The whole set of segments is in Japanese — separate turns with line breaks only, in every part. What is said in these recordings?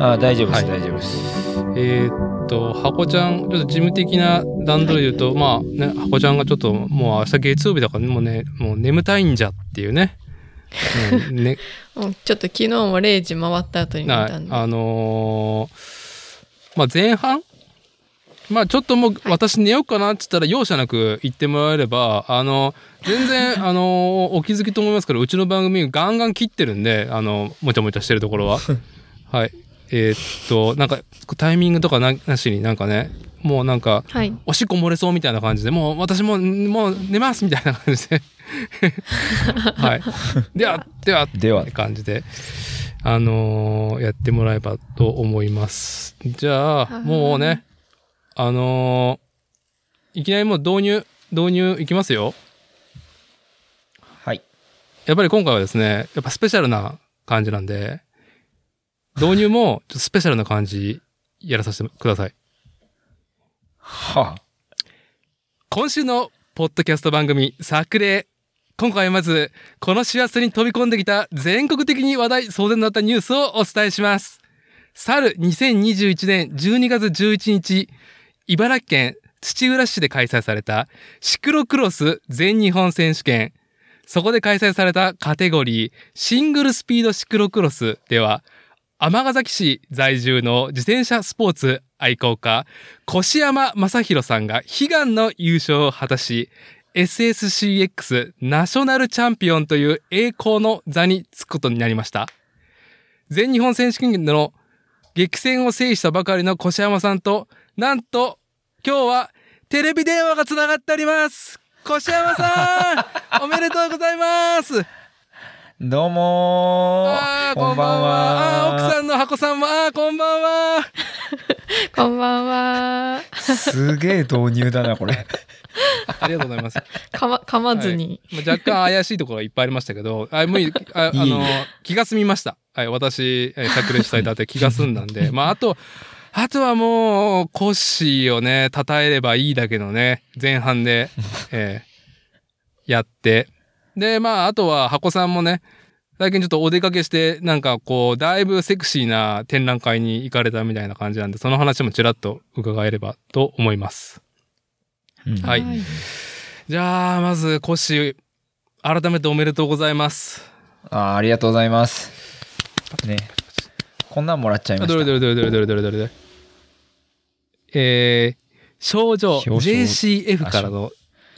あ大丈夫です、
は
大丈夫です
えーっと、ハコちゃん、ちょっと事務的な段取りで言うと、まあね、ハコちゃんがちょっともう明日月曜日だから、もうね、もう眠たいんじゃっていうね。うんね、
うんちょっと昨日も0時回った後に見
な
たんで。
あのーまあ前半まあちょっともう私寝ようかなっつったら容赦なく言ってもらえればあの全 然あのーお気づきと思いますけどうちの番組ガンガン切ってるんであのもちゃもちゃしてるところ ははいえーっとなんかタイミングとかななしになんかねもうなんか
はい。
おしっこ漏れそうみたいな感じでもう私もうもう寝ますみたいな感 じではいではでは
では
って感じで、あのーやってもらえばと思います。じゃあ、
はい
もうね、あのーいきなりもう導入、導入いきますよ。
はい
やっぱり今回はですね、やっぱスペシャルな感じなんで、導入もちょっとスペシャルな感じやらさせてください。
はあ
今週のポッドキャスト番組作例今回はまずこの師走に飛び込んできた全国的に話題騒然となったニュースをお伝えします去る2021年12月11日茨城県土浦市で開催されたシクロクロス全日本選手権そこで開催されたカテゴリーシングルスピードシクロクロスでは尼崎市在住の自転車スポーツ愛好家越山正宏さんが悲願の優勝を果たし SSCX ナショナルチャンピオンという栄光の座につくことになりました全日本選手権での激戦を制したばかりの越山さんとなんと今日はテレビ電話がつながっております越山さ んおめでとうございます
どうも
あ
ー
ーこんばんはあー奥さんの箱さんもあーこんばんは
こんばんは。
すげえ導入だなこれ
ありがとうございます
かま、かまずに。
まあ、若干怪しいところがいっぱいありましたけど、あ、無理、ああ
いえいえ
の、気が済みました。はい、私、えー作例主催だって気が済んだ んで、まあ、あと、あとはもう、コッシーをね、称えればいいだけのね、前半で、えーやって。で、まあ、あとは、箱さんもね、最近ちょっとお出かけして、なんかこう、だいぶセクシーな展覧会に行かれたみたいな感じなんで、その話もちらっと伺えればと思います。
うん
はいじゃあ、まず、コッシー、改めておめでとうございます。
あーありがとうございますねこんなんもらっちゃいました
どれどれどれどれどれどれどれどれえー、症状、
表彰
JCF からの、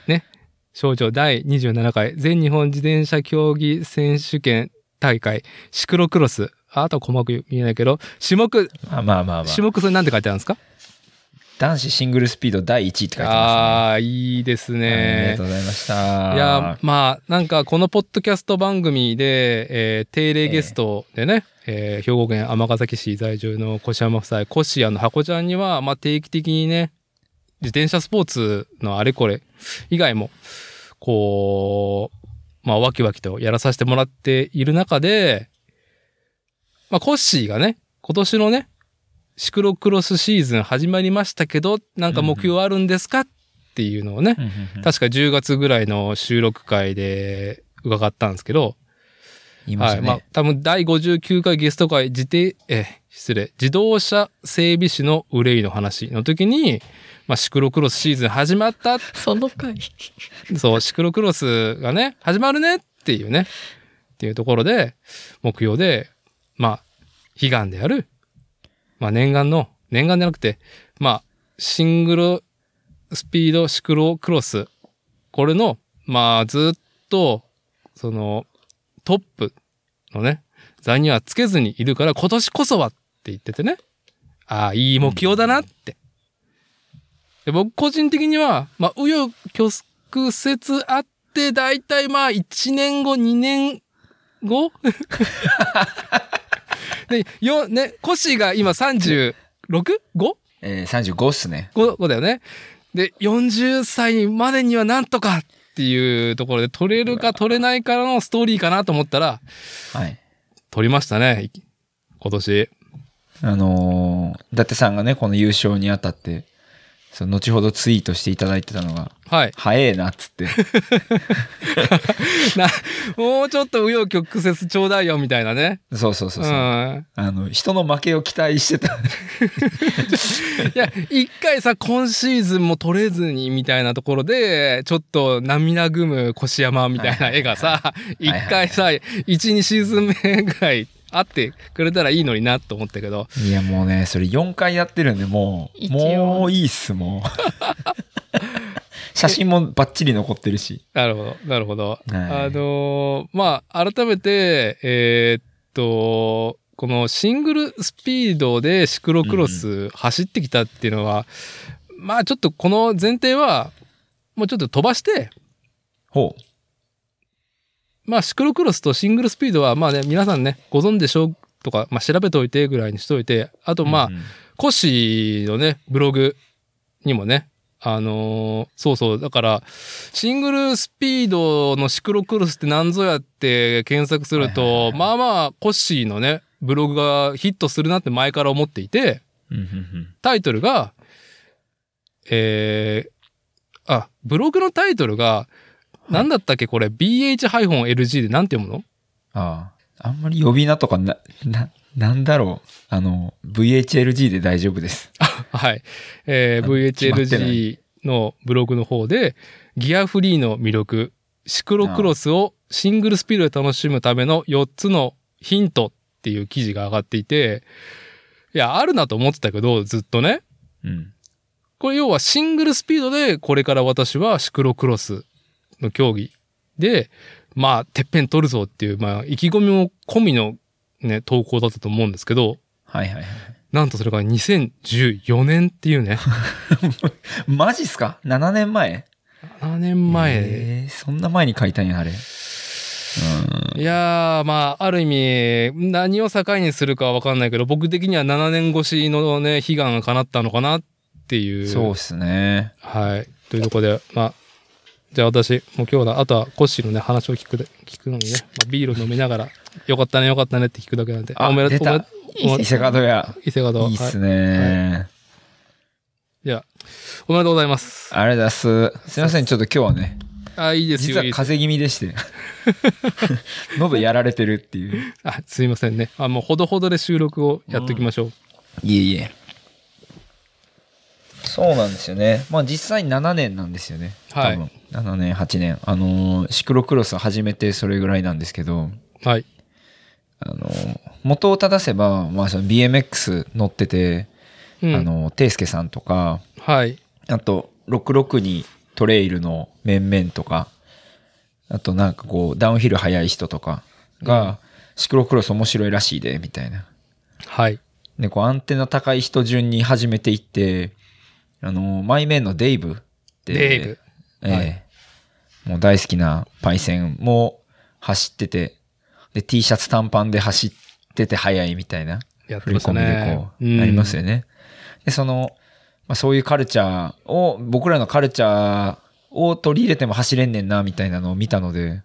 ね、症状第27回全日本自転車競技選手権大会、シクロクロス。ああとは細かく見えないけど、種目、
まあまあまあまあ
種目それなんて書いてあるんですか、
男子シングルスピード第1位って書いてますね
ああー、いいです
あり
ね
がと。うございました
いやまあなんかこのポッドキャスト番組で、えー定例ゲストでね、えー兵庫県尼崎市在住の越山夫妻コシアの箱ちゃんには、まあ、定期的にね自転車スポーツのあれこれ以外もこうまあワキワキとやらさせてもらっている中で、まあ、コッシーがね今年のねシクロクロスシーズン始まりましたけどなんか目標あるんですかっていうのをね、
うんうんうん
確か10月ぐらいの収録会で伺ったんですけど、
言いまし
は
た
い。
ね、
まあ、多分第59回ゲスト会、自転、え、失礼、自動車整備士の憂いの話の時に、まあ、シクロクロスシーズン始まった。
その回。
そう、シクロクロスがね、始まるねっていうね、っていうところで、目標で、まあ、悲願である、まあ、念願の、念願じゃなくて、まあ、シングルスピードシクロクロス、これの、まあ、ずっと、その、トップのね、座にはつけずにいるから、今年こそはって言っててね、ああ、いい目標だなって。で僕個人的には、まあ、紆余曲折あって、だいたいまあ、1年後、2年後で、よ、ね、コッシーが今 36?5?
えー、35っすね
ここだよね。で、40歳までにはなんとかっていうところで、取れるか取れないかのストーリーかなと思ったら、
はい
取りましたね。今年。
あのー伊達さんがね、この優勝にあたって、その後ほどツイートしていただいてたのが、
はい。
早えなっつって。
な、もうちょっと紆余曲折ちょうだいよみたいなね。
そうそうそううそう。
ん。
あの、人の負けを期待してた。
いや、一回さ、今シーズンも取れずにみたいなところで、ちょっと涙ぐむ腰山みたいな絵がさ、
い
一
はいはい
回さ、1、2シーズン目ぐらいあってくれたらいいのになと思ったけど、
いや、もうね、それ4回やってるんで、もう、
一応
もういいっす、もう。 写真もバッチリ残ってるし。
なるほど、なるほど。
い
あのーまあ、改めて、えーっと、このシングルスピードでシクロクロス走ってきたっていうのは、まあちょっとこの前提は、もうちょっと飛ばして、
ほう。
まあ、シクロクロスとシングルスピードは、まあね、皆さんね、ご存知でしょうとか、まあ、調べておいてぐらいにしといて、あと、まあ、
うんうん
コッシーのね、ブログにもね、あのーそうそう、だから、シングルスピードのシクロクロスって何ぞやって検索する
はいはい
と
は、い
まあまあ、コッシーのね、ブログがヒットするなって前から思っていて、
うんうんうん
タイトルが、えー、あ、ブログのタイトルが、なんだったっけこれ、BH-LG でなんて読むの
ああ。あんまり呼び名とかな、な、なんだろう。あの、VHLG で大丈夫です。
はい。えー
あ決まってな
VHLG のブログの方で、ギアフリーの魅力、シクロクロスをシングルスピードで楽しむための4つのヒントっていう記事が上がっていて、いや、あるなと思ってたけど、ずっとね。
うん。
これ要はシングルスピードで、これから私はシクロクロスの競技で、まあ、てっぺん取るぞっていう、まあ、意気込みも込みのね、投稿だったと思うんですけど、
はいはいはい。
なんとそれが2014年っていうね。
マジっすか ?7 年前
7年前。
えーそんな前に書いたんや、あれ。うん。
いやー、まあ、ある意味、何を境にするかはわかんないけど、僕的には7年越しのね、悲願が叶ったのかなっていう。
そうっすね。
はい。というところで、まあ、じゃあ私、もう今日は、あとはコッシーのね、話を聞くで、聞くのにね、まあ、ビール飲みながら、よかったね、よかったねって聞くだけなんで。
あ
めで
出
とう。お
た
めでとう
伊勢門屋。
伊勢門。
いいっすね。
じゃあ、おめでとうございます。
あれだっす。すいません、ちょっと今日はね、
あ、いいです
実
よ。
はい
いですよ
風邪気味で して。喉やられてるっていう。
あ、すいませんね。あ、もうほどほどで収録をやっていきましょう。
いえいえ。そうなんですよね。まあ実際7年なんですよね。
はい
多分7年、8年。あのーシクロクロス始めてそれぐらいなんですけど、
はい。
あのー元を正せば、まあその BMX 乗ってて、
うん。
あのー、ていすけさんとか、
はい。
あと、66にトレイルの面々とか、あとなんかこう、ダウンヒル速い人とかが、シクロクロス面白いらしいで、みたいな。
はい。
で、こう、アンテナ高い人順に始めていって、あの、マイメンのデイブって
デイブ。
ええ
はい
もう大好きなパイセンも走ってて、で、T シャツ短パンで走ってて速いみたいな。
やって
振り
ま
込
す
みで
ね
こ。う、なりますよね。で、その、まあ、そういうカルチャーを、僕らのカルチャーを取り入れても走れんねんな、みたいなのを見たので、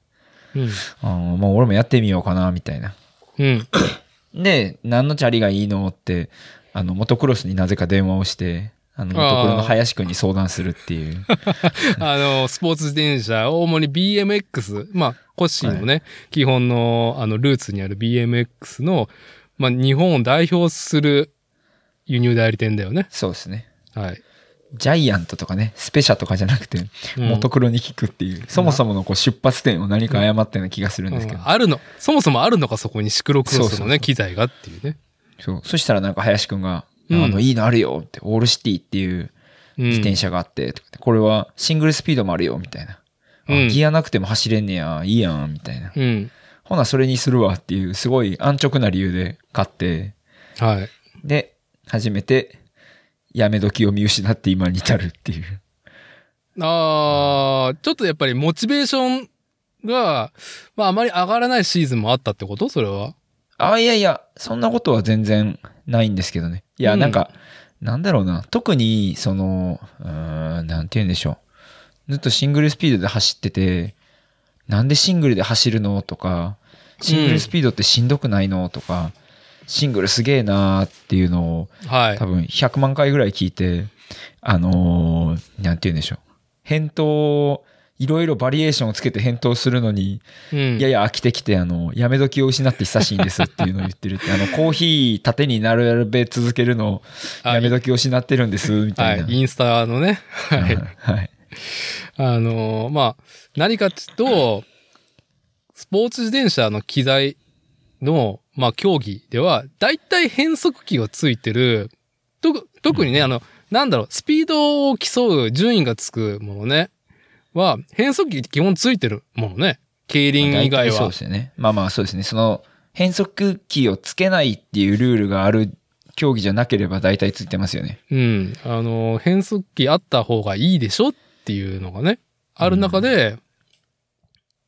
うん。
あーまあ、俺もやってみようかな、みたいな。
うん。
で、何のチャリがいいのって、あの、モトクロスになぜか電話をして、あの、
あー
モトクロの林くんに相談するって いう。
あの、スポーツ自転車、主に BMX、まあ、コッシーのね、基本の、あの、ルーツにある BMX の、まあ、日本を代表する輸入代理店だよね。
そうですね。
はい。
ジャイアントとかね、スペシャとかじゃなくて、
うん
モトクロに聞くっていう、そもそものこう出発点を何か誤ったような気がするんですけ
う
ど
ん。あるの。そもそもあるのか、そこにシクロク
そう
ロ
そ
ス
うそ
の
う
ね、機材がっていうね。
そう。そしたらなんか林くんが、
うん
あの、いいのあるよって、オールシティっていう
うん
自転車があって、とかってこれはシングルスピードもあるよ、みたいな。あ
うん
ギアなくても走れんねや、いいやん、みたいな。
うん。
ほな、それにするわっていう、すごい安直な理由で買って、
はい。
で、初めて、やめ時を見失って今に至るっていう。
あーちょっとやっぱりモチベーションが、まあ、あまり上がらないシーズンもあったってことそれは。
あ、いやいや、そんなことは全然ないんですけどね。いうや、
ん
なんか、なんだろうな。特に、その、うーん、なんて言うんでしょう。ずっとシングルスピードで走ってて、なんでシングルで走るのとか、シングルスピードってしんどくないのとか、シングルすげえなーっていうのを、
はい
多。分100万回ぐらい聞いて、あのーなんて言うんでしょう。返答、いろいろバリエーションをつけて返答するのに、
うん。
やや飽きてきて、あの、やめ時を失って久しいんですっていうのを言ってるって、あの、コーヒー縦に並べ続けるの、
あ
やめ時を失ってるんです、みた
はい
な。
い。インスタのね。は
はい
い。
はい。
あのーまあ、何かっていうと、スポーツ自転車の機材の、まあ、競技では、だいたい変速機がついてる、とく特にね、あの、なんだろう、スピードを競う順位がつくものね、は、変速機って基本ついてるものね。競輪
大
以外
体そう
は
で。すよね。まあまあそうですね。その変速キーをつけないっていうルールがある競技じゃなければ大体ついてますよね。
うん。あのー、変速機あった方がいいでしょっていうのがね、ある中で、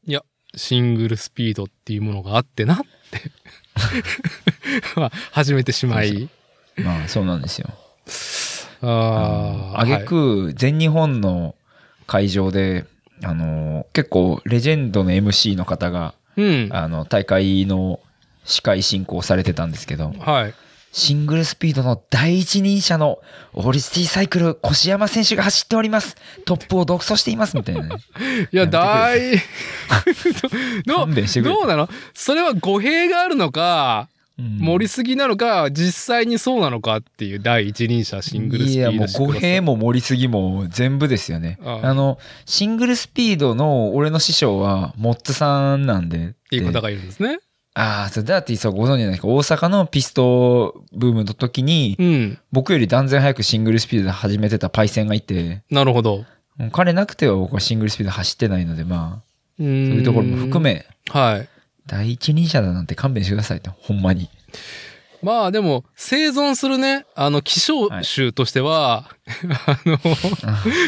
いや、シングルスピードっていうものがあってな って、まあ、始めてしまい。
まあそうなんですよ。
ああ、
あげく全日本の会場で、あの結構レジェンドの MC の方が
はいうん。
あの大会の司会進行をされてたんですけど
はい。
シングルスピードの第一人者のオリスティサイクル越山選手が走っておりますトップを独走していますみたい なね
いや、
やめてくれ
大、 どう
勘弁してくれ
どうなのそれは語弊があるのか、
うん
盛りすぎなのか、実際にそうなのかっていう第一人者シングルスピード。
いやもう語弊も盛りすぎも全部ですよね
あ
あ
あ
のシングルスピードの俺の師匠はモッツさんなんでっ
っていう方がいるんですね。
ああそうダーティーさんご存知じゃないですか大阪のピストブームの時に
うん。
僕より断然早くシングルスピードで始めてたパイセンがいて
なるほど。
もう彼なくては僕はシングルスピード走ってないのでまあ
そ
そ
う
う
い
いうところも含。め
はい。
第一人者だなんて勘弁してくださいとほんまに
まあでも、生存するね、あの、希少種としては、あの、
あ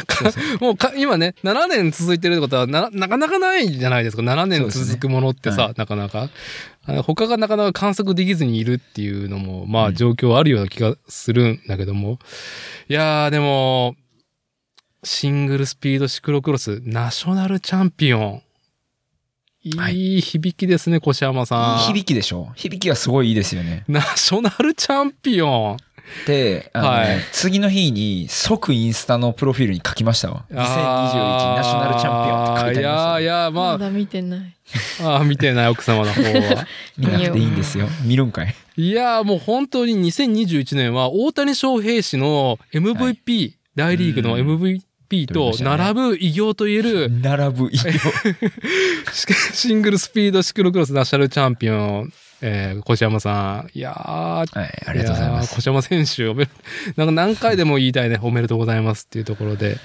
かもうか今ね、7年続いてるってことはな、なかなかないじゃないですか。7年続くものってさ、
そ
なかなか。あの他がなかなか観測できずにいるっていうのも、ま
う
あ
ん
状況あるような気がするんだけども。いやーでも、シングルスピードシクロクロス、ナショナルチャンピオン。
はい
い響きですね、越山さん。
いい響きでしょ響きがすごいいいですよね
ナショナルチャンピオン。
で、あのね
はい
次の日に即インスタのプロフィールに書きましたわ。2021ナショナルチャンピオンって書いてありました、
いやいや、
ま
ま
だ見てない。
あ、あー見てない奥様の方 は。
見なくていいんですよ。見るんかい。
いやー、もう本当に2021年は大谷翔平氏の MVP、
は
大リーグの
うん
MVP
取り
と
ましたね
並ぶ偉業とい える
並ぶ 以上。
シシングルスピードシクロクロスナショナルチャンピオン、えー、越山さん。いやー、
はい、ありがとうございま
や
す
ー。越山選手、おめでなんか何回でも言いたいね、おめでとうございますっていうところで。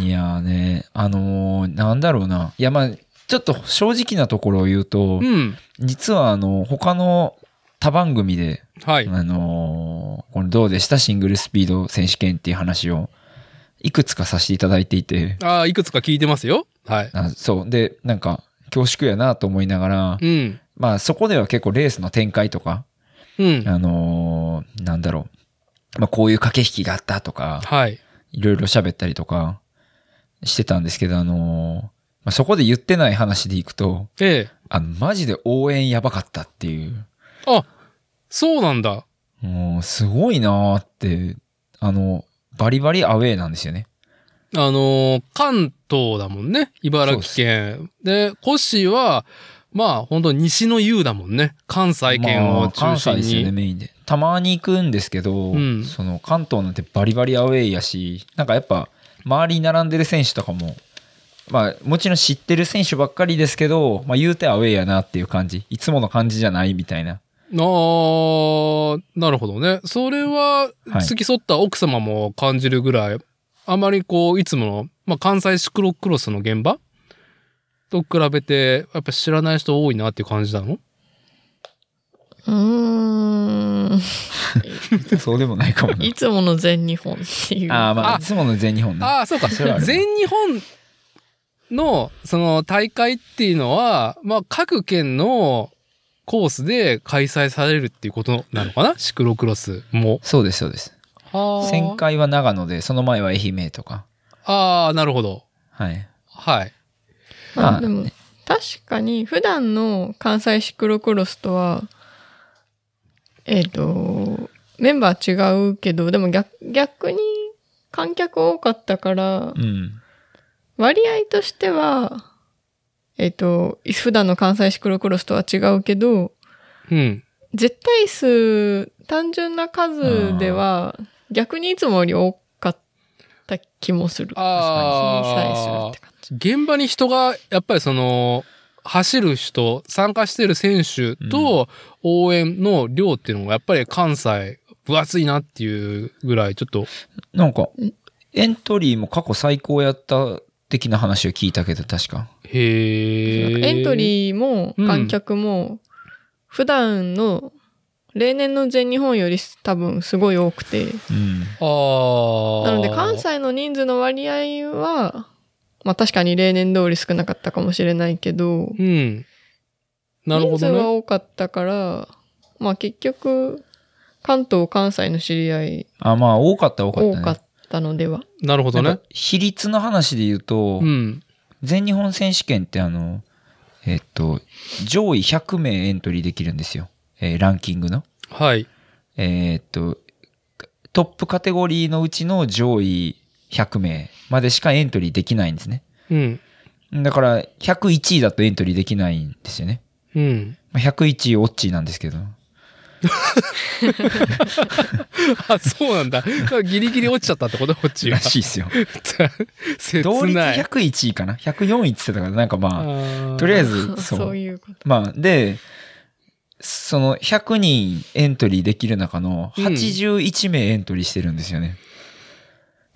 いやーね、あのーなんだろうな。いや、まあ、ちょっと正直なところを言うと、
うん。
実はあの、他の他番組で、
はい。
あのーこれどうでしたシングルスピード選手権っていう話を、いくつかさせていただいていて、
ああ、いくつか聞いてますよ。はい。
あそう。で、なんか、恐縮やなと思いながら、
うん。
まあそこでは結構レースの展開とか、
うん。
あのーなんだろう。まあこういう駆け引きがあったとか、
はい。
いろいろ喋ったりとかしてたんですけど、あのーまあ、そこで言ってない話でいくと、
ええ。
あの、マジで応援やばかったっていう、
あ、そうなんだ。
もうすごいなーって、あの、バリバリアウェーなんですよね。
あのー関東だもんね。茨城県。で、コッシーは、まあ、本当西の優だもんね。関西圏
ま
を
あ
中
関西
心
ですよね、
に。
メインで。たまに行くんですけど、
うん
その関東なんてバリバリアウェイやし、なんかやっぱ周りに並んでる選手とかも、まあもちろん知ってる選手ばっかりですけど、まあ言うてアウェイやなっていう感じ。いつもの感じじゃないみたいな。
あーなるほどね。それは、
はい
付き添った奥様も感じるぐらい、あまりこう、いつもの、まあ、関西シクロクロスの現場と比べて、やっぱ知らない人多いなっていう感じなの
うーん。
そうでもないかもな。
いつもの全日本っていう。
ああまあ
あ
いつもの全日本ね。
ああ、そうか。
それはある
全日本の、その大会っていうのは、まあ、各県のコースで開催されるっていうことなのかなシクロクロスも。
そうですそうです。
は
旋回は長野で、その前は愛媛とか。
ああ、なるほど。
はい。
はい。
ま
ま
あ
あ
でも、確かに普段の関西シクロクロスとはえっ、と、メンバー違うけど、でも逆逆に観客多かったから
う、ん。
割合としては、えっ、と、普段の関西シクロクロスとは違うけど、
うん。
絶対数、単純な数では、逆にいつもより多かった気もする。
あ
小さい数っ
あ
て。感じ。
現場に人が、やっぱりその、走る人、参加してる選手と応援の量っていうのがやっぱり関西分厚いなっていうぐらいちょっと、
なんか
うん、
エントリーも過去最高やった的な話を聞いたけど、確か。
へえ。
エント
ー。
リーも
うん
観客も、普段の、例年の全日本より多分すごい多くて、
うん。
ああ。
なので関西の人数の割合は、まあ確かに例年通り少なかったかもしれないけど、
うん。なるほ
人数
ど
は
ね。
多かったから、まあ結局、関東、関西の知り合い
あ、まあ、多かった、多かった、ね。
多かったのでは。
なるほど
なん
ね
か。比率の話で言うと、
うん。
全日本選手権ってあの、えっと、上位100名エントリーできるんですよ。えーランキングの。
はい。
えーっと、トップカテゴリーのうちの上位100名までしかエントリーできないんですね。
うん。
だから、101位だとエントリーできないんですよね。
うん。
まあ101位オッチーなんですけど。
あ、そうなんだ。ギリギリ落ちちゃったって ことこっち
ら
は。
しいですよ。
切
同率
ない。
101位かな ?104 位って言ってたから、なんかまあ、とりあえず、
そ
そうう。
いうこと。
まあ、で、その100人エントリーできる中の
うん
81名エントリーしてるんですよね。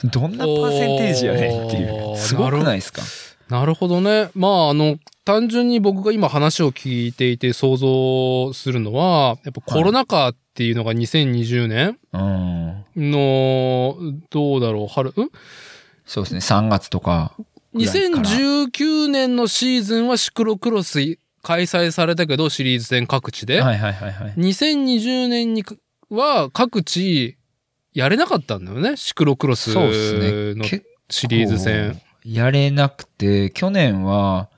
どんなパーセンテージやねんってい
おー
う。すごくないですか
なるほどね。まあ、あの、単純に僕が今話を聞いていて想像するのは、やっぱコロナ禍っていうのが2020年
うん。
の、どうだろう、春、うん
そうですね、3月とか。ぐらいから
2019年のシーズンはシクロクロス開催されたけど、シリーズ戦各地で。
はいはいはいはい。
2020年には各地やれなかったんだよね、シクロクロス
そうです
の
ね。結
シリーズ戦。。
やれなくて、去年は、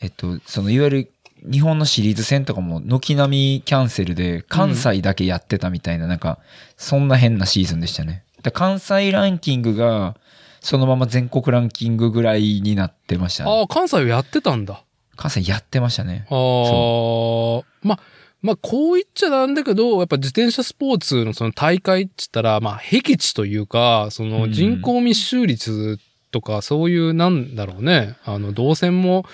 えっと、そのいわゆる日本のシリーズ戦とかも軒並みキャンセルで、関西だけやってたみたいな、なんか、そんな変なシーズンでしたね。だ関西ランキングが、そのまま全国ランキングぐらいになってました
あ
ね。
あ、関西はやってたんだ。
関西やってましたね。
ああ、まあ、まあ、こう言っちゃなんだけど、やっぱ自転車スポーツのその大会って言ったら、まあ、僻地というか、そうの
ん
人口密集率とか、そういう、なんだろうね、あの、動線も、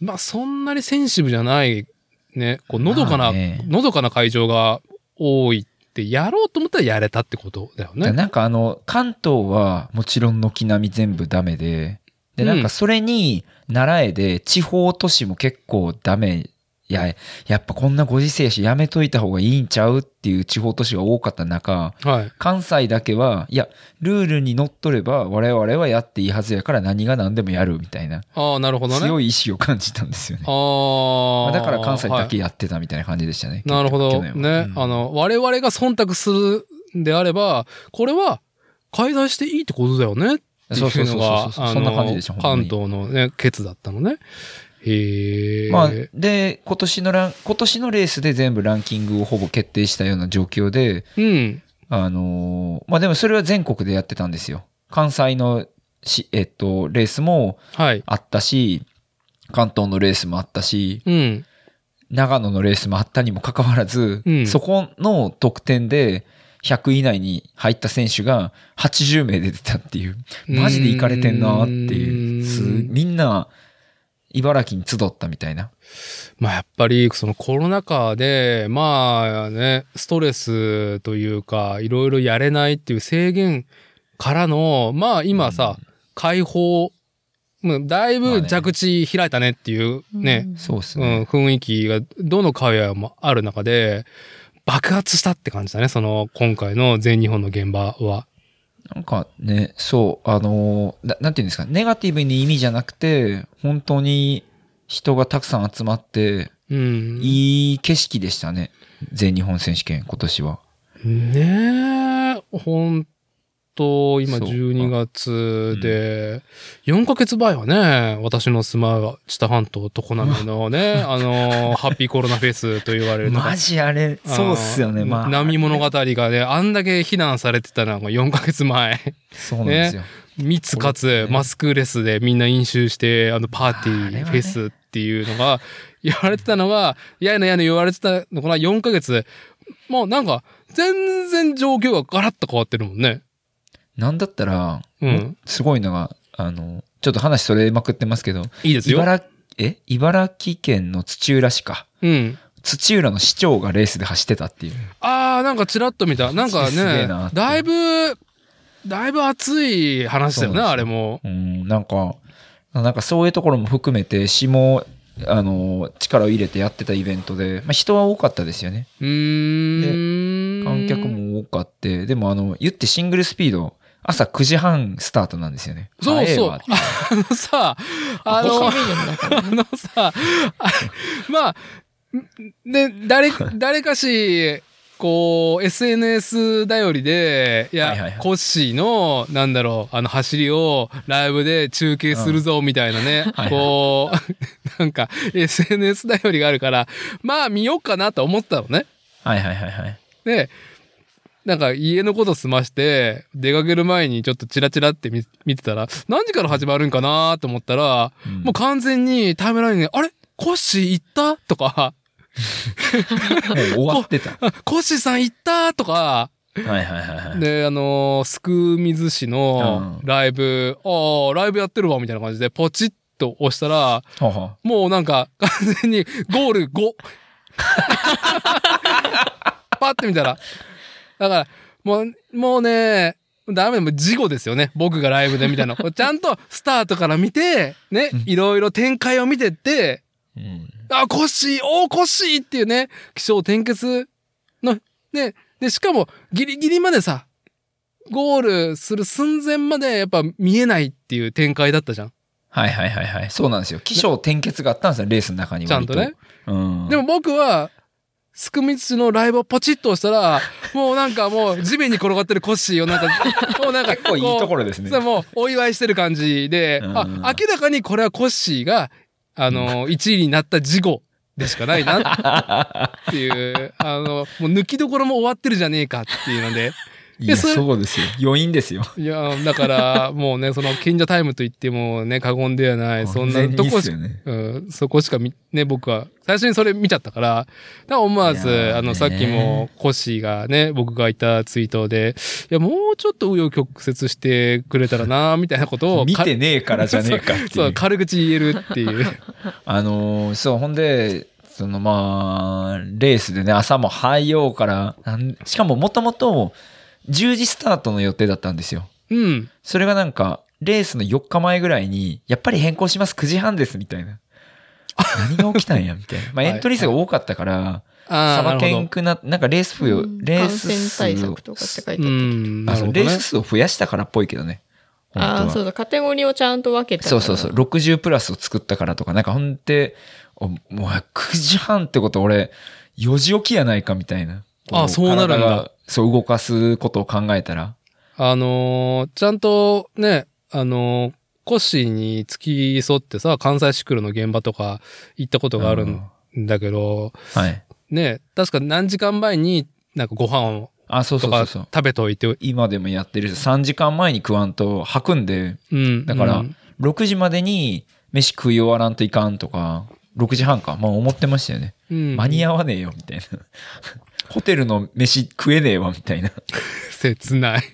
まあ、そんなにセンシブじゃない、ね、こう、のどか
ま
な、
あね
のどかな会場が多いって、やろうと思ったらやれたってことだよ
だから
ね。
なんかあの、関東はもちろん軒並み全部ダメで、で、なんかそれに、習えで、地方都市も結構ダメ、いや、やっぱこんなご時世やし、やめといた方がいいんちゃうっていう地方都市が多かった中、
はい。
関西だけは、いや、ルールにのっとれば、我々はやっていいはずやから何が何でもやるみたいな、
ああ、なるほどね。
強い意志を感じたんですよね。
あ
ま
あ。
あだから関西だ
はい
けやってたみたいな感じでしたね。
なるほど。
結局去年は
ね。
うん
あの、我々が忖度するんであれば、これは開催していいってことだよねってい
そうそう
う
そ
の
うそ
が
う、そう
あ
そんな感じ
の
でしょ、ほんま
関
に
東のね、ケツだったのね。へえ。
まあ、で、今年のラン、今年のレースで全部ランキングをほぼ決定したような状況で、
うん。
あのーまあでもそれは全国でやってたんですよ。関西のし、えっと、レースも
はい。
あったし、関東のレースもあったし、
うん。
長野のレースもあったにもかかわらず、
うん
そこの得点で100以内に入った選手が80名で出たっていう、マジでいかれてんなーっていうう、
ん
すみんな茨城に集ったみたいな。
まあやっぱりそのコロナ禍でまあねストレスというかいろいろやれないっていう制限からのまあ今さ、解放もうだい
まあ
ぶ
ね
蛇口開いたねっていうね、
うん
そうです
う
ね。
ん、雰囲気がどの会話もある中で爆発したって感じだねその今回の全日本の現場は。
なんかね、そう、あのーな、なんていうんですか、ネガティブに意味じゃなくて、本当に人がたくさん集まって、
うん、
いい景色でしたね。全日本選手権、今年は。
ねえ、本と、
そ
今
うか
12月で、4ヶ月前はね、私の住まう知多半島常滑 のね、あのー、ハッピーコロナフェスと言われるとこ
マジあれそうっすよね
あの
まあ
波物語がね、あんだけ非難されてたのが4ヶ月前。
そうなんですよ、
密かつマスクレスでみんな飲酒して、あのパーティ
あれはね
ー、フェスっていうのが、 言われてたのは、やいのやいの言われてたのかな、4ヶ月。もうなんか、全然状況がガラッと変わってるもんね。
なんだったら、
うん。
すごいのがあのちょっと話それまくってますけど
いいですよ。
茨え茨城県の土浦市か
うん。
土浦の市長がレースで走ってたっていう
あー、なんかチラッと見た。なんか
すげえ
ね
なっ、て
だいぶ、だいぶ熱い話だよ
そう
な、
なんですよ
あれも。
うんなんかなんかそういうところも含めて市もあの力を入れてやってたイベントで、まあ、人は多かったですよね
うーん。
観客。も多かってでもあの言ってシングルスピード朝9時半スタートなんですよね
そう
早い
そう。
わ
あのさ、あの、
星見るんだから
あのさ、あまあ、ね、誰、誰かし、こう、SNS 頼りで、いや、
はいはいはい
コッシーの、なんだろう、あの、走りをライブで中継するぞ、みたいなね、
はいはい
こう、なんか、SNS 頼りがあるから、まあ、見ようかなと思ったのね。
はいはいはいはい
で、なんか家のこと済まして、出かける前にちょっとチラチラって見見てたら、何時から始まるんかなと思ったら、
うん
もう完全にタイムラインに、あれコッシー行ったとか、
もう終わってたは
あコッシーさん行ったとか、
いはいはいはい
で、あのー、すくみず市の
うん
ライブ、ああ、ライブやってるわ、みたいな感じで、ポチッと押したら、
はあは
もうなんか、 完全にゴール5。パッて見たら。だから、もう、もうね、ダメだ、もう事後ですよね。僕がライブでみたいな。ちゃんとスタートから見て、ね、いろいろ展開を見てって、
うん
あ、コッシー、おー、コッシーっていうね、気象転結の、ね、で、しかも、ギリギリまでさ、ゴールする寸前までやっぱ見えないっていう展開だったじゃん。
はいはいはいはいそうなんですよ起承転結があったんですよレースの中に
ちゃんとね。
うん
でも僕は、すくみつのライブをポチッと押したら、もうなんかもう地面に転がってるコッシー をなんか、もうなんか、
結構いいところですね
そうもうお祝いしてる感じで、
うん
あ、明らかにこれはコッシーが、あの、1位になった事後でしかないなって いう、あの、もう抜きどころも終わってるじゃねえかっていうので、
いや
それ
そうですよ余韻ですよ
いや、だからもうね、その賢者タイムと言ってもね、過言ではない、そんなとこ
完全にいいっ
し
す
か
よね
うん、そこしかみね、僕は、最初にそれ見ちゃったから、だから思わ
いやー
ず、
ね
あの、さっきも、コッシーがね、僕がいたツイートで、いや、もうちょっと紆余曲折してくれたらな、みたいなことを、
見てねえからじゃねえかっていう
そう、軽口言えるっていう。
あのーそう、ほんで、そのまあ、レースでね、朝も早ようから、なんしかももともと10時スタートの予定だったんですよ。
うん。
それがなんか、レースの4日前ぐらいに、やっぱり変更します、9時半です、みたいな。何が起きたんや、みたいな。まあ、
はい
エントリー数が多かったから、
あ
さ
あ、な
ばけ
るほ
ん
ど。
くな、なんかレース付与、
うん
レー
感
ス
染
数
対
を
策とかって書いてあっ
う
た。
ん、なるほど、
レー
ね
ス。数を増やしたからっぽいけどね。本当は
ああ、そうだ、カテゴリーをちゃんと分けたから。
そうそうそう、60プラスを作ったからとか、なんかほんで、おもう9時半ってこと俺、4時起きやないかみたいな。
あ
こ
そうなるんだ。
体がそう動かすことを考えたら。
あのーちゃんとね、あのーコッシーに付き添ってさ、関西シクロの現場とか行ったことがあるんだけど、
はい。
ね、確か何時間前になんかご飯を
あ、そう
と
そうそ
か
うそう。
食べといて、う
今でもやってるし、3時間前に食わんと吐くんで、
ん。
だから
うん
6時までに飯食い終わらんといかんとか、6時半か。まあ思ってましたよね。
うん、
間に
合
合わねえよ、みたいな。 ホテルの飯食えねえわ、みたいな。
切ない。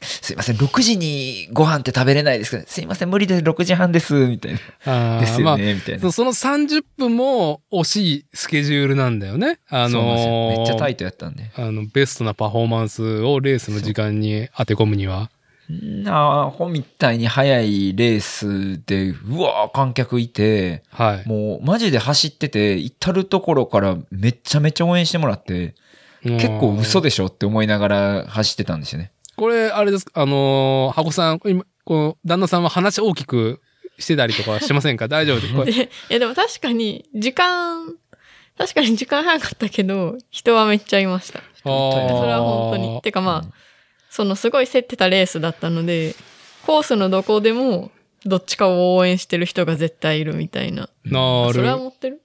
すいません、6時にご飯って食べれないですけど、すいません、無理です、6時半です、みたいな。
あー
です
ま
よ
あ
ね、みたい
そ
な。
その30分も惜しいスケジュールなんだよね。あ
そうなんですよ
のー
めっちゃタイトやったんで。
あの、ベストなパフォーマンスをレースの時間に当て込むには。
なあ、ほみたいに速いレースで、うわー観客いて、
はい。
もうマジで走ってて、至るところからめちゃめちゃ応援してもらって、結構嘘
で。
でしょって思いながら走ってたんですよね。
これ、あれですか、あのー、箱さん、今、こう、旦那さんは話大きくしてたりとかしてませんか大丈夫です。 これ
で、いやでも確かに、時間、確かに時間早かったけど、人はめっちゃいました。
あー
それは本当に。てかまあ、そのすごい競ってたレースだったので、コースのどこでもどっちかを応援してる人が絶対いるみたいな。
なる
それは持ってる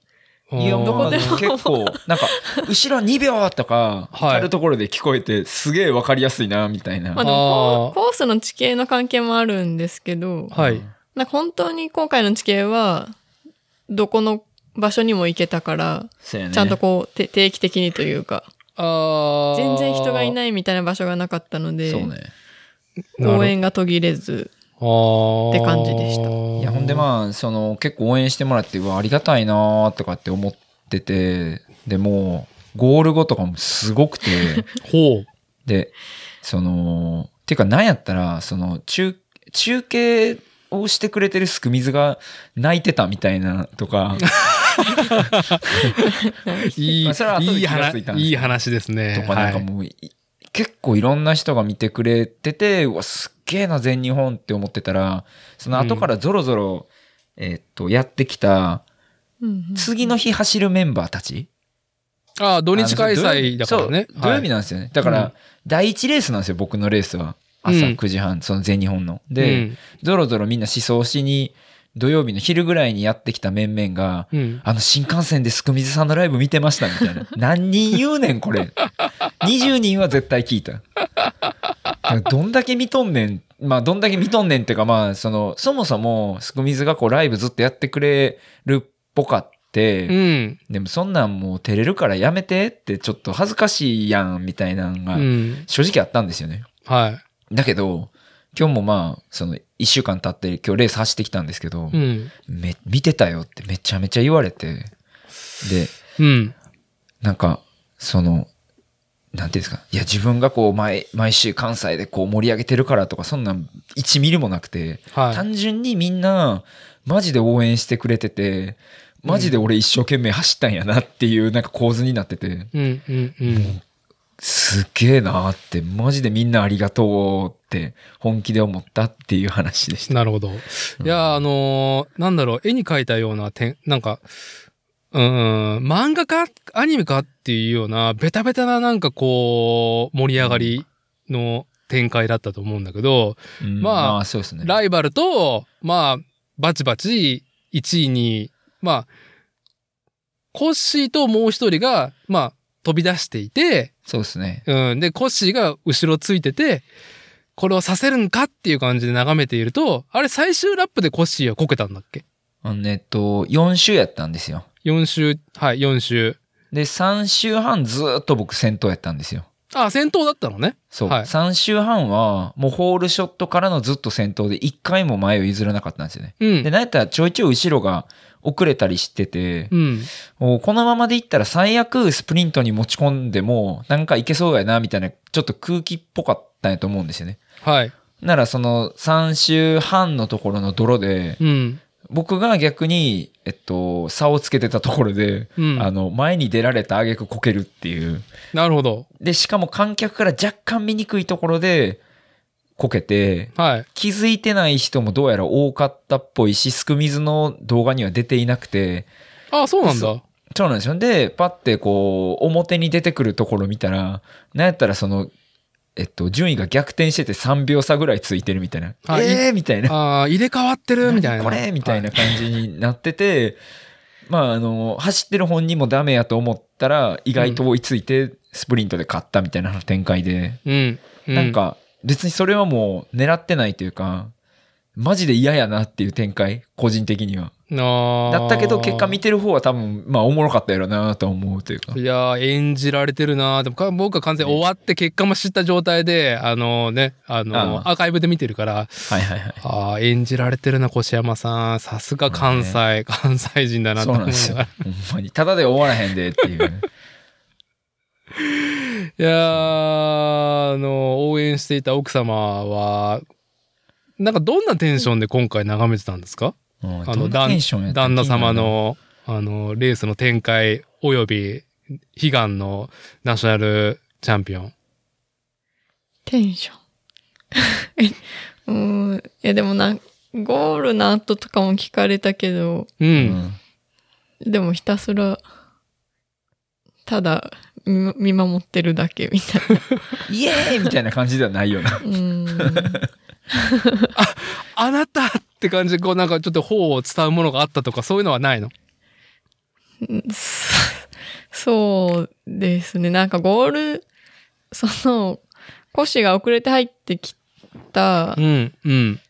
いや、
あー
もう
どこでも
結構、なんか、後ろ2秒とか、
はい
あるところで聞こえて、すげえわかりやすいな、みたいな。
まあでもコーコースの地形の関係もあるんですけど、
はい。
なんか本当に今回の地形は、どこの場所にも行けたから、
そうやね
ちゃんとこう、て定期的にというか、
あ
全然人がい
い。
ないみたいな場所がなかったので、
そうね。
応援が途切れ
っ
ず、
て
感じでした
いや、ほんで
あ
まあ、その、結構応援してもらって、うわ、ありがたいなーとかって思ってて、でもう、ゴール後とかもすご くて、
ー。ほう。
で、その、ていうか、なんやったら、その、中、中継をしてくれてるスクミズが泣いてたみたいなと か、
いい、
ま あそれは後で
いい
気が
話
ついたんですけど
いい話ですね。
とかなんかもう、い結構いろんな人が見てくれててうわすっげえな全日本って思ってたらその後からぞろぞろ、えーっとやってきた
うんうん
次の日走るメンバーたち、
はいあー土日開催だからね。
そう土曜日
な
なんですよね、だから、
うん
第一レースなんですよ僕のレースは
うん
朝9時半、その全日本ので、ぞろぞろみんな思想しに土曜日の昼ぐらいにやってきた面々が
うん。うん
あの新幹線ですくみずさんのライブ見てましたみた いな。何人言うねんこれ。20人は絶対聞いた。だからどんだけ見とんねん。まあどんだけ見とんねんっていうかまあそのそもそもすくみずがこうライブずっとやってくれるっぽかって、
うん。
でもそんなんもう照れるからやめてってちょっと恥ずかしいやんみたいなの
う
が
ん。
正直あったんですよね。
は
だけど今日もまあその1週間経って今日レース走ってきたんですけど、
い。うん。
め見てたよってめちゃめちゃ言われてで
うん。
なんか、その、なんていうんですか、いや、自分がこう、毎、毎週関西でこう盛り上げてるからとか、そんなん1ミリもなくて、
はい。
単純にみんな、マジで応援してくれてて、マジで俺一生懸命走ったんやなっていう、なんか構図になってて、
うんうんうん。
すっげえなーって、マジでみんなありがとうって、本気で思ったっていう話でした。
なるほど。いや、あのー、なんだろう、絵に描いたような点、なんか、うん、漫画かアニメかっていうような、ベタベタななんかこう、盛り上がりの展開だったと思うんだけど、
うん
まあ
まあ、そうですね。
ライバルと、まあ、バチバチ1位に、まあ、コッシーともう一人が、まあ、飛び出していて、
そうですね。
うん、で、コッシーが後ろついてて、これをさせるんかっていう感じで眺めていると、あれ最終ラップでコッシーはこけたんだっけ
あのね、えっと、4週やったんですよ。
4周、はい、4周。
で、3週半ずーっと僕先頭やったんですよ。
あ、先頭だったのね。
そう、
はい
3周半はもうホールショットからのずっと先頭で1回も前を譲らなかったんですよね。
う
で、
ん。
なんやったらちょいちょい後ろが遅れたりしてて、
うん。
おこのままでいったら最悪スプリントに持ち込んでもなんかいけそうやなみたいなちょっと空気っぽかったんやと思うんですよね。
はい。
ならその3周半のところの泥で、
うん。
僕が逆に、えっと、差をつけてたところで、
うん。
あの、前に出られた挙句こけるっていう。
なるほど。
で、しかも観客から若干見にくいところで、こけて、
はい。
気づいてない人もどうやら多かったっぽいし、すくみずの動画には出ていなくて、
あ、そうなんだ。
そそうなんですよ。で、パってこう、表に出てくるところ見たら、なんやったらその、えっと、順位が逆転してて3秒差ぐらいついてるみたいな。
あ
えーみたいな。
あー入れ替わっ てるみたいな。
これみたい
は
な感じになってて、まあ、あの、走ってる本人もダメやと思ったら、意外と追いついて、スプリントで勝ったみたいな展開で。
うん。う
なん、か別にそれはもう狙ってないというか、マジで嫌やなっていう展開、個人的には。だ
だ
ったけど結果見てる方は多分、まあおもろかったやろなとは思うというか。
いやー演じられてるなーでもか僕は完全に終わって結果も知った状態で、あのね、あの
あー
アーカイブで見てるから、
はいはいはい。
ああ、演じられてるな、越山さん。さすが関西、関西人だなと
そう
思
ないん
な
ですよ。
が
ほんまに。ただで終わらへんでっていう。
ら。いやーあの、応援していた奥様は、なんかどんなテンションで今回眺めてたんですか
うん
あ
ど
の、
んな
旦
テンションやった
旦那様。の、あの、レースの展開、および、悲願のナショナルチャンピオン。
テンション。 えうん。いやでもな、ゴールの後とかも聞かれたけど、
う
気に
ん。
なる
でもひたすら、ただ見見守ってるだけ みたい
イエーイみたいな感じではないよな。
な。うん。
あなたって感じで、こうなんかちょっと頬を伝うものがあったとか、そういうのはないの
そ そうですね。なんかゴール、その、コッシーが遅れて入ってきた
うん、うん。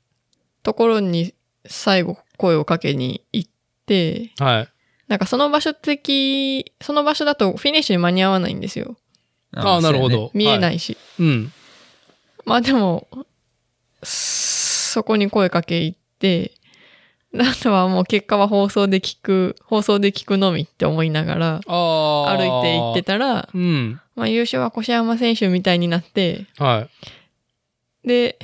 ところに最後声をかけに行って、
はい。
なんかその場所的、その場所だとフィニッシュに間に合わないんですよ。
ああ、なるほ。ど。。
見えないいし。
うん。
まあでも、そこに声かけ行って、あとはもう結果は放送で聞く、放送で聞くのみって思いながら
ああ。
歩いて行ってたら、
うん。
まあ優勝は越山選手みたいになって、
はい。
で、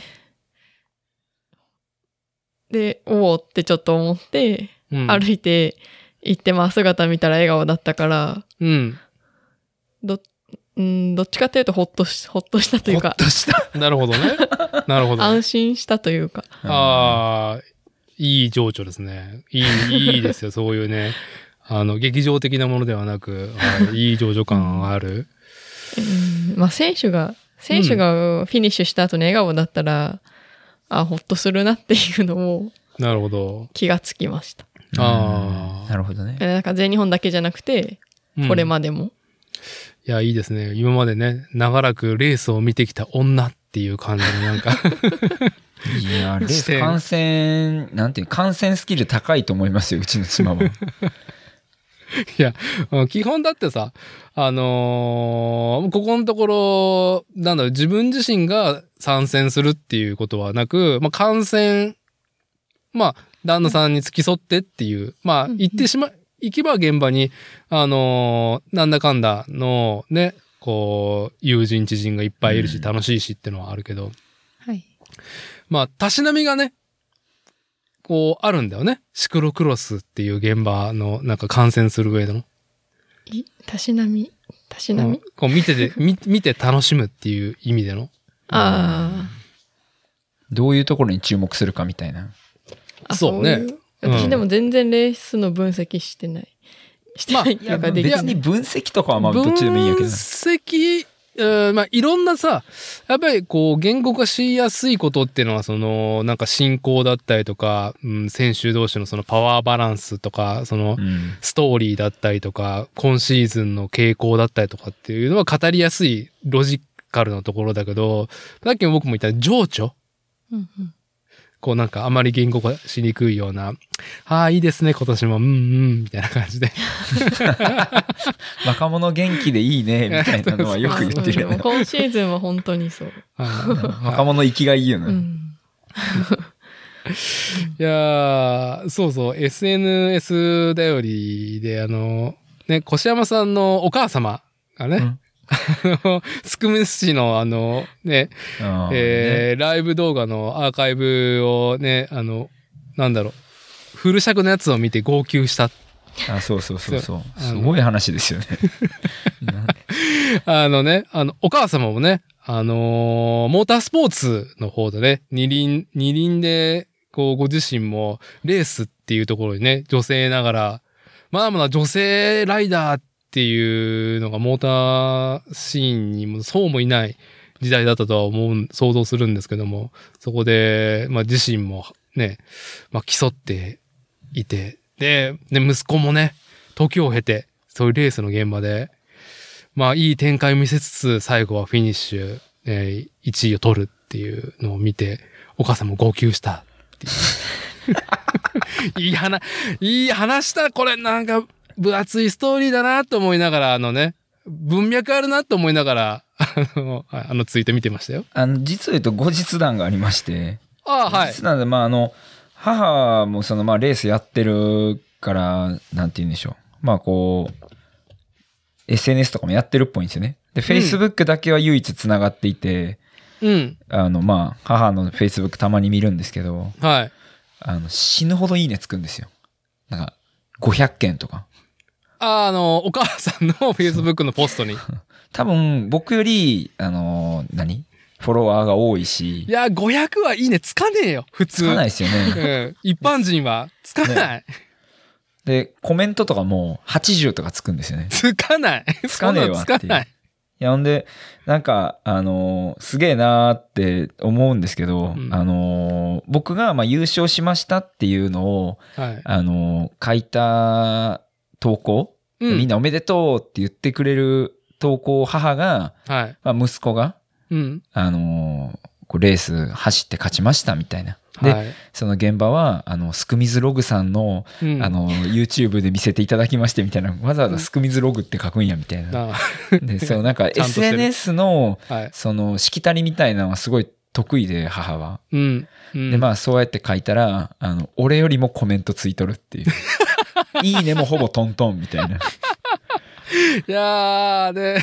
で、おおってちょっと思って、
うん、
歩いて行って、まあ姿見たら笑顔だったから、
うん。
ど、うん、どっちかというとほっとし、ほっとしたという
ほっ
か、
とした。
なるほどね。なるほど。
安心したというか、
ああ、いい情緒ですね。いい、いい ですよ、そういうね。あの、劇場的なものではなく、はいいい情緒感ある。
うんまあ選手が、選手がフィニッシュした後に笑顔だったら、あ、ほっとするなっていうのも
なるほど。
気がつきました。
うん
あー
なるほどね。
なんか全日本だけじゃなくて、
うん
これまでも。
いや、いいですね。今までね、長らくレースを見てきた女っていう感じのなんか、
いや、レー
し
ス
て
感染、なんていう、感染スキル高いと思いますよ、うちの妻は。
いや、うん基本だってさ、あのーここのところ、なんだろう、自分自身が参戦するっていうことはなく、まあ、感染、まあ、旦那さんに付き添ってっていう、まあ、
うん
行ってしま、行けば現場に、あのーなんだかんだの、ね、こう、友人知人がいっぱいいる
う
し、
ん
楽しいしってのはあるけど、
はい。
まあ、たしなみがね、こう、あるんだよね。シクロクロスっていう現場の、なんか観戦する上での。
いたしなみたしなみ、
うんこう見てて、み見て楽しむっていう意味での。
あ
どういうところに注目するかみたいな。
ーあ。
そうね
い
うん
私でも全然レースの分析してない。してないって
い
い
や、
うかでき
別
な
に
い。
分析とかはまあ、どっちでもいいんやけ
分
ど。
析、うんまあ、いろんなさ、やっぱりこう、言語化しやすいことっていうのは、その、なんか進行だったりとか、うん、選手同士のそのパワーバランスとか、その
う、ん。
ストーリーだったりとか、今シーズンの傾向だったりとかっていうのは語りやすいロジカルなところだけど、さっきも僕も言った情緒
うんうん
こうなんかあまり言語化しにくいような、ああ、いいですね、今年も、うんうん、みたいな感じで。
若者元気でいいね、みたいなのはよく言ってるよ
あそうでも
ね。
今シーズンは本当にそう。
若者生きがいいよ
う
な。
ん。
いやー、そうそう、SNS だよりで、あの、ね、越山さんのお母様がね、
うん
あの、つくみ市のあの、ね、
あー
えーライブ動画のアーカイブをね、あの、なんだろう、フル尺のやつを見て号泣した。
ねあ、そうそうそうそう。
そうあ
す
の
ごい話ですよね。
あのね、あの、お母様もね、あのーモータースポーツの方でね、二輪、二輪で、こう、ご自身もレースっていうところにね、女性ながら、まだまだ女性ライダーっていうのがモーターシーンにもそうもいない時代だったとは思う、想像するんですけども、そこで、まあ自身もね、まあ競っていて、で、で、息子もね、時を経て、そういうレースの現場で、まあいい展開を見せつつ、最後はフィニッシュ、えー、1位を取るっていうのを見て、お母さんも号泣したっていう。 いい話、いい話だ、これなんか分厚いストーリーだなと思いながら、あのね、文脈あるなと思いながら、あの、ああのツイート見てましたよ。
あの、実を言うと後日談がありまして。
ああ、はい。
実なんで、まあ、あの、母もその、まあ、レースやってるから、なんて言うんでしょう。まあ、こう、SNS とかもやってるっぽいんですよね。で、Facebook だけは唯一つながっていて、
うん。
あの、まあ、母の Facebook たまに見るんですけど、
はい。
あの、死ぬほどいいねつくんですよ。なんか、500件とか。
ああの、お母さんの Facebook のポストに。
多分、僕より、あの、何フォロワーが多い
い
し、
や、500はいいね、つかねえよ、普通。
つかないですよね。
うん。一般人は、つかない。
で、コメントとかも80とかつくんですよね。
つかない。
つかねえわっていう
そんなのつかな
い
い。
や、ほんで、なんか、あのーすげえなーって思うんですけど、
うん
あのー僕がまあ優勝しましたっていうのを、
はい。
あのー書いた投稿、
う
みん。なおめでとうって言ってくれる投稿を母が、
はい。
まあ、息子が、
うん。
あのーこうレース走って勝ちましたみたいな。で、
はい
その現場は、あの、スクミズログさんの、
うん
あの、YouTube で見せていただきましてみたいな、わざわざスクミズログって書くんやみたいな。
あ
で、そう、なんか
ちゃんとしてる
SNS の、
はい。
その、しきたりみたいなのはすごい得意で、母は。
うん。うん
で、まあ、そうやって書いたら、あの、俺よりもコメントついとるって いう。いいねもほぼトントンみたいな。
いやー、で、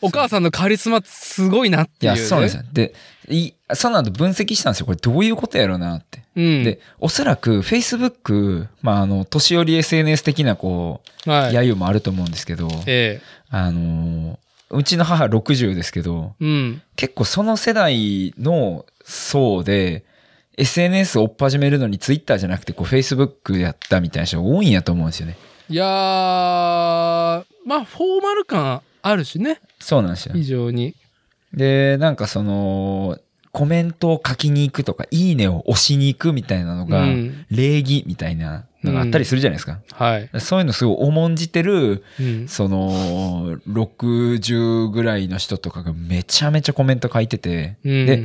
お母さんのカリスマすごいなって
い
い
や、
う、ね。
そうなんですよ。で、いその後分析したんですよ。これどういうことやろうなって。
うん。
で、おそらく Facebook、まあ、あの、年寄り SNS 的な、こう、
はい。
揶揄もあると思うんですけど、
え
あのー、うちの母60ですけど、
えうん。
結構その世代の層で、SNS を追っ始めるのに Twitter じゃなくて、こう、Facebook やったみたいな人多いんやと思うんですよね。
いやー、まあ、フォーマル感あるしね。
そうなんですよ。
非常に。
で、なんかその、コメントを書きに行くとか、いいねを押しに行くみたいなのが、
うん
礼儀みたいなのがあったりするじゃないですか。
はい。
そういうのすごい重んじてる、
うん。
その、60ぐらいの人とかがめちゃめちゃコメント書いてて、
うん
で、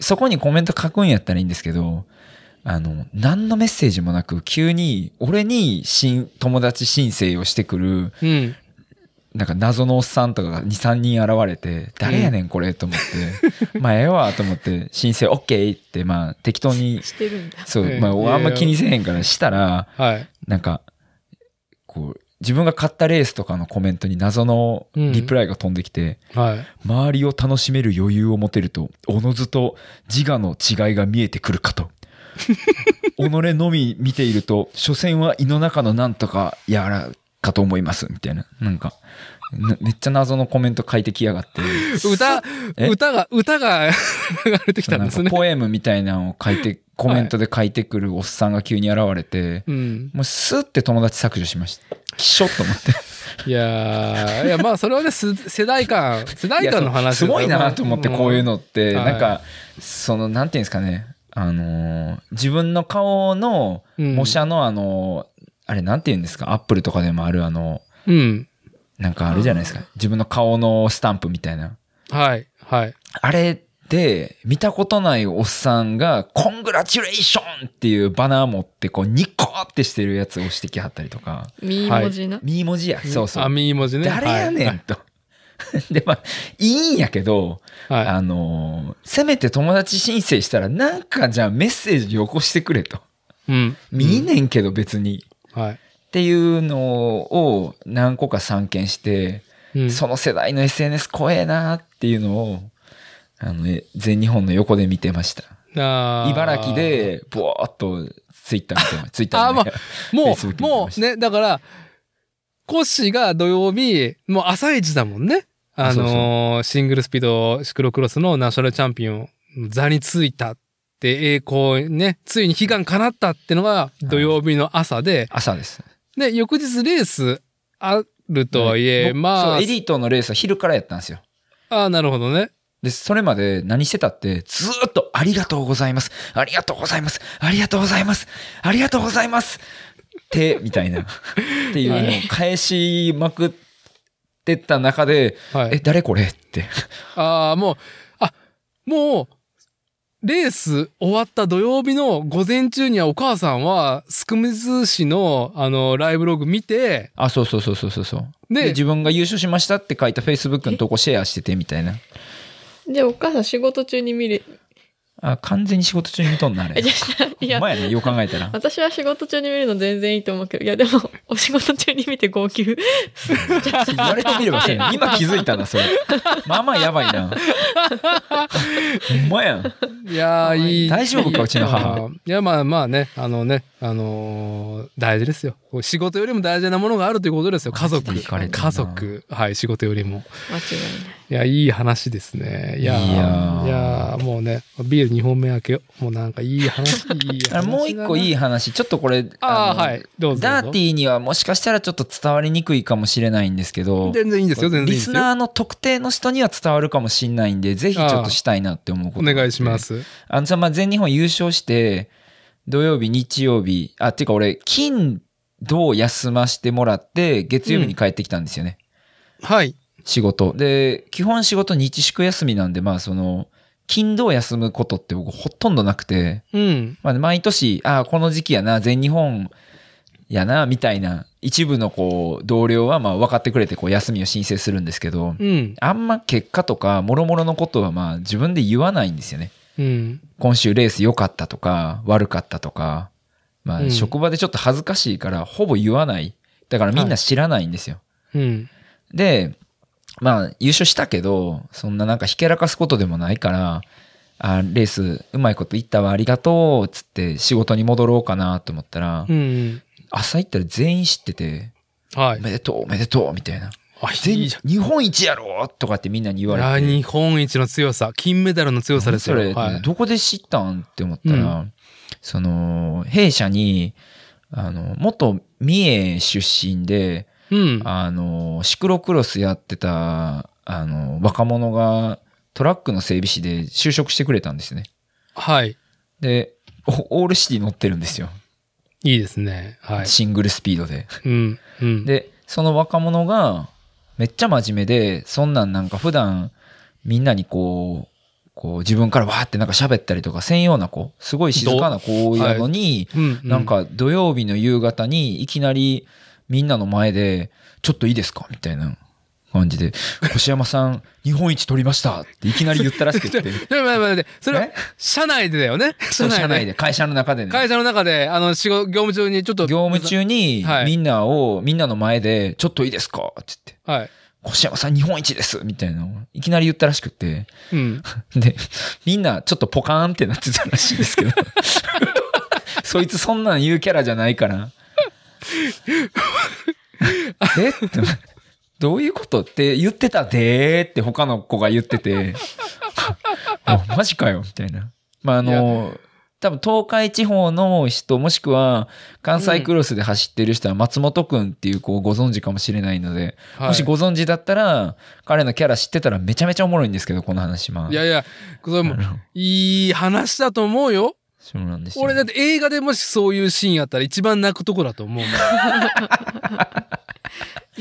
そこにコメント書くんやったらいいんですけど、あの、何のメッセージもなく、急に、俺に新、友達申請をしてくる、
うん。
なんか謎のおっさんとかが2、3人現れて、誰やねんこれと思 って、まあええわと思って、申請 OK って、まあ適当に、
してるんだ。
そ
ええ
う、まああんま気にせへんからしたら、
はい。
なんか、こう、自分が買ったレースとかのコメントに謎のリプライが飛んできて、
はい。
周りを楽しめる余裕を持てるとおのずと自我の違いが見えてくるか と己のみ見ていると所詮は胃の中のなんとかやらかと思いますみたいななんかなめっちゃ謎のコメント書いてきやがって
歌、
え
歌が、歌が流れてきたん
なん
です
か
ね。
ポエムみたいなのを書いてコメントで書いてくるおっさんが急に現れて、
うん。
もうスッて友達削除しましたきしょっと思って
いやー、いや、まあ、それはね、す世代間、世代間の
いや
話
そうすごいなと思ってこういう
の。
のって、
うん
なんか、
は
そのなんていうんですかねあのー自分の顔の
うん
模写のあのーあれなんていうんですかアップルとかでもあるあの
うん。
なんかあるじゃないですか自分の顔のスタンプみたいな
はい。はい。
あれで見たことないおっさんが「コングラチュレーション!」っていうバナー持ってこうニコってしてるやつを押してきはったりとか
ミー文字な。
ミー文字やそうそう
あ、み文字ね。
誰やねんと、 でまあいいんやけど
はい。はい。
あのーせめて友達申請したら、なんかじゃあメッセージよこしてくれと。
うん。
見いねんけど別に。
はい。
っていうのを何個か散見して、
うん
その世代の SNS 怖えなっていうのを、あの、え全日本の横で見てました。
あー
茨城で、ぼーっとツイッター見てました。ツイッタ ー
あーも
ね
う、
Facebook 見
もう、
てました
もうね、だから、コッシーが土曜日、もう朝一だもんね。あ
そう
のーシングルスピードシクロクロスのナショナルチャンピオン、座についたって、栄光ね、ついに悲願叶ったってのが土曜日の朝で、
朝です。
で、翌日レースあるとはいえ、
僕
ま
そ
あ
う、エリートのレースは昼からやったんですよ。
ああ、なるほどね。
で、それまで何してたって、ずーっとありがとうございます。ありがとうございます。ありがとうございます。ありがとうございます。って、みたいな。っていうのを返しまくってった中で、
はい。
え、誰これって。
ああ、もう、あ、もう、レース終わった土曜日の午前中にはお母さんは、スクミズ市の、あの、ライブログ見て、
あ、そうそうそうそうそうそう。
ね
で、自分が優勝しましたって書いた Facebook のとこシェアしててみたいな。
で、お母さん仕事中に 見れ、
あ、完全に仕事中に見とんな、あれ。
え、じゃあいや
ほん、まやね、よう考えたら。
私は仕事中に見るの全然いいと思うけど、いやでも、 お仕事中に見て号泣。
言われてみればそうやね今気づいたな、それ。まあまあやばい な。ほんまやん。
いやー、いい。
大丈夫かうちの母
あー。 いや、まあまあね、あのね、あのー大事ですよ。仕事よりも大事なものがあるということですよ。家族
マジで行かれ。てんな
家族。はい、仕事よりも。
間違いない。
いや、いい話ですね。いやー
いやー
いやーもうね、ビール2本目開けよう。もうなんかいい話、いい話だ
あ
な。
もう一個いい
い。
話ちょっとこれ
ああ、
の
はい。どうぞ。
ダーティーにはもしかしたらちょっと伝わりにくいかもしれないんですけど
全然いいんですよ、全然いい
リ
です
ス
よ。
ナーの特定の人には伝わるかもしれないんでぜひちょっとしたいなって思うこと
お
があって
願いします。
あのさ、まあ、全日本優勝して、土曜日、日曜日、あ、っていうか俺、金、土休ましてもらって、月曜日に帰ってきたんですよね。
はい。
仕事。で、基本仕事日祝休みなんで、まあその、金土休むことって僕ほとんどなくて、
うん。
まあ、毎年、ああ、この時期やな、全日本やな、みたいな、一部のこう、同僚はまあ分かってくれて、こう、休みを申請するんですけど、
うん。
あんま結果とか、諸々のことはまあ自分で言わないんですよね。
うん。
今週レース良かったとか悪かったとか、ま
う
あ、
ん
職場でちょっと恥ずかしいからほぼ言わないだからみんな知らないんですよ、
うん。
でまあ優勝したけどそんななんかひけらかすことでもないからあレースうまいこといったわありがとうっつって仕事に戻ろうかなと思ったら、
うん。
朝行ったら全員知ってて
は
「お
い。
めでとうおめでとう」みたいな
あ、
「
い
全
いじゃん。
日本一やろ!」とかってみんなに言われて
いや日本一の強さ、金メダルの強さですよ。
何それ
はい。
どこで知ったんって思ったら、その弊社にあの元三重出身で
うん。
あのシクロクロスやってたあの若者がトラックの整備士で就職してくれたんですね。
はい。
でおオールシティ乗ってるんですよ、
いいですね。はい。
シングルスピードで。
うん。うん。
でその若者がめっちゃ真面目でそんなんなんか普段みんなにこうこう自分からわーってなんか喋ったりとかせんような子すごい静かな子やのに、
うん。
なん、か土曜日の夕方にいきなりみんなの前で「ちょっといいですか?」みたいな感じで「越山さ ん日本一取りました」っていきなり言ったらしくって。
ちょ待って待って待ってそれは
ね
社内でだよね。
そう社内で会社の中でね
会社の中で、あの、仕事、業務中にちょっと。
業務中に
はい
みんなをみんなの前で「ちょっといいですか?」って言って
はい。
越山さん日本一ですみたいなのをいきなり言ったらしくて。
うん。
で、みんなちょっとポカーンってなってたらしいんですけ ど。そいつそんなん言うキャラじゃないから。えって、どういうことって言ってたでーって他の子が言って て。あマジかよみたいな。まああの、多分東海地方の人もしくは関西クロスで走ってる人は松本くんっていう子をご存知かもしれないので、
はい
もしご存知だったら彼のキャラ知ってたらめちゃめちゃおもろいんですけどこの話まあ
いやいや、それ
あ
も
の、
いい話だと思うよ。
そうなんですよ
俺だって映画でもしそういうシーンあったら一番泣くとこだと 思うもん。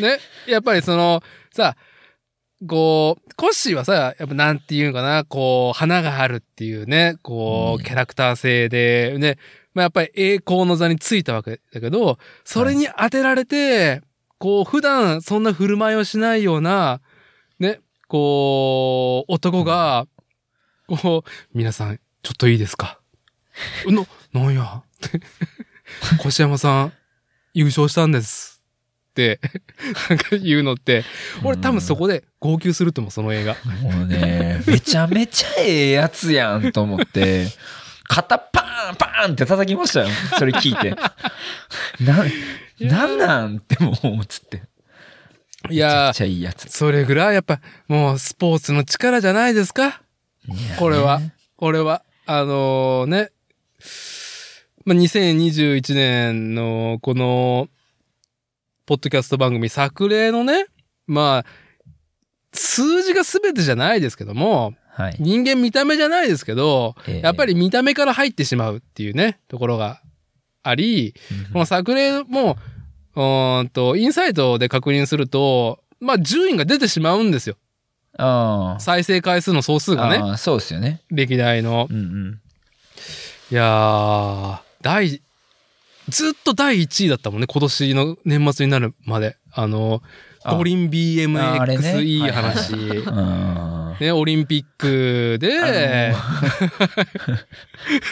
ね。やっぱりその、さ、こう、コッシーはさ、やっぱなんていうのかな、こう、花があるっていうね、こ
う
う、
ん
キャラクター性で、ね、まあやっぱり栄光の座についたわけだけど、それに当てられて、こう、普段そんな振る舞いをしないような、ね、こう、男が、こう、皆さん、ちょっといいですかの、なんやって。越山さん、優勝したんです。って、なんか言うのって、俺多分そこで号泣すると思う、その映画。
もうねめちゃめちゃええやつやんと思 って肩パーンパーンって叩きましたよそれ聞いて ななんなんってもうつって
いや
めちゃく
ー、
ちゃいいやつ
それぐらいやっぱ、もうスポーツの力じゃないですかこれは、俺は、あのね、まあ、2021年のこの、ポッドキャスト番組、作例のね、まあ、数字が全てじゃないですけども、
はい
人間見た目じゃないですけど、やっぱり、見た目から入ってしまうっていうね、ところがあり、この作例も、うーんと、インサイトで確認すると、まあ、順位が出てしまうんですよ。
あ
再生回数の総数がね、
あそうですよね
歴代の
う。んうん
いやー、第、ずっと第1位だったもんね、今年の年末になるまで。あの、
あ
五輪
ああれね
BMX いい
はいはい
話。
あ
ね、オリンピックで、
っ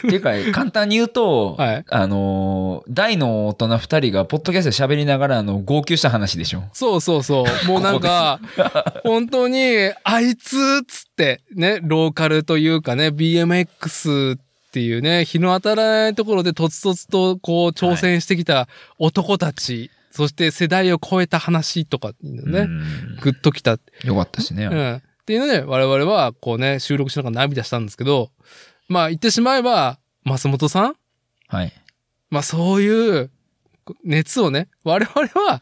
ていうか簡単に言うと、
はい
あの大の大人2人がポッドキャストで喋りながらあの号泣した話でしょ
そうそうそう。もうなんか、本当に、あいつっつって、ね、ローカルというかね、BMX っていうね、日の当たらないところでとつとつとこう挑戦してきた男たち、そして世代を超えた話とかね、
うん
グッときた。
よかったしね、
うん。っていうので、我々はこうね、収録しながら涙したんですけど、まあ言ってしまえば、松本さん
はい。
まあそういう熱をね、我々 は、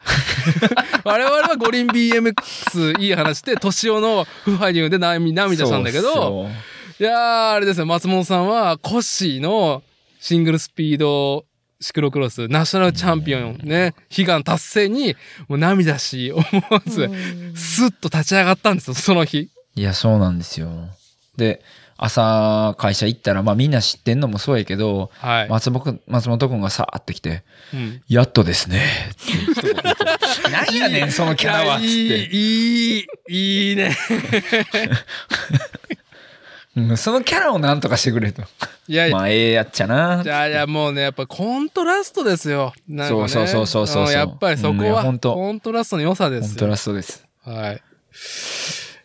我々は五輪 BMX いい話で、年男のフファイリングで涙涙したんだけど、
そうっ
いやー、あれですね、松本さんはコッシーのシングルスピードシクロクロス、ナショナルチャンピオンね、悲願達成に、もう涙し、思わず、スッと立ち上がったんですよ、その日。
すよいや、そうなんですよ。で、朝会社行ったら、まあみんな知ってんのもそうやけど、
はい。
松本松本君がさーって来て、
うん
やっとです ね。って一言言って何やねん、そのキャラは。つっ
いやい
て。
い、いい、いいね。
うんそのキャラをなんとかしてくれと。
いやいや
ま、あ、ええやっちゃな。
いやいやもうねやっぱコントラストですよ。なんかね、
そうそうそうそうそうん
やっぱりそこ
うんいや
は
ほんと
コントラストの良さで
コン
す
ト
よ。
ラストです。
はい。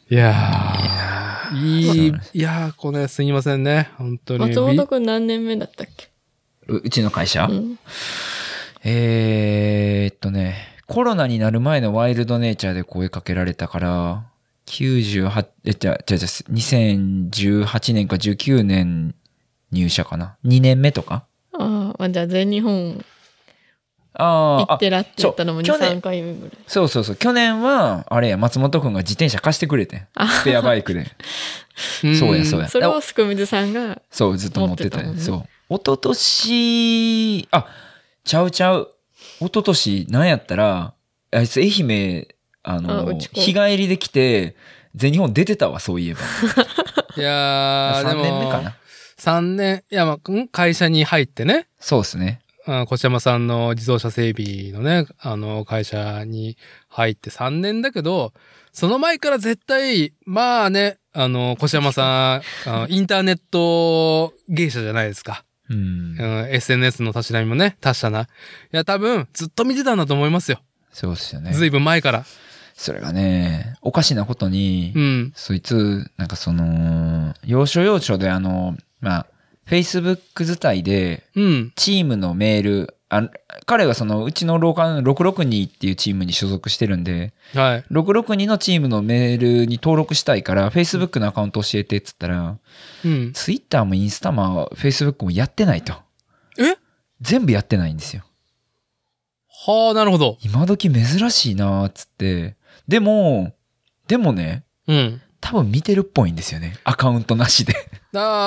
いや
や
ーい
そう
い
なんで
いやーこれねすいませんね本当に。
松本くん何年目だったっけ
ーううちの会社、
うん
えーっとね、コロナになる前のワイルドネイチャーで声かけられたから、98、え、じゃ、じゃ、じゃ、2018年か19年入社かな。2年目とか
ああ、まあじゃあ全日本
あー
行
あ
っ、てらってやったのも2、
そう去年
3回目ぐらい。
そうそうそう。去年は、あれや、松本くんが自転車貸してくれてん。
あ
スペアバイクで。
うん
そうやそうや
それをすくみずさんが、
そう、ずっと持ってた
持っ
よ。
てた
そ
も
う。一昨年、あ、ちゃうちゃう。一昨年、なんやったら、あいつ愛媛、あ
あ
の、
うち子
日帰りで来て、全日本出てたわ、そういえ ば。
いやーで
3
も
年目かな。
三年いやまあん会社に入ってね。
そうですね。
うん小山さんの自動車整備のね、あの、会社に入って3年だけど、その前から絶対、まあね、あの、小山さん、あのインターネット芸者じゃないですか。
うん
う。ん、SNS の足しなみもね、達者な。いや、多分、ずっと見てたんだと思いますよ。
そうっすよね。
ずいぶん前から。
それがね、おかしなことに、
うん。
そいつ、なんかその、要所要所であの、まあ、Facebook 伝いで、
うん。
チームのメール、あ彼はそのうちのローカルの662っていうチームに所属してるんで、
はい。
662のチームのメールに登録したいから、Facebook のアカウント教えてっつったら、
うん。
Twitter もインスタも Facebook もやってないと。
え
全部やってないんですよ。
はあ、なるほど。
今時珍しいなーっつって。でも、でもね、
うん。
多分見てるっぽいんですよね。アカウントなしで。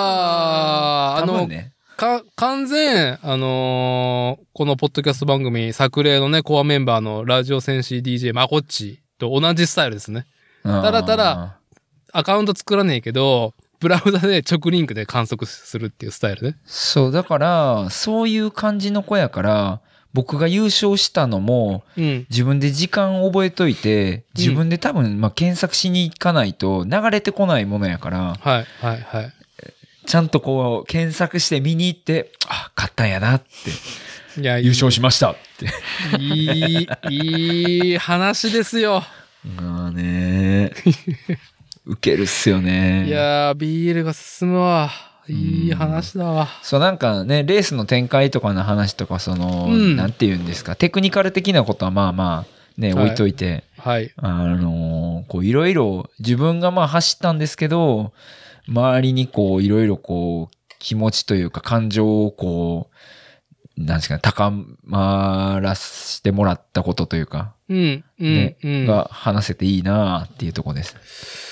あー、あ
多
の、
分ね。
か、完全、あのーこのポッドキャスト番組、作例のね、コアメンバーのラジオ戦士 DJ まこっちと同じスタイルですね。
た
だただ、アカウント作らねえけど、ブラウザで直リンクで観測するっていうスタイルね。
そう、だから、そういう感じの子やから、僕が優勝したのも、
うん。
自分で時間覚えといて、自分で多分、まあ、検索しに行かないと流れてこないものやから、
はい、はい、はい。
ちゃんとこう、検索して見に行って、あ、勝ったんやなって、
いや、いい
優勝しましたって。
いい、いい話ですよ。
まあ ねウケるっすよね。
いやー、ビールが進むわ。いい話だわ。
そうなんかねレースの展開とかの話とかその、
うん
なんて言うんですかテクニカル的なことはまあまあね、
はい
置いといて
はい。
あのーこういろいろ自分がまあ走ったんですけど周りにこういろいろこう気持ちというか感情をこうなんですかね高まらせてもらったことというか、
うん、うん、
ね
うん。
が話せていいなっていうとこです。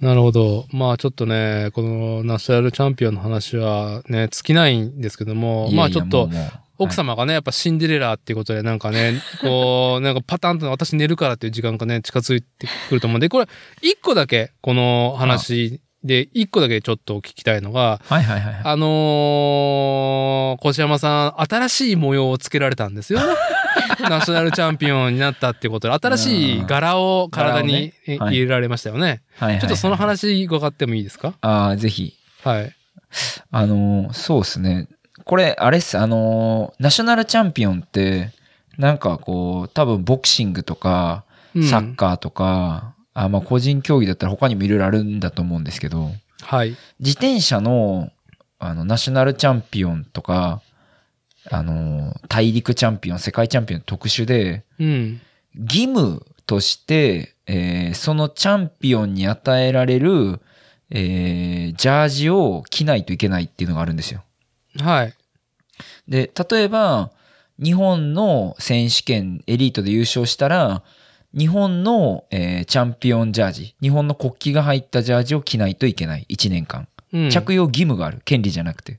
なるほど。まあちょっとね、このナショナルチャンピオンの話はね、尽きないんですけど
い
も、
やいや
まあちょっと、
もうもう
奥様がね、やっぱシンデレラっていうことで、なんか ね、こう、なんかパターンと私寝るからっていう時間がね、近づいてくると思うんで、これ、一個だけ、この話で、一個だけちょっと聞きたいのが、
はいはいはいはい。
あのー、越山さん、新しい模様をつけられたんで すよね。ナショナルチャンピオンになったってことで、新しい柄を体に
柄
え
をねはい
入れられましたよね。
はいはいはい
ちょっとその話伺ってもいいですか
ああぜひ
はい。
あのーそうですね。これ、あれっす、あのーナショナルチャンピオンって、なんかこう、多分ボクシングとか、
うん
サッカーとか、あまあ個人競技だったら他にもいろいろあるんだと思うんですけど、
はい。
自転車の、あの、ナショナルチャンピオンとか、あのー大陸チャンピオン、世界チャンピオン特殊で、
うん。
義務として、えーそのチャンピオンに与えられる、えージャージを着ないといけないっていうのがあるんですよ。
はい。
で、例えば、日本の選手権エリートで優勝したら、日本の、えーチャンピオンジャージ、日本の国旗が入ったジャージを着ないといけない、1年間。
うん、
着用義務がある、権利じゃなくて。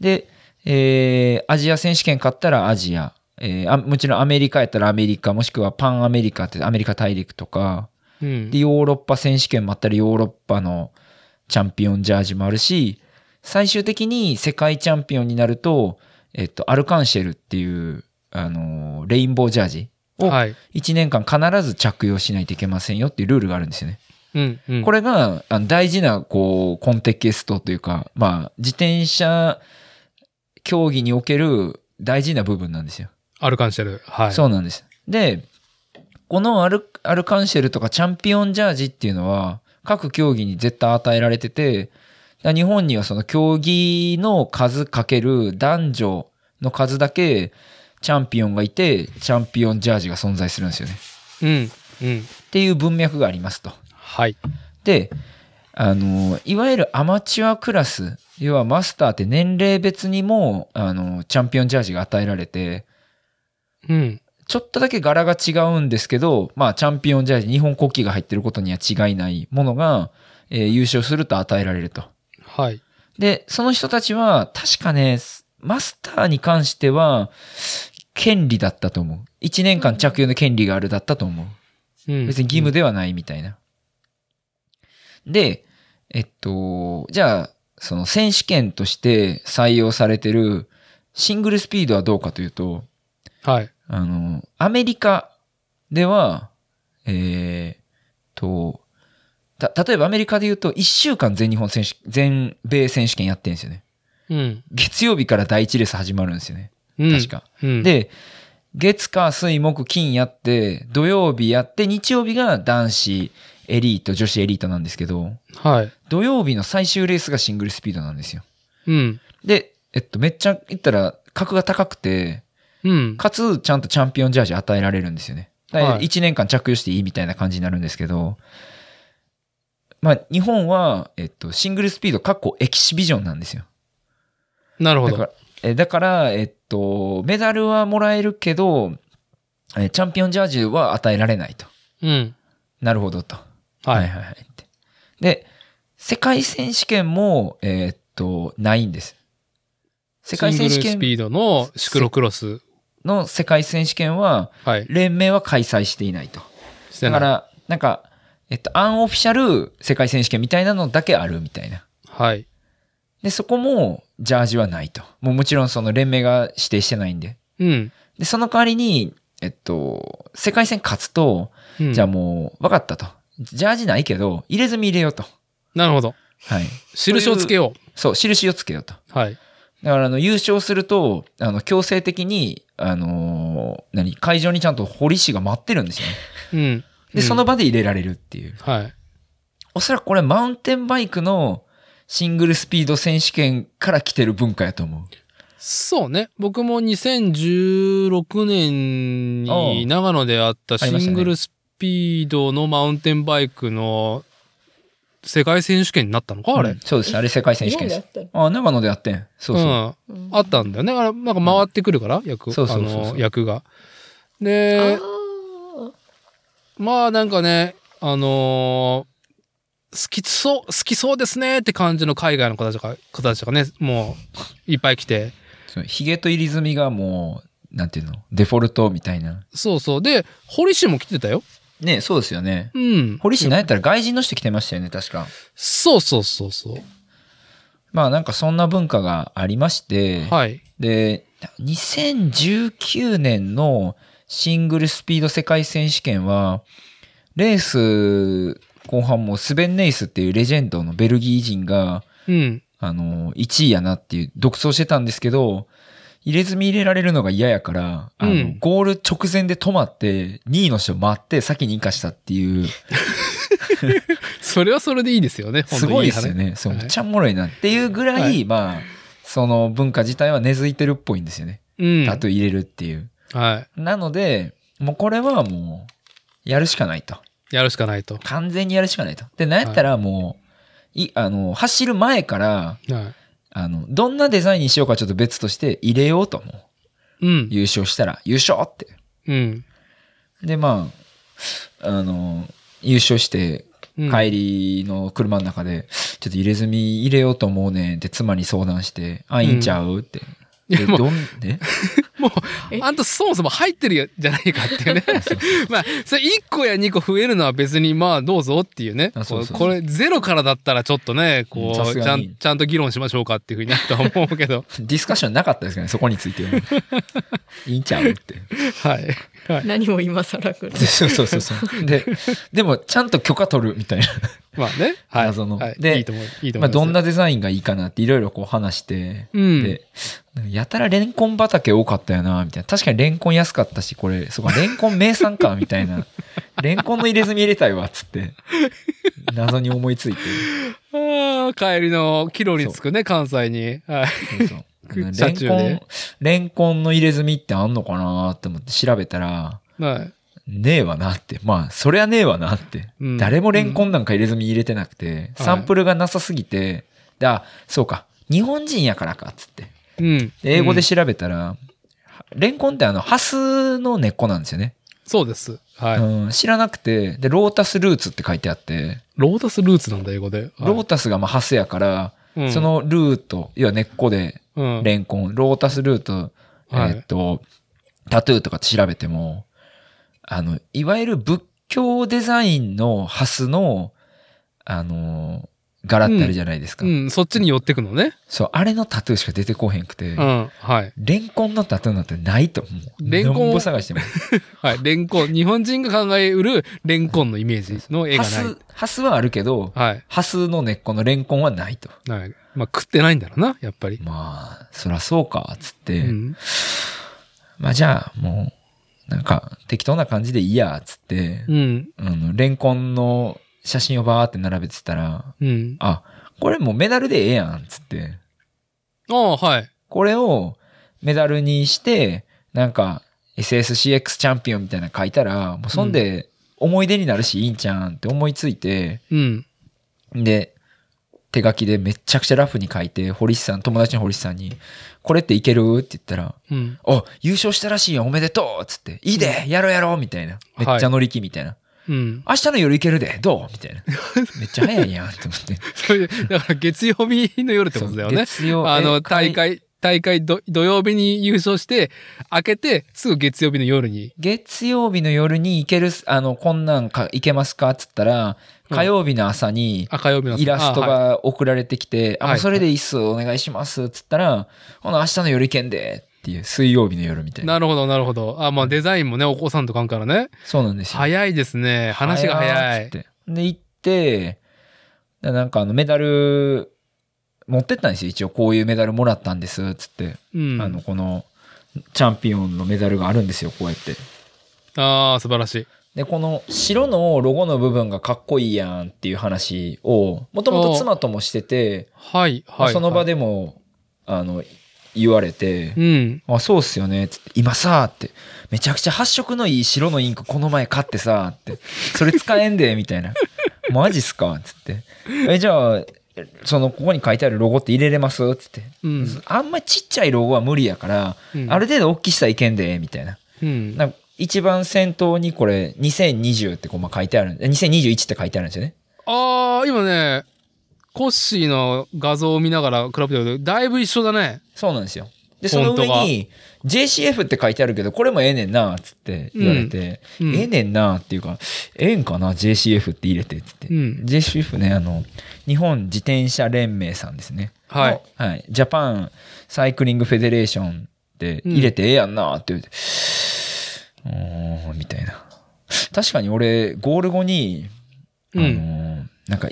で、えーアジア選手権勝ったらアジア、えーあもちろんアメリカやったらアメリカ、もしくはパンアメリカってアメリカ大陸とか、
うん
で、ヨーロッパ選手権もあったり、ヨーロッパのチャンピオンジャージもあるし、最終的に世界チャンピオンになると、えっと、アルカンシェルっていう、あのーレインボージャージを
はい。
1年間必ず着用しないといけませんよっていうルールがあるんですよね。
うん、うん。
こ
れ、
れがあの大事なこうコンテキストというか、まあ、自転車競技における大事な部分なんですよ。
アルカンシェル。はい。
そうなんです。で、このアルアルカンシェルとかチャンピオンジャージっていうのは、各競技に絶対与えられてて、だ日本にはその競技の数かける男女の数だけチャンピオンがいて、チャンピオンジャージが存在するんですよね。
うん、うん。
っていう文脈がありますと。
はい。
で、あの、いわゆるアマチュアクラス、要はマスターって年齢別にも、あの、チャンピオンジャージが与えられて、
うん。
ちょっとだけ柄が違うんですけど、まあ、チャンピオンジャージ、日本国旗が入ってることには違いないものが、えー優勝すると与えられると。
はい。
で、その人たちは、確かね、マスターに関しては、権利だったと思う。1年間着用の権利があるだったと思う。
うん。
別に義務ではないみたいな。で、えっと、じゃあ、その選手権として採用されてるシングルスピードはどうかというと、
はい。
あの、アメリカでは、えー、と、た、例えばアメリカで言うと1週間全日本選手、全米選手権やってるんですよね。
うん。
月曜日から第1レース始まるんですよね。
うん
確。か。
うん。
で、月火水木金やって、土曜日やって、日曜日が男子エリート、女子エリートなんですけど、
はい。
土曜日の最終レースがシングルスピードなんですよ。
うん。
で、えっと、めっちゃ言ったら格が高くて、
うん。
かつちゃんとチャンピオンジャージ与えられるんですよね。だから
はい
1年間着用していいみたいな感じになるんですけど、まあ日本は、えっと、シングルスピード、かっこエキシビジョンなんですよ。
なるほ
だか
ど。
ら、えだからえっと、メダルはもらえるけど、えチャンピオンジャージは与えられないと。
うん。
なるほどと。
はい。
はいはいってで、世界選手権も、えっと、ないんです。世界選手
シングルスピ
権
ードのシクロクロス。
の世界選手権は、
はい。
連盟は開催していないと。
して
だ
な
か
い。
ら、なんか、えっと、アンオフィシャル世界選手権みたいなのだけあるみたいな。
はい。
で、そこも、ジャージはないと。もうもちろん、その連盟が指定してないんで。
うん。
で、その代わりに、えっと、世界戦勝つと、
うん
じゃあもう、分かったと。ジャージないけど、入れ墨入れようと。
なるほど。
はい。
印をつけよ
そう、印をつけようと。
う。はい。
だから、あの、優勝すると、あの、強制的に、あのー何、会場にちゃんと堀市が待ってるんですよね。
うん。う
で、
ん
その、場で入れられるっていう。
はい。
おそらくこれ、マウンテンバイクのシングルスピード選手権から来てる文化やと思う。
そうね。僕も2016年
お
に
う
長野であっ
あ
た
りましたね
シングルスピードのマウンテンバイクの世界選手権になったのかあれ。
うんそうです。あれ、世界選手権です。あ、長野でやってん。そうそう。
んあったんだよね。あれ、なんか回ってくるから、役、
そう
あ
そうそうそう
の、役が。
あ
で、
ー
まあなんかね、あのー好きそう、好きそうですねって感じの海外の方とか、方たちがね、もう、いっぱい来て。
そのヒゲと入り墨がもう、なんていうの、デフォルトみたいな。
そうそう。で、堀市も来てたよ。
ねそうですよね。
うん。
堀市なんやったら外人の人来てましたよね、確か。
そうそうそうそ
まあなんかそんな文化がありまして、
う。はい。
で、2019年のシングルスピード世界選手権は、レース後半もスベン・ネイスっていうレジェンドのベルギー人が、
うん。
あの、1位やなっていう独走してたんですけど、入れ墨入れられるのが嫌やから、あの、
うん
ゴール直前で止まって、2位の人待って先にインカしたっていう、
それはそれでいいですよね。本
す
当に
ごい
いい
で
話
すよね。そう
はい
めっちゃおもろいなっていうぐらい、
はい
まあ、その文化自体は根付いてるっぽいんですよね。
うん。
あと入れるっていう。
は
なので、もうこれはもう、やるしかないと。
やるしかないと。
完全にやるしかないと。で、なんやったらもう、い、あの、走る前から、
は
あの、どんなデザインにしようかちょっと別として入れようと思う。
い。うん。
優勝したら、優勝って。
うん。
で、まあ、あの、優勝して、
うん
帰りの車の中で、ちょっと入れ墨入れようと思うねんって妻に相談して、あ、いいんちゃうって。
い
で、
やもう
どんで
もう
え、
あんたそもそも入ってるよじゃないかっていう ね。 まあ、それ1個や2個増えるのは別にまあどうぞっていうね。
あそうそうそう
これゼロからだったらちょっとね、こ
さ
う、
す
ち
が
ゃ
に
ん、ちゃんと議論しましょうかっていうふうになるとは思うけ ど。
ディスカッションなかったですかね、そこについては。 いいんちゃうって。
はい。はい。
何も今更くらい。
そうそうそうそう。で、でも、ちゃんと許可取るみたいな。
まあね。はい。
謎の
はい、
で
いいと思う。いいと
まあ、
思います。
どんなデザインがいいかなっていろいろこう話して、
うん
でやたらレンコン畑多かったよなみたいな確かにレンコン安かったしこれそうかレンコン名産かみた いなレンコンの入れ墨入れたいわっつって謎に思いついて
あー帰りの帰路に着くね、関西に。はい。
そうそう
く
レン
車中
コン
で
レンコンの入れ墨ってあんのかなって思って調べたら
はい。
ねえわなってまあそりゃねえわなって、
うん
誰もレンコンなんか入れ墨入れてなくて、
うん
サンプルがなさすぎて、であそうか日本人やからかっつって
うん。
で英語で
うん
調べたら、レンコンってあの、ハスの根っこなんですよね。
そうです。はい。
うん、知らなくて、で、ロータスルーツって書いてあって、
ロータスルーツなんだ、英語で。はい
ロータスがまあハスやから、
うん
そのルート、要は根っこで、
うん
レンコン、ロータスルート、
はい
えーっと、タトゥーとかって調べても、あの、いわゆる仏教デザインのハスの、あの、柄ってあるじゃないですか。
うん、そっちに寄ってくのね。
そう、あれのタトゥーしか出てこへんくて、
うん。はい。
レンコンのタトゥーなんてないと思う。
レンコン
なんぼ探しても。
はい。レンコン。日本人が考えうるレンコンのイメージの絵
ハ
がない
ス。、ハスはあるけど、
はい。
ハスの根っこのレンコンはないと。
はい。まあ、食ってないんだろうな、やっぱり。
まあ、そらそうか、つって。
うん。
まあじゃあ、もう、なんか、適当な感じでいいや、つって、
うん。
あの、レンコンの写真をバーって並べてたら、
うん。
あ、これもうメダルでええやん、つって。
ああ、はい。
これをメダルにして、なんか、SSCX チャンピオンみたいなの書いたら、もうそんで、思い出になるし、いいんちゃうんって思いついて、
うん。
で、手書きでめっちゃくちゃラフに書いて、堀市さん、友達の堀市さんに、これっていけるって言ったら、
うん。
あ、優勝したらしいよ、おめでとうっつって、いいで、やろうやろうみたいな。めっちゃ乗り気みたいな。
うん。
明日の夜いけるで、どうみたいな。めっちゃ早いやん、と思 って。
それでだから月曜日の夜ってことだよね。
月曜
あの、
え
大会、大会ど土曜日に優勝して、明けて、すぐ月曜日の夜に。
月曜日の夜に行ける、あの、こんなんか行けますかっつったら、
うん
火曜日の朝に、
あ、火曜日の朝
イラスト。
あ
が送られてきて、あ、
はい
もうそれでいいっす、お願いします、っつったら、ほな、明日の夜いけんで、っていう、水曜日の夜みた
はいい
な。
なるほど、なるほど。あ、まあデザインもね、お子さんとかんからね。
そうなんですよ。
早いですね。話が早
っつ
い。
ってで、行って、でなんかあのメダル持ってったんですよ。一応こういうメダルもらったんです、つって。
うん。
あの、このチャンピオンのメダルがあるんですよ、こうやって。
ああ、素晴らしい。
で、この白のロゴの部分がかっこいいやんっていう話を、もともと妻ともしてて、
はい、
まあ
はい。
その場
で。
でも、あの、言われて、
うん。
あ、そうっすよね。つって今さ、って、めちゃくちゃ発色のいい白のインクこの前買ってさ、って、それ使えんで、みたい な。マジっすかつって。え、じゃあ、その、ここに書いてあるロゴって入れれますつって。
うん。
あんまちっちゃいロゴは無理やから、
うん
ある程度大きしたらいけんで、みたいな。
うん。
なんか一番先頭にこれ、2020ってこうまあ書いてある、え2021って書いてあるんですよね。
ああ、今ね、コッシーの画像を見ながら比べてるけど、だいぶ一緒だね。
そうなんですよ。で、その上
フォ
に、JCF って書いてあるけど、これもええねんな、つって言われて、
うんうん
ええねんな、っていうか、ええんかな、JCF って入れて、つって。
うん
JCF ね、あの、日本自転車連盟さんですね。
はい
の。はい。ジャパンサイクリングフェデレーションで入れてええやんな、って言って、うーん、みたいな。確かに俺、ゴール後に、あ
う
のー
ん。
なんか、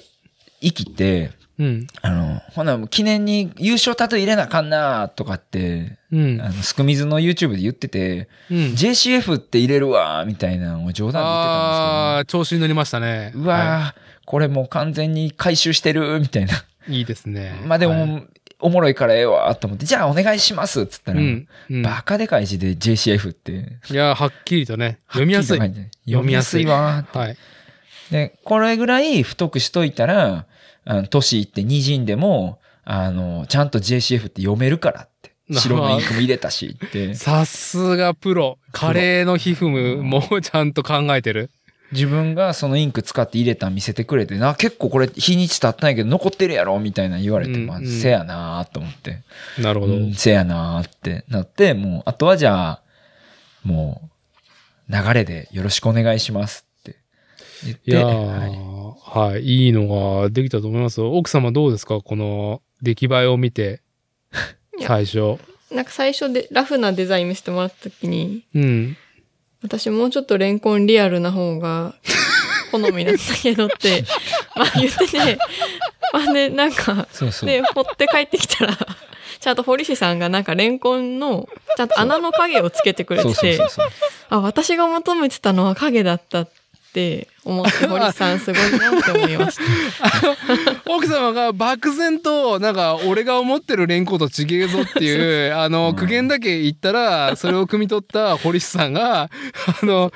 息って、
うん。
あの、ほな、記念に優勝タトゥー入れなあかんなとかって、
うん。
あの、すくみずの YouTube で言ってて、
うん。
JCF って入れるわ、みたいなのを冗談で言って
あ
たんで
あ、調子に乗りましたね。
すけど、うわー、これもう完全に回収してる、みたいな。
い、いいですね。
まあでも、
はい、
おもろいからええわ、と思って、じゃあお願いしますっつった
う
ら、
ん。うん、
バカでかい字で JCF って、
いや、はっきりとね、読みやすい。
はっきりと書て読みやすいわーって。
はい。
で、これぐらい太くしといたら、あの、年いってにじんでも、あの、ちゃんと JCF って読めるからって。白のインクも入れたしって。
さすがプロ。カレーの皮膚もちゃんと考えてる。
自分がそのインク使って入れたん見せてくれて、な、結構これ日にち経ったんやけど残ってるやろみたいな言われて、
うん
まあ、
うん
せやなーと思って。
なるほど。
うんせやなーってなって、もう、あとはじゃあ、もう、流れでよろしくお願いしますって言っ
い
て、
やー
はい
はい、いいのができたと思いますよ。奥様どうですかこの出来栄えを見 て、
いや
最初。
なんか最初でラフなデザイン見せてもらった時に、
うん。
私もうちょっとレンコンリアルな方 が好みなんだけどって、まあ言ってて、まあね、なんか、
そうそう。
で、掘って帰ってきたら、ちゃんと堀市さんがなんかレンコンの、ちゃんと穴の影をつけてくれ
そ
て
うそう
て
そう、そう。
あ、私が求めてたのは影だったって思って、堀さんすごいなって思いました。
奥様が漠然と、なんか、俺が思ってるレンコとちげえぞって いう、あ
う
の、
ん
苦言だけ言ったら、それを汲み取った堀市さんが、あの、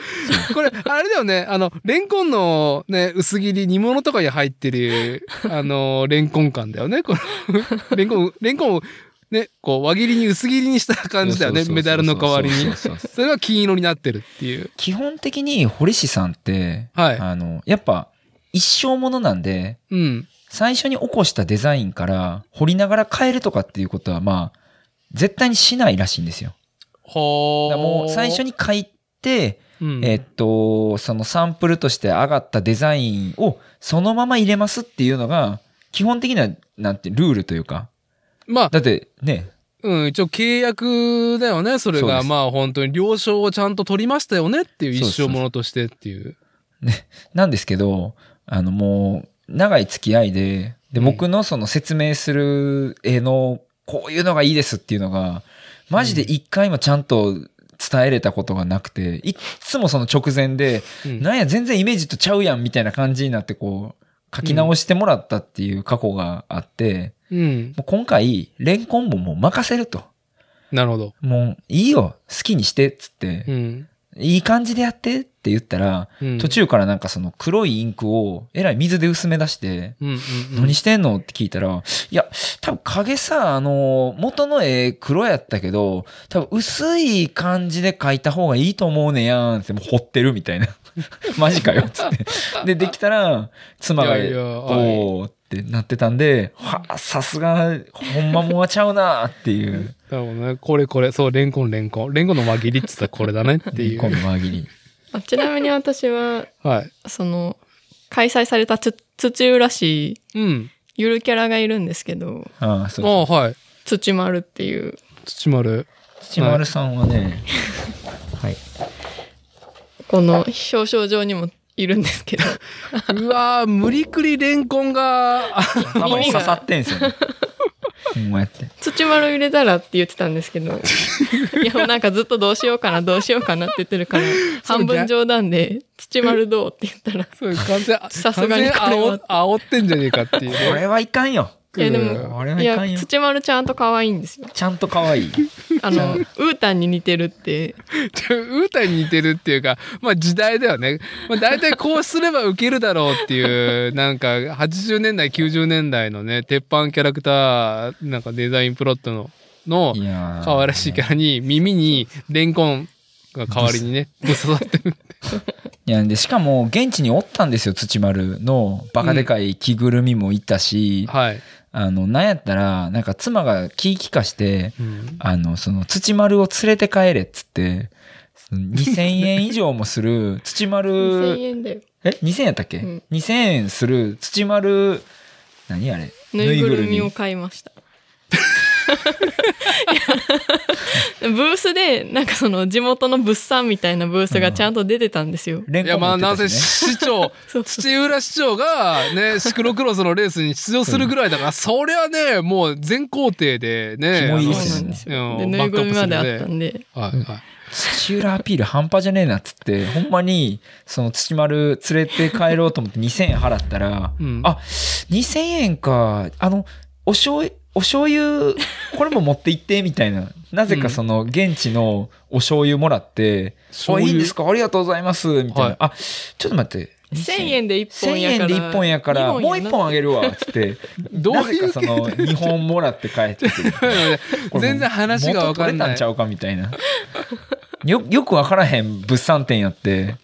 これ、あれだよね、あの、レンコンのね、薄切り煮物とかに入ってる、あの、レンコン感だよね。このレンコン、レンコンをね、こう、輪切りに薄切りにした感じだよね、
そうそうそうそう
メダルの代わり
そ
に
う。そうそう
それが金色になってるっていう。
基本的に堀市さんって、
はい
あの、やっぱ、一生ものなんで、
うん。
最初に起こしたデザインから掘りながら変えるとかっていうことはまあ絶対にしないらしいんですよ。だ
ほ
から
ー
もう最初、に書いて、
うん
えっとそのサンプルとして上がったデザインをそのまま入れますっていうのが基本的ななんてルールというか
まあ、
だってね
うん、一応契約だよね、それ
そう
が。
です
まあ本当に了承をちゃんと取りましたよねっていう
そうで
一
す
生ものとしてっていう。
なんですけどあのもう長い付き合いでで
うん
僕のその説明する絵のこういうのがいいですっていうのがマジで一回もちゃんと伝えれたことがなくていっつもその直前で
うん
なんや全然イメージとちゃうやんみたいな感じになってこう書き直してもらったっていう過去があって
うん。
もう今回レンコンももう任せると
なるほど。
もういいよ好きにしてっつって
うん。
いい感じでやってって言ったら
うん
途。中からなんかその黒いインクをえらい水で薄め出して、
うんうんうん。
何してんのって聞いたら、いや、多分影さ、あの、元の絵黒やったけど、多分薄い感じで描いた方がいいと思うねやんって、もう掘ってるみたいな。 マジかよ、つって。で、できたら、妻が、
いやいや
おーってなってたんで、はあ、さすが、ほんまもんはちゃうなっていう、
なるほどね。これこれ。そう、レンコンレンコン。レンコンの輪切りって言ったらこれだねってい
今
う。
度輪切り。
あちなみに私は、
はい。
その、開催されたつ土浦市、
うん。
ゆるキャラがいるんですけど、
ああ、そう
あ。あ、はい。
土丸っていう、
土 丸。
土丸さんはね、はい。
この表彰状にもいるんですけど、
うわー無理くりレンコンが、あ
頭に刺さってんすよね。ほんまやって。
土丸入れたらって言ってたんですけど、いや、もうなんかずっとどうしようかな、どうしようかなって言ってるから、半分冗談で、土丸どうって言ったら、
そう完全、
さすがに
完全煽煽ってんじゃねえかっていう
こ
ね。
れはいかんよ。
いやでも
これはいいかん
や、
よ。
土丸ちゃんと可愛いんですよ。
ちゃんと可 愛い。
あの、ウータンに似てるって、
ちょ ウータンに似てるっていうか、まあ時代だよね。まあ大体こうすればウケるだろうっていう、 なんか80年代、90年代のね、鉄板キャラクター、なんかデザインプロットの、の
いやー
可愛らしいキャラに耳にレンコンが代わりにね、ぶっ刺さってる。
いやでしかも現地におったんですよ土丸のバカでかい着ぐるみもいたし、
はい。
あのなんやったらなんか妻が気ぃ利かして
うん
あのその土丸を連れて帰れっつってその2,000円以上もす る土
2000
丸
円だよ。
え2,000円やったっけ、
うん
2,000円する土丸何あれ
ぬいぐるみを買いま した。いやブースで、なんかその地元の物産みたいなブースがちゃんと出てたんですよ。
レン
い
コ
や
ンも
まあ
売
な
っ
ん
て
せ
たし
市長
そう
土浦市長がねシクロクロスのレースに出場するぐらいだからそりゃねもう全工程でね
肝いい
そ
っ
う
すね
なんです
う
よ。
ん
で、ぬいぐるみまであったんで、
はいはい
土浦アピール半端じゃねえなっつってほんまにその土丸連れて帰ろうと思って2,000円払ったら、
うん
あ2,000円かあのお醤油お醤油これも持って行ってみたいななぜかその現地のお醤油もらって「
醤
あ
油
いいんですかありがとうございます」みたいな「
はい
あちょっと待って
1000円で1
1000
本や
円
から
で1本やからもう1本あげ
る
るわっつって
どう
なぜ
い
か
う
その2本もらって帰ってくる
うん 全然話が分かん
元取れた
なんい
ちゃうかみたいなよよく分からへん物産展やって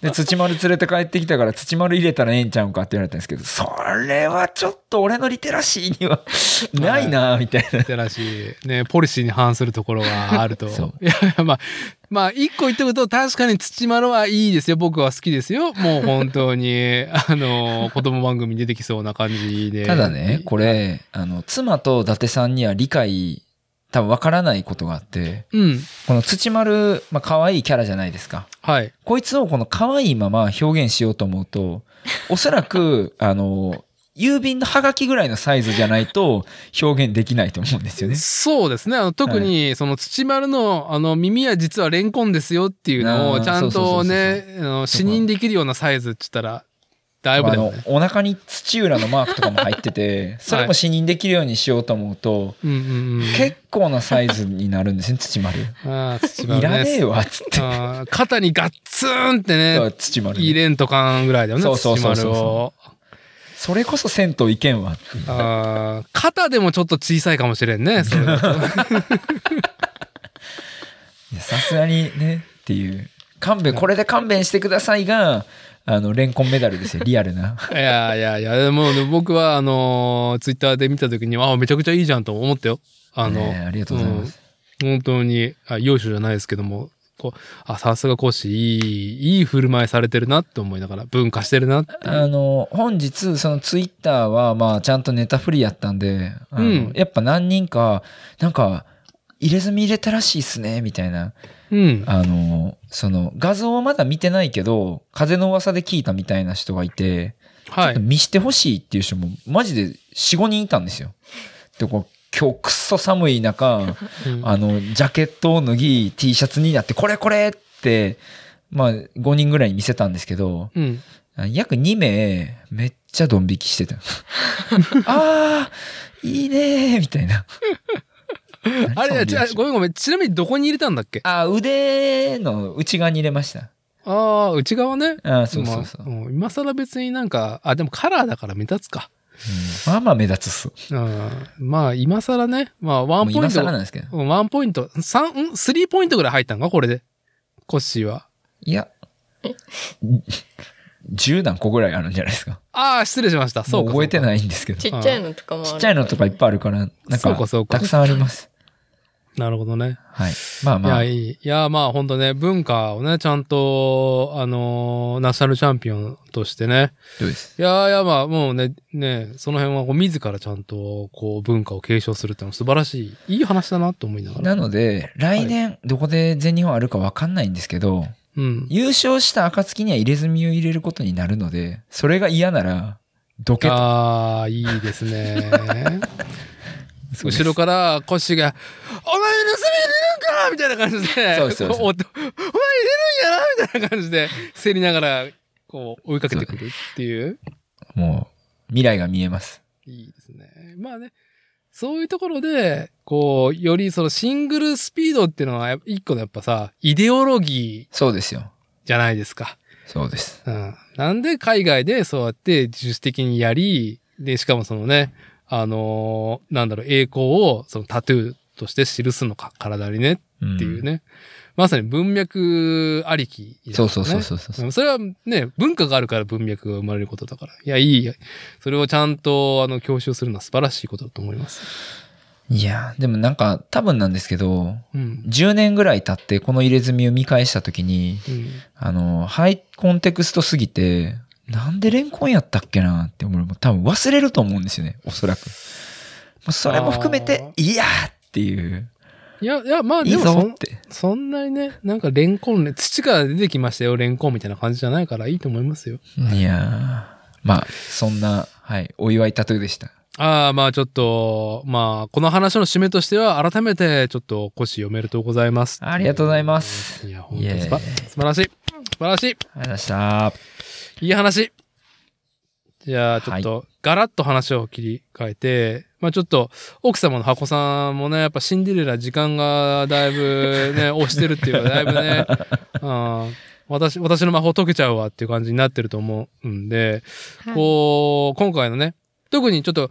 で土丸連れて帰ってきたから土丸入れたらええんちゃうんかって言われたんですけどそれはちょっと俺のリテラシーには ないなみたいな
ってらしい、ね、ポリシーに反するところがあると。い
そう
やいや、まあ、まあ、一個言っておくと、確かに土丸はいいですよ。僕は好きですよ。もう本当に、 あの、子供番組に出てきそうな感じで。
ただねこ
れ。
れあの妻と伊達さんには理解多分分からないことがあって
うん。
この土丸、まあ可愛いキャラじゃないですか
はい。
こいつをこの可愛いまま表現しようと思う と、おそらく、あの、郵便のハガキぐらいのサイズじゃないと表現できないと思うんですよね。
そうですね。あの特に、その土丸の、あの、耳は実はレンコンですよっていうの
あ
を、
ー
ちゃん
そうそうそう
と
そう
ね、あの視認できるようなサイズって言ったら、だいぶ
あ
だよ
の
ね。
お腹に土浦のマークとかも入ってて、それも視認できるようにしようと思うと、
うんうんうん。
結構なサイズになるんですね、土丸。
あー土
い
丸
らね
ね。
えわ、つって。
あー肩にガッツンってね、
土丸
入
ね、
れんとかんぐらいだよね、
そうそうそうそう
土丸を。
それこそ銭湯行けんわ。
あー肩でもちょっと小さいかもしれ んね、それだと
いやさすがにね、っていう。勘弁、これで勘弁してくださいが、あの、レンコンメダルですよ、リアルな。
いやいやいや、でもでも僕は、あのー、ツイッターで見た時に、あめちゃくちゃいいじゃんと思ったよ。あの、
ねえありがとうございます。
うん本当に、あ、要所じゃないですけども、こう、あ、さすが講師、いい、いい振る舞いされてるなって思いながら、文化してるなって。
あの本日そのツイッターはまあちゃんとネタフリやったんで、あの
うん
やっぱ何人かなんか入れ墨入れたらしいっすねみたいな
うん。
あのその画像はまだ見てないけど風の噂で聞いたみたいな人がいて、
は
ちょっと
い。
見してほしいっていう人もマジで45人いたんですよ。でこう今日くっそ寒い 中
うん
あのジャケットを脱ぎ T シャツになってこれこれってまあ5人ぐらいに見せたんですけど。
うん。
約2名めっちゃドン引き してたあーいいねーみたいな
あれ、
じ
ちあごめんごめん。ちなみにどこに入れたんだっけ
あ腕の内側に入れました
ああ、内側ね。
あーそうそうそう、
まあん今更別になんか、あ、でもカラーだから目立つか。
うんまあまあ目立つっす
うん。まあ、今更ね。まあ、
も
ワン
う
ポイ
今
ント
更。なんですけど
うんワンポイント。三、んスリーポイントぐらい入ったんかこれで。コッシーは。
いや10何個ぐらいあるんじゃないですか
ああ、失礼しました。そ
も
う
う
か。
覚えて
い。
ないんですけど
ち
ち
っ
っ
ち
ち
ゃ
ゃ
い
いのとかも
っちゃいのとかいっぱいあるからなん
そう
か
かそうか
たくさんあります
なるほどね。
はいまあまあ
いや、いい。いや、まあ、ほんとね、文化をね、ちゃんと、あのーナショナルチャンピオンとしてね。
そうです
いや、いや、まあ、もうね、ね、その辺は、こう、自らちゃんと、こう、文化を継承するってのは素晴らしい、いい話だなと思いながら。
なので来年どこで全日本あるか分かんないんですけど、
うん。
優勝した暁には入れ墨を入れることになるので、それが嫌なら、どけと。
ああ、いいです ね。後ろからコッシーが「お前盗み入れるんか!」みたいな感じで
そうそうそう
こおお前入れるんやな!」みたいな感じで競りながらこう追いかけてくるっていう
もう、未来が見えます。
いいですね。まあねそういうところでこうよりそのシングルスピードっていうのはやっぱ一個のやっぱさイデオロギ
そうですよ。
ーじゃないですか。
そうです。
うんなんで海外でそうやって自主的にやり、で、しかもそのね、あのーなんだろう、栄光をそのタトゥーとして記すのか、体にねっていうね。まさに文脈ありき、
うん。そうそうそう
う。
そうそう。
うんそれはね、文化があるから文脈が生まれることだから。いや、いい。それをちゃんと、あの、教習するのは素晴らしいことだと思います。
いや、でもなんか、多分なんですけど、
うん。
10年ぐらい経ってこの入れ墨を見返した時に、
うん、
あの、ハイコンテクストすぎて、なんでレンコンやったっけなって俺も多分忘れると思うんですよね、おそらく。まあそれも含めて、いやーっていう、
いや、いや、まあ、
いい
でもそ
ぞ
ん
って。
そんなにね、なんかレンコンね、土から出てきましたよ、レンコンみたいな感じじゃないからいいと思いますよ。
いやーまあそんな、はい、お祝いタトゥーでした。
ああ、まあちょっと、まあ、この話の締めとしては、改めて、ちょっと、腰おめでとうございます。
ありがとうございます
いや、本当
イ
に
エーイ
すば素晴らしい。素晴らし
ありがとうございまし
い。いい話。じゃあ、ちょっと、ガラッと話を切り替えて、まあちょっと、奥様の箱さんもね、やっ ぱシンデレラ時間がだいぶね、押してるっていうか、だいぶね、あー私、私の魔法解けちゃうわっていう感じになってると思うんで、こう、今回のね、特にちょっと、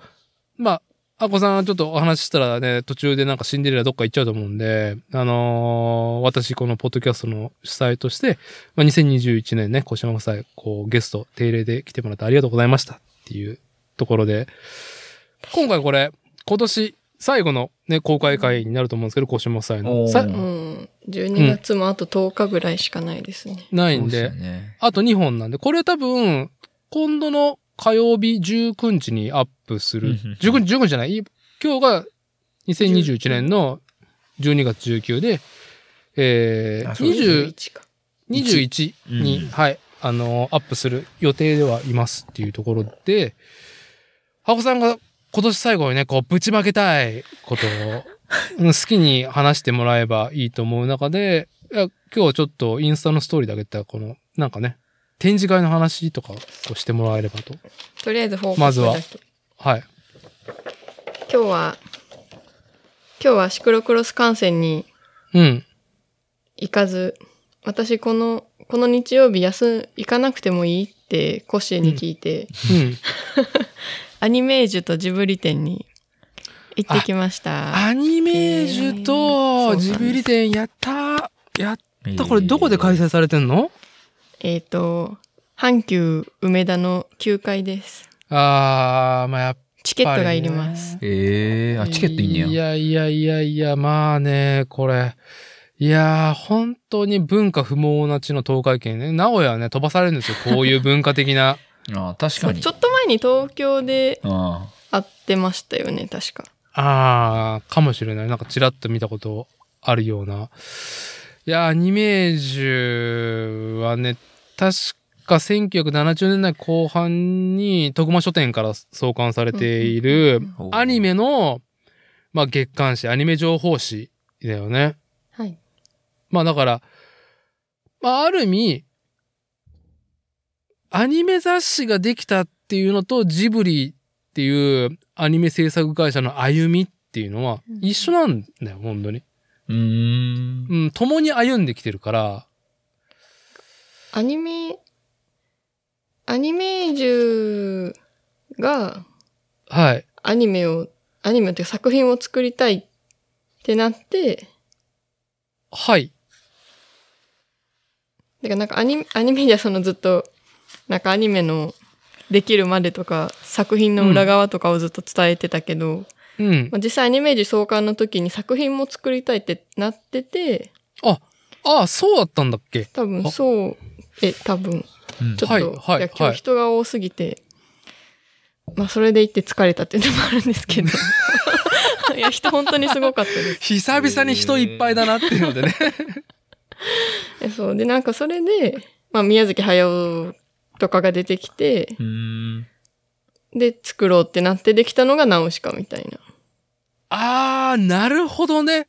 まあ、アコさんちょっとお話ししたらね、途中でなんかシンデレラどっか行っちゃうと思うんで、あのー私このポッドキャストの主催として、まあ、2021年ね、小島夫妻、こう、ゲスト、定例で来てもらってありがとうございましたっていうところで、今回これ、今年最後のね、公開会になると思うんですけど、小島夫妻
お
の。
ー
さ
うん。12月もあと10日ぐらいしかないですね。
ない
そ
ん
うす
で
よ、ね
あと2本なんで、これ多分、今度の火曜日19日にアップす
うん
る。
うんうん
19日、19日じゃないい今日が2021年の12月19で、え
あ
ー、
そうです
20
21か。
21に、
うん
はい、あのーアップする予定ではいますっていうところで、ハコさんが今年最後にね、こう、ぶちまけたいこと を、うん好きに話してもらえばいいと思う中で、いや今日ちょっとインスタのストーリーだけ言ったら、この、なんかね、展示会の話とかをしてもらえればと。
とりあえず報告だけ。
まずははい。
今日は、今日はシクロクロス観戦に
うん。
行かず、私この、この日曜日休、行かなくてもいいってコッシーに聞いて、
うん。
アニメージュとジブリ展に行ってきました。
アニメージュとジブリ展やったーやったこれどこで開催されてんの
えっ、と、阪急梅田の9階です。
あー、まあ、やっぱ
チケットがいります。
ええあチケットいいんねや
いやいやいやいや、まあね、これ。いやー、本当に文化不毛な地の東海圏ね。名古屋はね、飛ばされるんですよ。こういう文化的 な。
ああ確
そ
か
う
に
ちょっと前に東京で
あ
会ってましたよね、確か。
あー、かもしれない。なんかちらっと見たことあるような。いやー、アニメージュはね、確か1970年代後半に徳間書店から創刊されている
うんうんうん
あ
アニメの、まあ、月刊誌、アニメ情報誌だよね。
はい。
まあだから、まあある意味、アニメ雑誌ができたっていうのと、ジブリっていうアニメ制作会社の歩みっていうのは
うん
一緒なんだよ、本当に。
うーん
うん、共に歩んできてるから、
アニメ、アニメージュが
はい。
アニメを、アニメっていうか作品を作りたいってなって、
はい。
だからなんかアニメ、アニメじゃそのずっと、なんかアニメのできるまでとか、作品の裏側とかをずっと伝えてたけど、
うん。
まあ、実際アニメージュ創刊の時に作品も作りたいってなってて、
ああ、そうだったんだっけ
多分
あ
そう、え、多分、
うん
ちょっと、
はいいはい
や今
はい
日人が多すぎて、まあそれで行って疲れたっていうのもあるんで すけど、いや、人本当にすごかったです。
久々に人いっぱいだなっていうので ね。
えそう。で、なんかそれで、まあ宮崎駿とかが出てきて、
うーん
で、作ろうってなってできたのがナウシカみたいな。
ああ、なるほどね。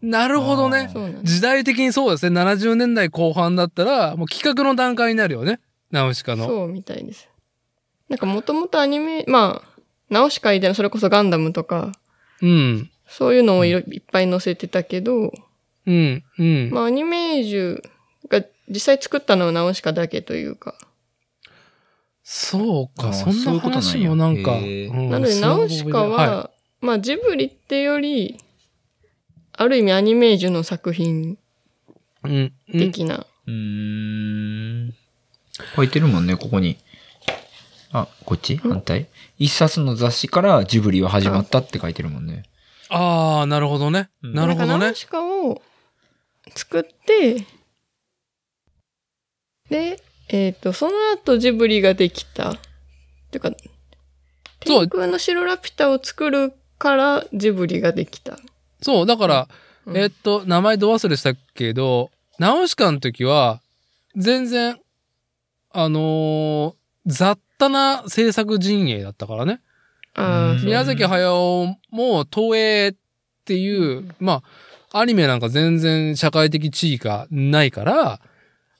なるほどね
あー。
そうなんです。
時代的にそうですね。70年代後半だったら、もう企画の段階になるよね。ナウシカの。
そうみたいです。なんかもともとアニメ、まあ、ナウシカみたいな、それこそガンダムとか、
うん。
そういうのをいろいっぱい載せてたけど、
うん。うん。
まあアニメージュが実際作ったのはナウシカだけというか、
そう
あー
か。そん
そういう
な
ことなん
話
や
もなんか。
へー
うん
なので、
す
ナ
ご
ウ
い
シカは、
は
まあ、ジブリってより、ある意味アニメージュの作品
い、うん。うん
的な。
うーん書いてるもんねここにあこっち反対一冊の雑誌からジブリは始まったって書いてるもんね
ああ、なるほどね。
うん
なるほ
な
ど
んかナ
ね
ウ。シカを作って、で、えっ、と、その後ジブリができた。ていうか、
そう
天空の城ラピュタを作るからジブリができた。
そう、だから、
うん
えーっと、名前ど忘れしたけど、ナウシカの時は、全然、あのー雑多な制作陣営だったからね。
ああ、
うん
宮崎駿も東映っていう、まあ、アニメなんか全然社会的地位がないから、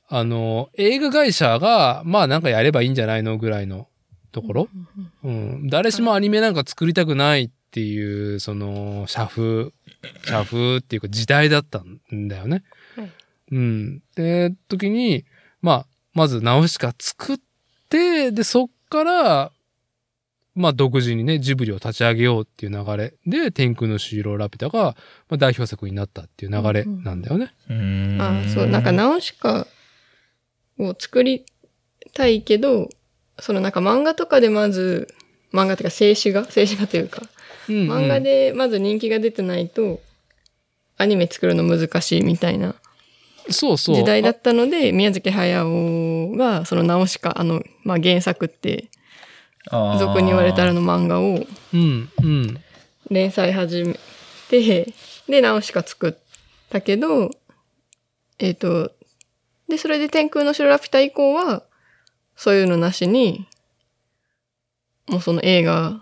あの、映画会社が、まあなんかやればいいんじゃないのぐらいのところ。うん。誰しもアニメなんか作りたくないっていう、その、社風、社風っていうか時代だったんだよね。
はい
うん。で、時に、まあ、まず直しか作って、で、そっから、まあ、独自にね、ジブリを立ち上げようっていう流れで、天空の城ラピュタが、まあ、代表作になったっていう流れなんだよね。
うん
あそう、なんかナウシカを作りたいけど、そのなんか漫画とかでまず、漫画っていうか静止画静止画というか、
うんうん
漫画でまず人気が出てないと、アニメ作るの難しいみたいな
そうそう。
時代だ
あ
ったので、宮崎駿がそのナウシカ、あの、まあ、原作って俗に言われたら
あ
の漫画を
うん、うん。
連載始めて、で、ナウシカ作ったけど、えっ、と、で、それで天空の城ラピュタ以降は、そういうのなしに、もうその映画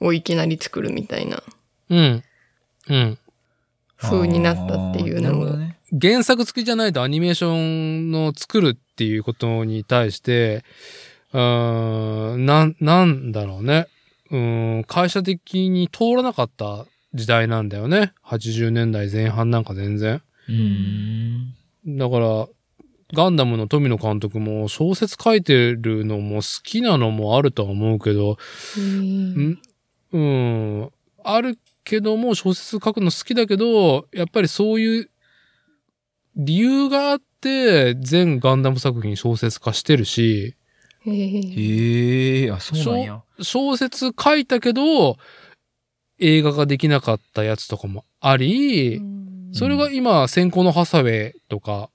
をいきなり作るみたいな
うん。うん。
ー
風になったっていう
なる
の
ほど
を。
ね
原作付きじゃないとアニメーションの作るっていうことに対して、うーん、なん、なんだろうね。うーん、会社的に通らなかった時代なんだよね。80年代前半なんか全然。
うん
だから、ガンダムの富野監督も小説書いてるのも好きなのもあるとは思うけど、んうん。あるけども、小説書くの好きだけど、やっぱりそういう理由があって、全ガンダム作品小説化してるし、
へー
へえあそうなんや
小説書いたけど、映画ができなかったやつとかもあり、それが今、先行のハサウェイとか、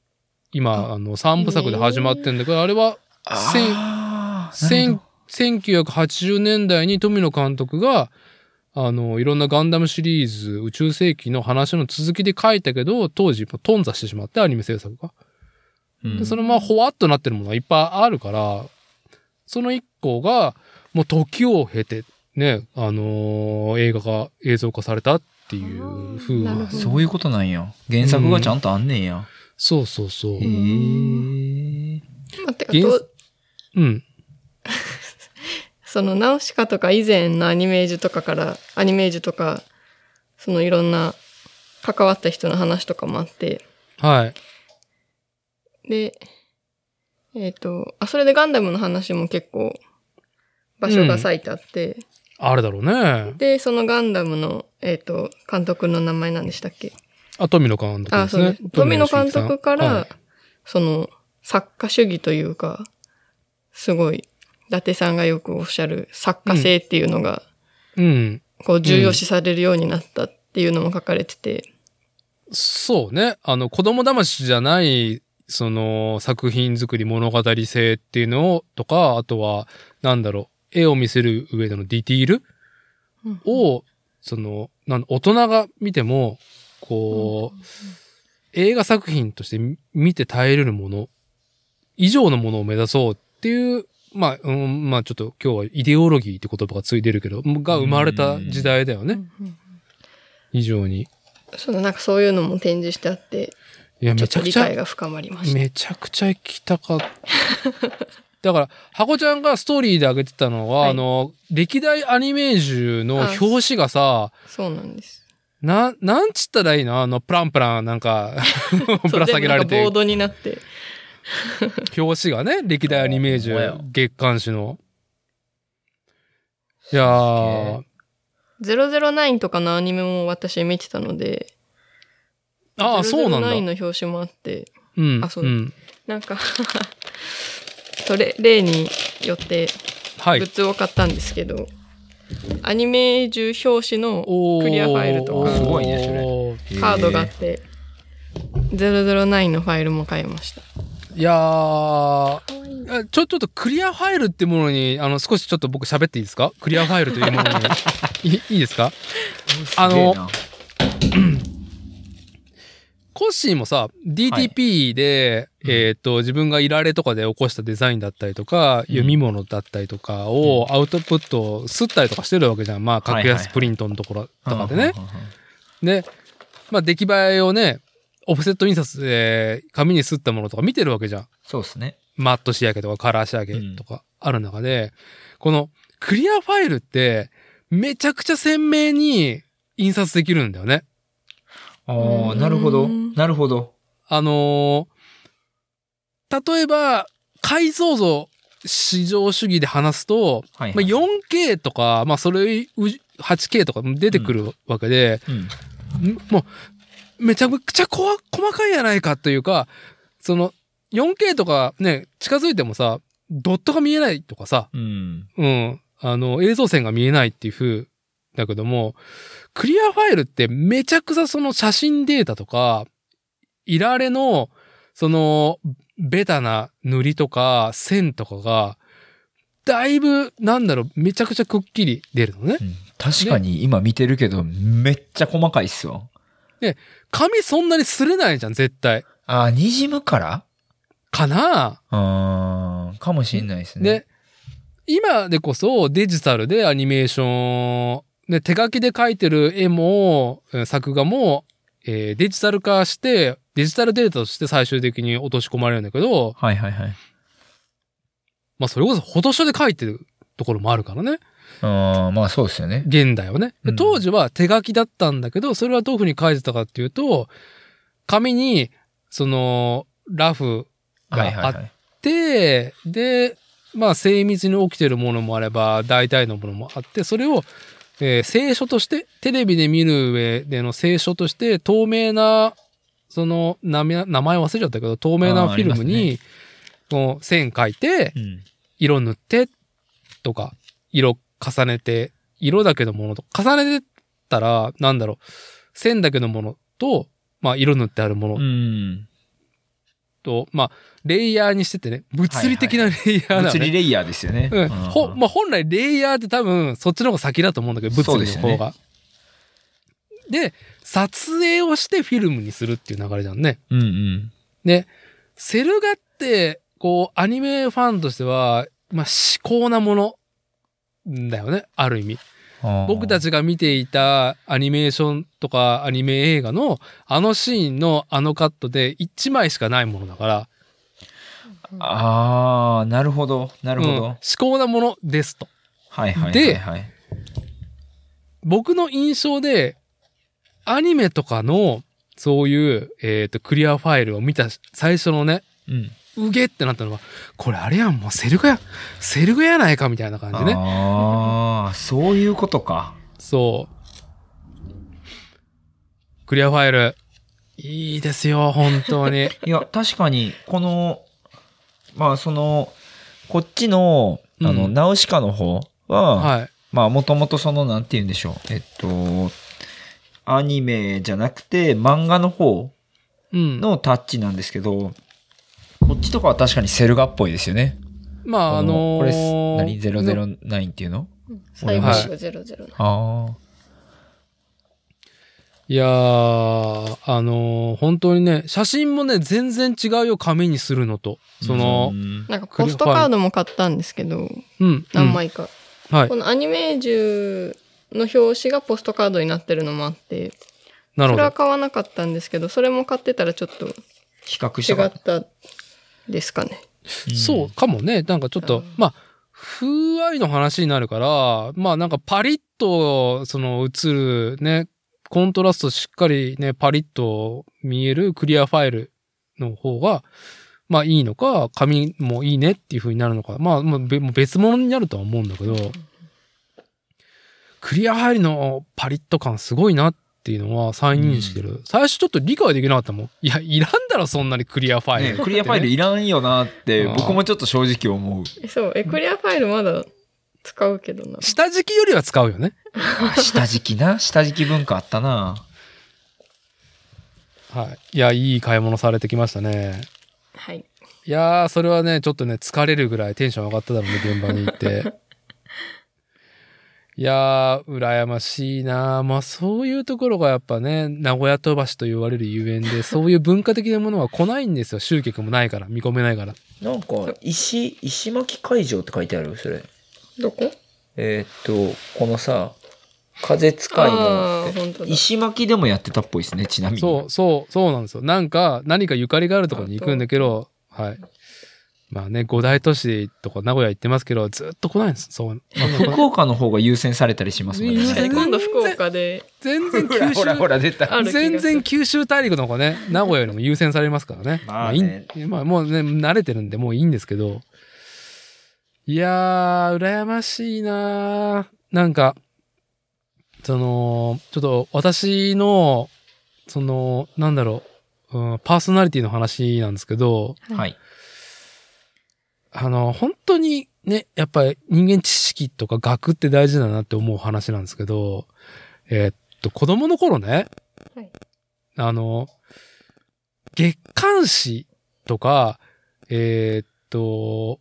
今、
あ
あの、三部作で始まってんだけど、あれは、せん
あーなるほ
千
ど
1980年代に富野監督が、あの、いろんなガンダムシリーズ、宇宙世紀の話の続きで書いたけど、当時、頓挫してしまって、アニメ制作が。
うん
で、そのままほわっとなってるものがいっぱいあるから、その一個が、もう時を経て、ね、あのー映画が映像化されたっていう風
あーなる
な
ほ。ど
そういうことなんや原作がちゃんとあんねんや、
そうそうそう
へ。え
まあてか
原
と
うん。
そのナウシカとか以前のアニメージュとかから、アニメージュとか、そのいろんな関わった人の話とかもあって、
はい。
で、えっ、と、あ、それでガンダムの話も結構、場所が割いてあって、
あれだろうね。
で、そのガンダムの、えっ、と、監督の名前なんでしたっけ
あ、富野監督
あ、
で
そ
す
う
ね
です。。富野監
俊
督
一
か
さん
ら、
はい
その、作家主義というか、すごい、伊達さんがよくおっしゃる作家性っていうのが、
うん。
こう、重要視されるようになったっていうのも書かれてて、
そうね。あの、子供騙しじゃない、その、作品作り物語性っていうのを、とか、あとは、なんだろう、絵を見せる上でのディティールを、その、なん大人が見ても、こう、映画作品として見見て耐えれるもの、以上のものを目指そうっていう、まあ、うん、まあちょっと今日はイデオロギーって言葉がついてるけど、が生まれた時代だよね。非常に。
そのなんかそういうのも展示してあって、
いや、
ちょ
め
っ
ちゃ
と
く
理
ちゃ
解が深まりました。
めちゃくちゃ行きたかった。 だから、ハコちゃんがストーリーで上げてたのは、
はい
あの、歴代アニメージュの表紙がさ、
そうなんです。
な、なんちったらいいのあの、プランプランなんか、ぶら下げられ
そう全部なん
て
かボー、ドになって。
表紙がね、歴代アニメージ
ほんまや
ュ月刊誌の。いやー、
009とかのアニメも私見てたので、
ああ、そうなんだ。
009の表紙もあって、
うん、
あそう
うん。
なんか、 それ、例によって
は
グ
い
ッ。ズを買ったんですけど、アニメ中表紙のクリアファイルと
おーす
か
ごいねそれ
おー
カードがあって、009のファイルも買いました。
いやー、あちょ、ちょっとクリアファイルってものに、あの、少しちょっと僕喋っていいですかクリアファイルというものに。 いいいですかあのコッシーもさ、DTP で、
うん
えーっと、自分がいられとかで起こしたデザインだったりとか、読み物だったりとかをアウトプットを吸ったりとかしてるわけじゃん。まあ、格
はいはい
安
はい
プリントのところとかでね。
うんうんうんうん
で、まあ、出来栄えをね、オフセット印刷で紙に吸ったものとか見てるわけじゃん。
そうですね
マット仕上げとかカラー仕上げとかある中で、このクリアファイルってめちゃくちゃ鮮明に印刷できるんだよね。
ああなるほ
う
ど
ん
なるほど
あのー例えば、解像度、市場主義で話すと、
はい
まあ、4K とか、まあ、それ、う 8K とかも出てくるわけで、
うん
んもう、めちゃくちゃ細細かいやないかというか、その、4K とかね、近づいてもさ、ドットが見えないとかさ、
うん
うん、あの、映像線が見えないっていう風だけども、クリアファイルってめちゃくちゃその写真データとか、いられの、その、ベタな塗りとか線とかが、だいぶ、なんだろう、めちゃくちゃくっきり出るのね。
うん確かに今見てるけどめっちゃ細かいっすよ
紙そんなに擦れないじゃん、絶対。
あーにじむから
かな
あーかもしんないですね
で、今でこそデジタルでアニメーション、で手書きで描いてる絵も、えー作画も、えーデジタル化して、デジタルデータとして最終的に落とし込まれるんだけど、
はいはいはい
まあそれこそフォトショーで描いてるところもあるからね。
あーまあそうですよね
現代はね。
う
で
ん
当時は手書きだったんだけど、それはどういうふうに書いてたかっていうと、紙に、その、ラフがあ
は
っ
いはいはい
で、で、まあ精密に起きてるものもあれば、大体のものもあって、それを、えー聖書として、テレビで見る上での聖書として、透明な、その、名前名前忘れちゃったけど、透明なフィルム
あーあ
に、こう線描いて
う、ん
色塗って、とか、色重ねて、色だけのものと、重ねてたら、なんだろう、線だけのものと、まあ色塗ってあるもの
うん
と、まあ、レイヤーにしててね、物理的なレイヤーだよね。
物理レイヤーですよね
うん、
あー
ほまあ、本来レイヤーって多分そっちの方が先だと思うんだけど
そ
物
うで
理
す
の
よ
方
ね
が。で撮影をしてフィルムにするっていう流れじゃんね。
うんうん
でセル画ってこうアニメファンとしては、まあ、至高なものだよねある意味。
あー
僕たちが見ていたアニメーションとかアニメ映画のあのシーンのあのカットで1枚しかないものだから。
ああなるほどなるほど、
うん至高なものですと。
はいはいはい
で
はい
僕の印象で、アニメとかの、そういう、えっ、と、クリアファイルを見た最初のね、
うん
うげってなったのは、これあれやん、もうセルガや、セルガやないかみたいな感じね。
ああそういうことか
そう。クリアファイル、いいですよ、本当に。
いや確かにこのまあそのこっちのあの、
うん
ナウシカの方は、
はい。
まあもともとそのなんて言うんでしょうえっとアニメじゃなくて漫画の方
うん。
のタッチなんですけどこっちとかは確かにセルガっぽいですよね。
まあ、あのー
これ何009っていうの
最後がゼロゼロ。
ああ。
いやー、あのー本当にね、写真もね、全然違うよ、紙にするのと。その
う、ん
なんかポストカードも買ったんですけど、
うん。
何枚か。
うんはい
こ。のアニメージュの表紙がポストカードになってるのもあって、
なる
そ
ほ
れは
ど。
買わなかったんですけど、それも買ってたらちょっと
比較した
違
か
っ
った
ですかね。
た
そうかもね。なんかちょっと、
うん
まあ、風合いの話になるから、まあなんかパリッと、その映るね、コントラストしっかりね、パリッと見えるクリアファイルの方が、まあいいのか、紙もいいねっていう風になるのか、まあまあべもう別物になるとは思うんだけど、クリアファイルのパリッと感すごいなっていうのは再認識してる。最初ちょっと理解できなかったもん。いや、いらんだろ、そんなにクリアファイルって
ね
ね、
クリアファイルいらんよなって
うん
僕もちょっと正直思う。
えそう、え、クリアファイルまだ使うけどな。
下敷きよりは使うよね。
あ下敷きな下敷き文化あったな。
はい。いや、いい買い物されてきましたね。
はい。
いやー、それはね、ちょっとね、疲れるぐらいテンション上がっただろうね、現場に行って。 いやー、羨ましいなーまあ、そういうところがやっぱね、名古屋飛ばしと言われるゆえんで、そういう文化的なものは来ないんですよ。集客もないから、見込めないから。
なんか石石巻会場って書いてあるそれ。
どこ
えーっとこのさ風使いの
ああー、本当だ。
石巻でもやってたっぽいですねちなみに。
そう、そう、そうなんですよ。なんか、何かゆかりがあるところに行くんだけど、はい。まあね、五大都市とか名古屋行ってますけど、ずっと来ないんです。そう。
まあ福岡の方が優先されたりしますもんね。
優
確か
先
に今度福岡で
全然
ほら
九
ほらほ
州、
ら出た。
ある気がする
全然九州大陸の方がね、名古屋よりも優先されますからね。
まあね
まあいいまあもうね、慣れてるんでもういいんですけど。いやー、羨ましいなーなんか、その、ちょっと私の、その、なんだろう、うん、パーソナリティの話なんですけど、
はい。
あの、本当にね、やっぱり人間知識とか学って大事だなって思う話なんですけど、えーっと、子供の頃ね、
はい
あの、月刊誌とか、えーっと、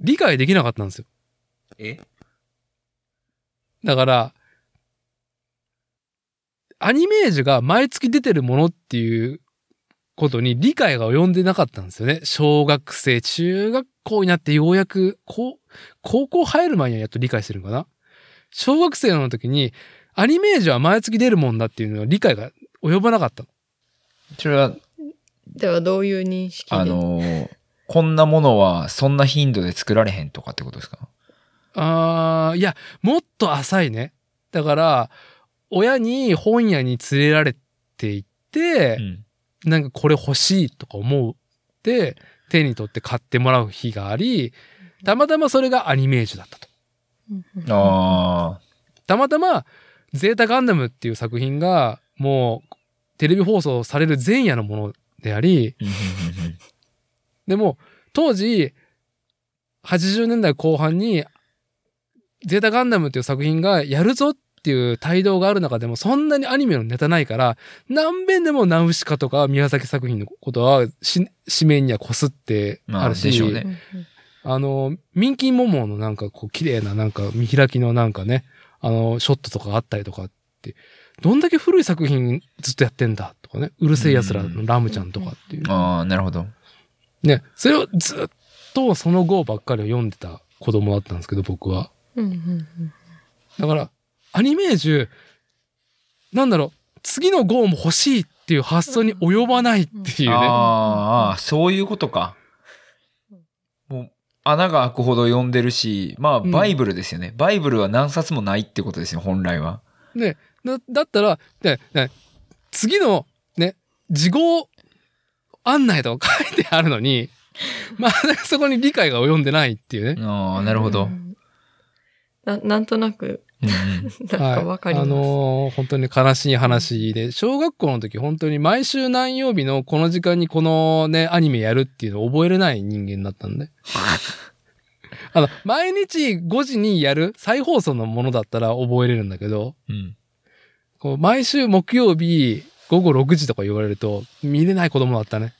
理解できなかったんですよ。
え
だから、アニメージュが毎月出てるものっていうことに理解が及んでなかったんですよね。小学生、中学校になってようやく、こう高校入る前にはやっと理解してるのかな。小学生の時に、アニメージュは毎月出るもんだっていうのは理解が及ばなかったの。
それは、
ではどういう認識で
あのーこんなものはそんな頻度で作られへんとかってことですか
あーいや、もっと浅いね。だから、親に本屋に連れられていって、
ん。
なんかこれ欲しいとか思うって手に取って買ってもらう日があり、たまたまそれがアニメージュだったと。
ああ。
たまたま、ゼータガンダムっていう作品が、もう、テレビ放送される前夜のものであり、
うんうんうんうん
でも、当時、80年代後半に、ゼータガンダムっていう作品がやるぞっていう態度がある中でも、そんなにアニメのネタないから、何遍でもナウシカとか宮崎作品のことはし、紙面にはこすってあるし、
まあでしょうね
あの、ミンキーモモのなんかこう綺麗ななんか見開きのなんかね、あの、ショットとかあったりとかって、どんだけ古い作品ずっとやってんだとかね、うるせえ奴らのラムちゃんとかっていう。
ああ、なるほど。
ね、それをずっとその後ばっかりを読んでた子供だったんですけど、僕は。
うんうん
だから、アニメージュ、なんだろう、次の号も欲しいっていう発想に及ばないっていうね。
ああ、そういうことか。もう、穴が開くほど読んでるし、まあ、
うん
バイブルですよね。バイブルは何冊もないってことですよ、本来は。
ね、だだったら、ねね次の、ね、事後案内とか書いてあるのに、まあ、そこに理解が及んでないっていうね。
ああ、なるほど。
ななんとなく
うんうん
なんかわかります、
はいあのー本当に悲しい話で、小学校の時本当に毎週何曜日のこの時間にこのね、アニメやるっていうのを覚えれない人間だった んで。あの、毎日5時にやる再放送のものだったら覚えれるんだけど、
うん。
こう毎週木曜日午後6時とか言われると見れない子供だったね。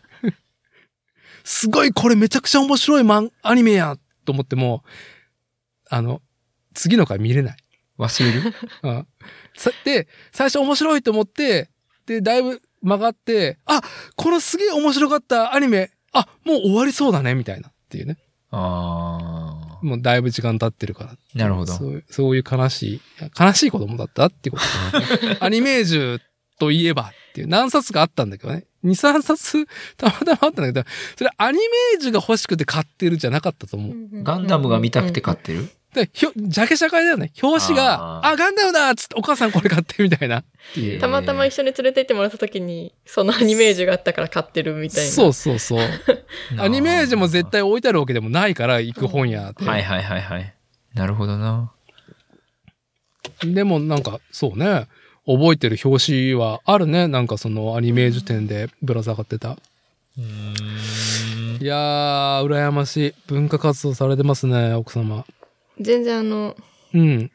すごいこれめちゃくちゃ面白いマンアニメやと思っても、あの、次の回見れない。
忘れる
うんさで、最初面白いと思って、で、だいぶ曲がって、あ、このすげえ面白かったアニメ、あ、もう終わりそうだね、みたいなっていうね。
あ
もうだいぶ時間経ってるから。
あ、なるほど。
そういうそういう悲しい、悲しい子供だったっていうことだ ねアニメージュといえばっていう何冊かあったんだけどね。2、3冊たまたまあったんだけど、それアニメージュが欲しくて買ってるじゃなかったと思う。
ガンダムが見たくて買
っ
ってる
で、ひょ、ジャケ社会だよね。表紙が、
あー
あガンダムだっつってお母さんこれ買ってみたいな。っていう
て
たまたま一緒に連れて行ってもらった時にそのアニメージュがあったから買ってるみたいな
そうそうそう。 アニメージュも絶。対置いてあるわけでもないから、行く本屋で。
はいはいはいはい。なるほどな。
でもなんか、そうね。覚えてる表紙はあるね。なんかそのアニメージュ展でぶら下がってた。
うーん
いやー、羨ましい。文化活動されてますね、奥様。
全然あの
うん。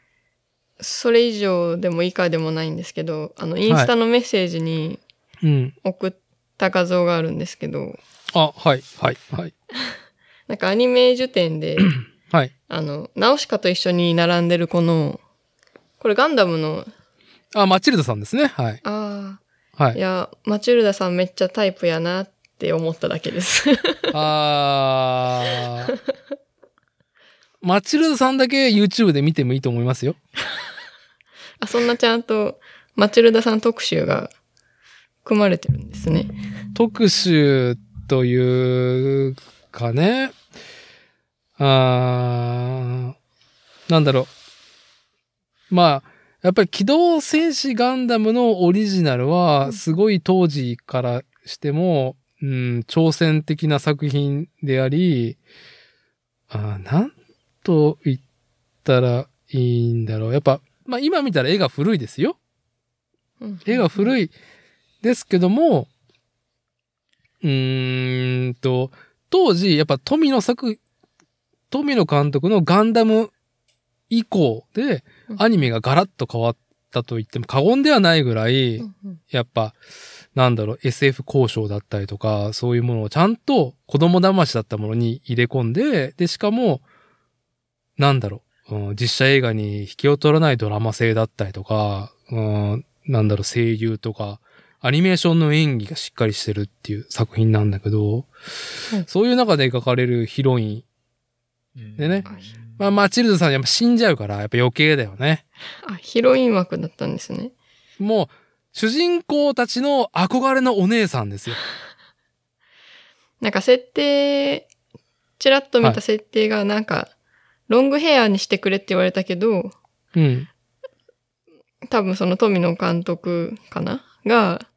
それ以上でも以下でもないんですけどあのインスタのメッセージに
うん。
送った画像があるんですけど、
あ、はい、はい、はい。
なんかアニメージュ展 で
はい。
あのナオシカと一緒に並んでるこのこれガンダムの
あ、マチルダさんですね。はい。
あ
は
あい
い。
やマチルダさんめっちゃタイプやなって思っただけです
あ ー。マチルダさんだけ YouTube で見てもいいと思いますよ。
あそんなちゃんとマチルダさん特集が組まれてるんですね
特集というかね。あーなんだろう。まあ、やっぱり機動戦士ガンダムのオリジナルは、すごい当時からしても、うん、挑戦的な作品であり、あーなんと言ったらいいんだろう。やっぱ、まあ今見たら絵が古いですよ。
うん
絵が古いですけども、うーんと、当時、やっぱ富野作、富野監督のガンダム以降で
う、ん
アニメがガラッと変わったと言っても過言ではないぐらい、
うんうん
やっぱ、なんだろう、SF 交渉だったりとか、そういうものをちゃんと子供騙しだったものに入れ込んで、で、しかも、なんだろう、うん実写映画に引きを取らないドラマ性だったりとか、うんなんだろう、声優とか、アニメーションの演技がしっかりしてるっていう作品なんだけど、
はい
そういう中で描かれるヒロイン、でねまあ、マチルドさんやっぱ死んじゃうから、やっぱ余計だよね。
あ、ヒロイン枠だったんですね。
もう、主人公たちの憧れのお姉さんですよ。
なんか設定、ちらっと見
は
た設定がなんか、ロングヘアにしてくれって言われたけど、
うん。
多分その富野監督かなが、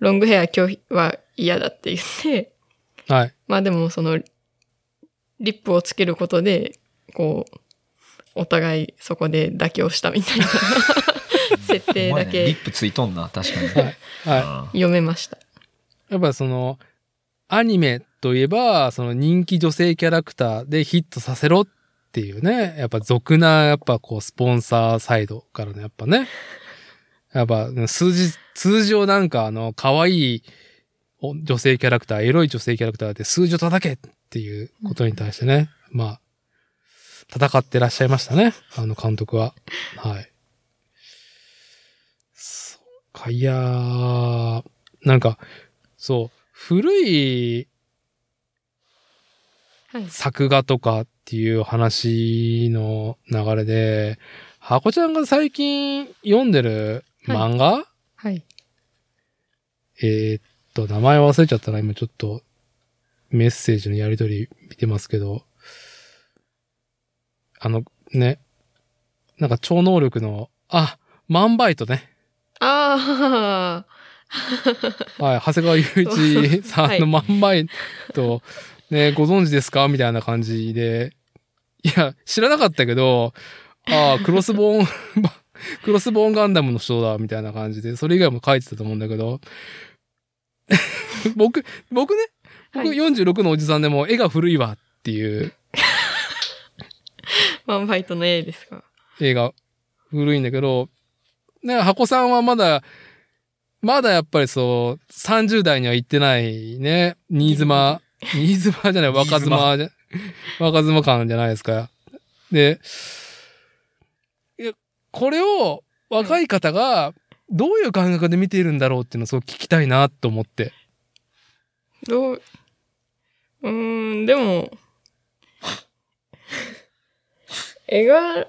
ロングヘア拒否は嫌だって言って、
はい。
まあでもその、リップをつけることで、こう、お互いそこで妥協したみたいな 設定だ
リ
け
ップついとんな確かに、
はい。
読めました。
やっぱその、アニメといえば、その人気女性キャラクターでヒットさせろっていうね、やっぱ俗な、やっぱこう、スポンサーサイドからのやっぱね、やっぱ数字、数字をなんかあの、可愛いお女性キャラクター、エロい女性キャラクターで数字を叩けっていうことに対してね、まあ、戦ってらっしゃいましたね、あの監督は。はい。そっか、いやー、なんか、そう、古い
はい。
作画とかっていう話の流れで、ハコちゃんが最近読んでる漫画、
はい。
えーっと、名前忘れちゃったな、今ちょっとメッセージのやりとり見てますけど、あのね、なんか超能力の、あ、マンバイトね。
ああ、
はい、長谷川雄一さんのまんまいと、ね、ご存知ですかみたいな感じで、いや、知らなかったけど、ああ、クロスボーン、 クロスボーンガンダムの人だ、みたいな感じで、それ以外も書いてたと思うんだけど、 僕、僕ね、僕
はい
46のおじさんでも絵が古いわっていう
ワンファイトの A ですか。
映画、古いんだけど、ね、箱さんはまだ、まだやっぱりそう、30代には行ってないね、新妻、新妻じゃない、若妻じゃ、若妻感じゃないですか。で、いや、これを若い方が、どういう感覚で見ているんだろうっていうのをすごく聞きたいなと思って。
どう、うーん、でも、絵が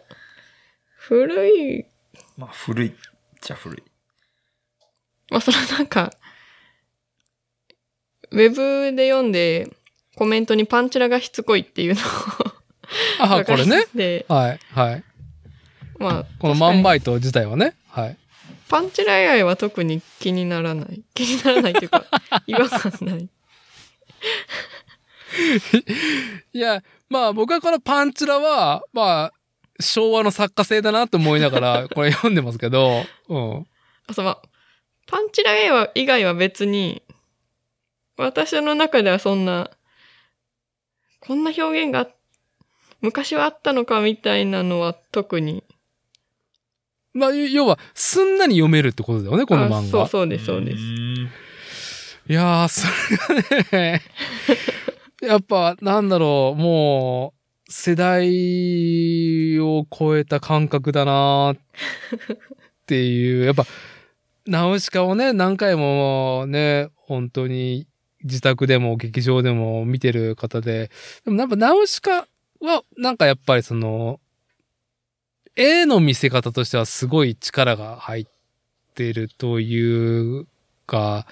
古い、
まあ古いじゃ古い
まあ、そのなんか、ウェブで読んで、コメントにパンチラがしつこいっていうの
あ
を
あ、これね。。
で、
はい、はい。
まあ、
この
確
マ
かに
ンバイト自体はね。はい。
パンチラ以外は特に気にならない。 気にならない というか、違和感ない。
いや、まあ僕はこのパンチラは、まあ、昭和の作家性だなと思いながら、 これ読んでますけど、うん。
あ、そう、まあ、パンチラ以外は以外は別に、私の中ではそんな、こんな表現があ昔はあったのかみたいなのは特に。
まあ、ゆ要は、すんなり読めるってことだよね、この
あ
漫
そ
画。
うそうです、そうです。
いやー、それがね、やっぱ、なんだろう、もう、世代を超えた感覚だなーっていう、やっぱ、ナウシカをね、何回もね、本当に自宅でも劇場でも見てる方で、でもやっぱナウシカは、なんかやっぱりその、絵の見せ方としてはすごい力が入ってるというか、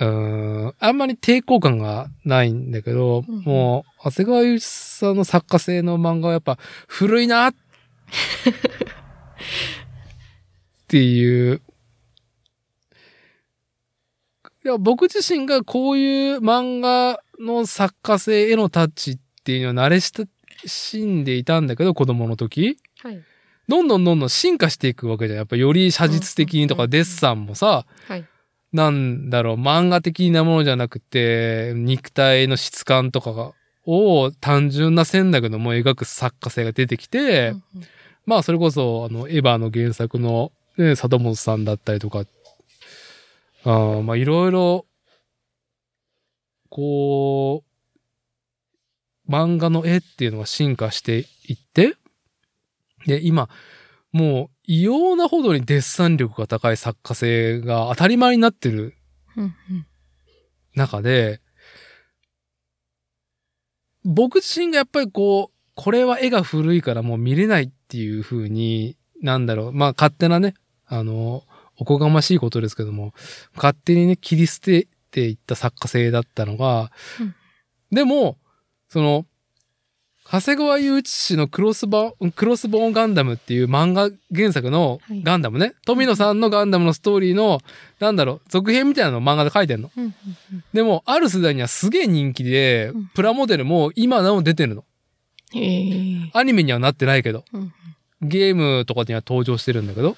うーん、あんまり抵抗感がないんだけど、
うん
もう、長谷川祐一さんの作家性の漫画はやっぱ古いなっていう。いや僕自身がこういう漫画の作家性へのタッチっていうのは慣れ親しんでいたんだけど、子供の時。
はい。
どんどんどんどん進化していくわけじゃん。やっぱより写実的にと
う
か
ん
デッサンもさ、
はい。
なんだろう、漫画的なものじゃなくて、肉体の質感とかが、を単純な線だけども描く作家性が出てきて、
うんうん
まあそれこそ、あの、エヴァの原作の、ね、里本さんだったりとか、あーまあいろいろ、こう、漫画の絵っていうのは進化していって、で、今、もう異様なほどにデッサン力が高い作家性が当たり前になってる
うんうん
中で、僕自身がやっぱりこう、これは絵が古いからもう見れないっていう風に、なんだろう、まあ勝手なね、あの、おこがましいことですけども、勝手にね、切り捨てていった作家性だったのが、
うん
でも、その、長谷川雄一氏のクロスボーン、クロスボーンガンダムっていう漫画原作の
はい
ガンダムね、富野さんのガンダムのストーリーの、なんだろう、続編みたいなのを漫画で書いてんの。
うんうん
でも、ある世代にはすげえ人気で
うん、
プラモデルも今なお出てるの。
へえ
アニメにはなってないけど、
うん
ゲームとかには登場してるんだけど。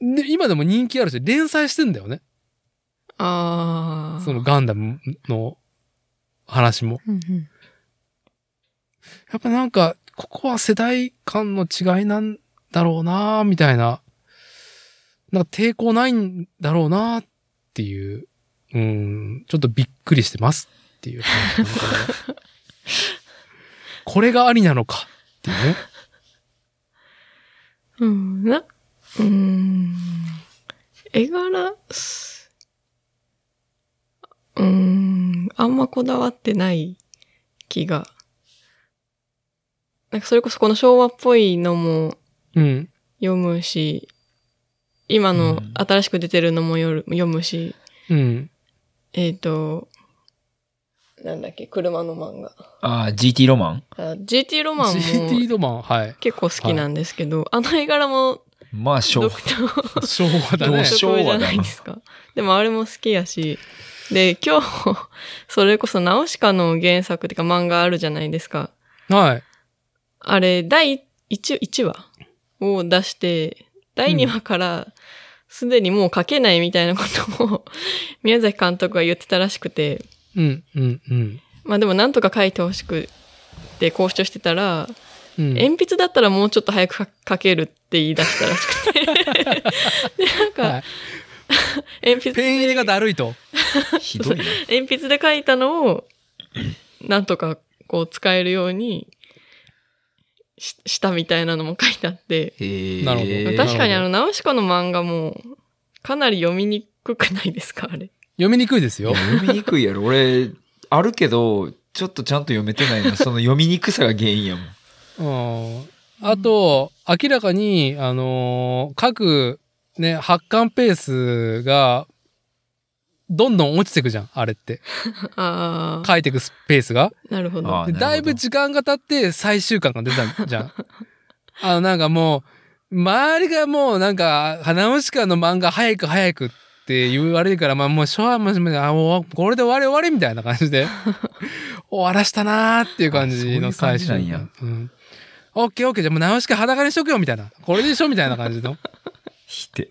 で、今でも人気あるし、連載してんだよね。
ああ。
そのガンダムの話も。
うんうん
やっぱなんか、ここは世代間の違いなんだろうなーみたいな。なんか抵抗ないんだろうなーっていう。うん、ちょっとびっくりしてますって いう話なんだけどこれがありなのかっていうね。
うん、な、うーん、絵柄、すうーん、あんまこだわってない気が。なんかそれこそこの昭和っぽいのも
うん。
読むし、今
う
の
ん
新しく出てるのもよる読むし、
うん。
えっ、と、なんだっけ、車の漫画。
ああ、GT ロマン
あ GT ロマンも
GT ドマン、 はい。
結構好きなんですけど、あの絵柄も
まあ、昭
独
和。
特
昭和だ
ど
ね
う。し
昭和じゃないですか。でもあれも好きやし。で、今日、 それこそナオシカの原作っていうか漫画あるじゃないですか。
はい。
あれ、第 1, 1話を出して、第2話からすでにもう書けないみたいなことを 宮崎監督が言ってたらしくて、
うん、うん、うん。
まあでもなんとか書いてほしくって交渉してたら、
うん、
鉛筆だったらもうちょっと早く書書けるって言い出したらしくて。で、なんか、
はい
鉛筆
ペン入れがだるいと。
ひ どいな。
鉛筆で書いたのを、なんとかこう使えるようにししたみたいなのも書いてあって、
へえ。
なるほどえー
確かに
な
あ
る
の、ナウシカの漫画も、かなり読みにくくないですかあれ。
読みにくいですよ
いや。読みにくいやろ。俺、あるけど、ちょっとちゃんと読めてない な。その読みにくさが原因やもん。
うんあと、明らかに、あのー各、ね、発刊ペースが、どんどん落ちてくじゃん、あれって。
ああ、
書いてくスペースが。
なるほど。
あ
は
ー
でだいぶ時間が経って最終巻が出たじゃん。 あの、なんかもう、周りがもうなんか、花虫かの漫画早く早くって言われるから、まあもう、しょうもしもあ、もう、これで終わり終わりみたいな感じで、終わらしたなーっていう感じの
あそういう感
最
じ
終
なんや
巻うん。オッケーオッケー、じゃあもう直しか裸にしとくよみたいな。これでしょみたいな感じの。
ひて。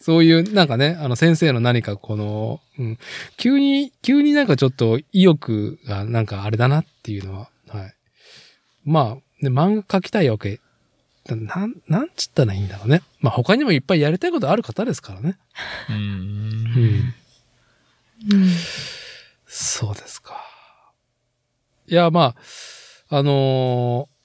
そういう、なんかね、あの先生の何かこの、うん、急に、急になんかちょっと意欲がなんかあれだなっていうのは、はい。まあ、ね、漫画描きたいわけ。なん、なんつったらいいんだろうね。まあ他にもいっぱいやりたいことある方ですからね。
う。
うんん。そうですか。いや、まあ、あのー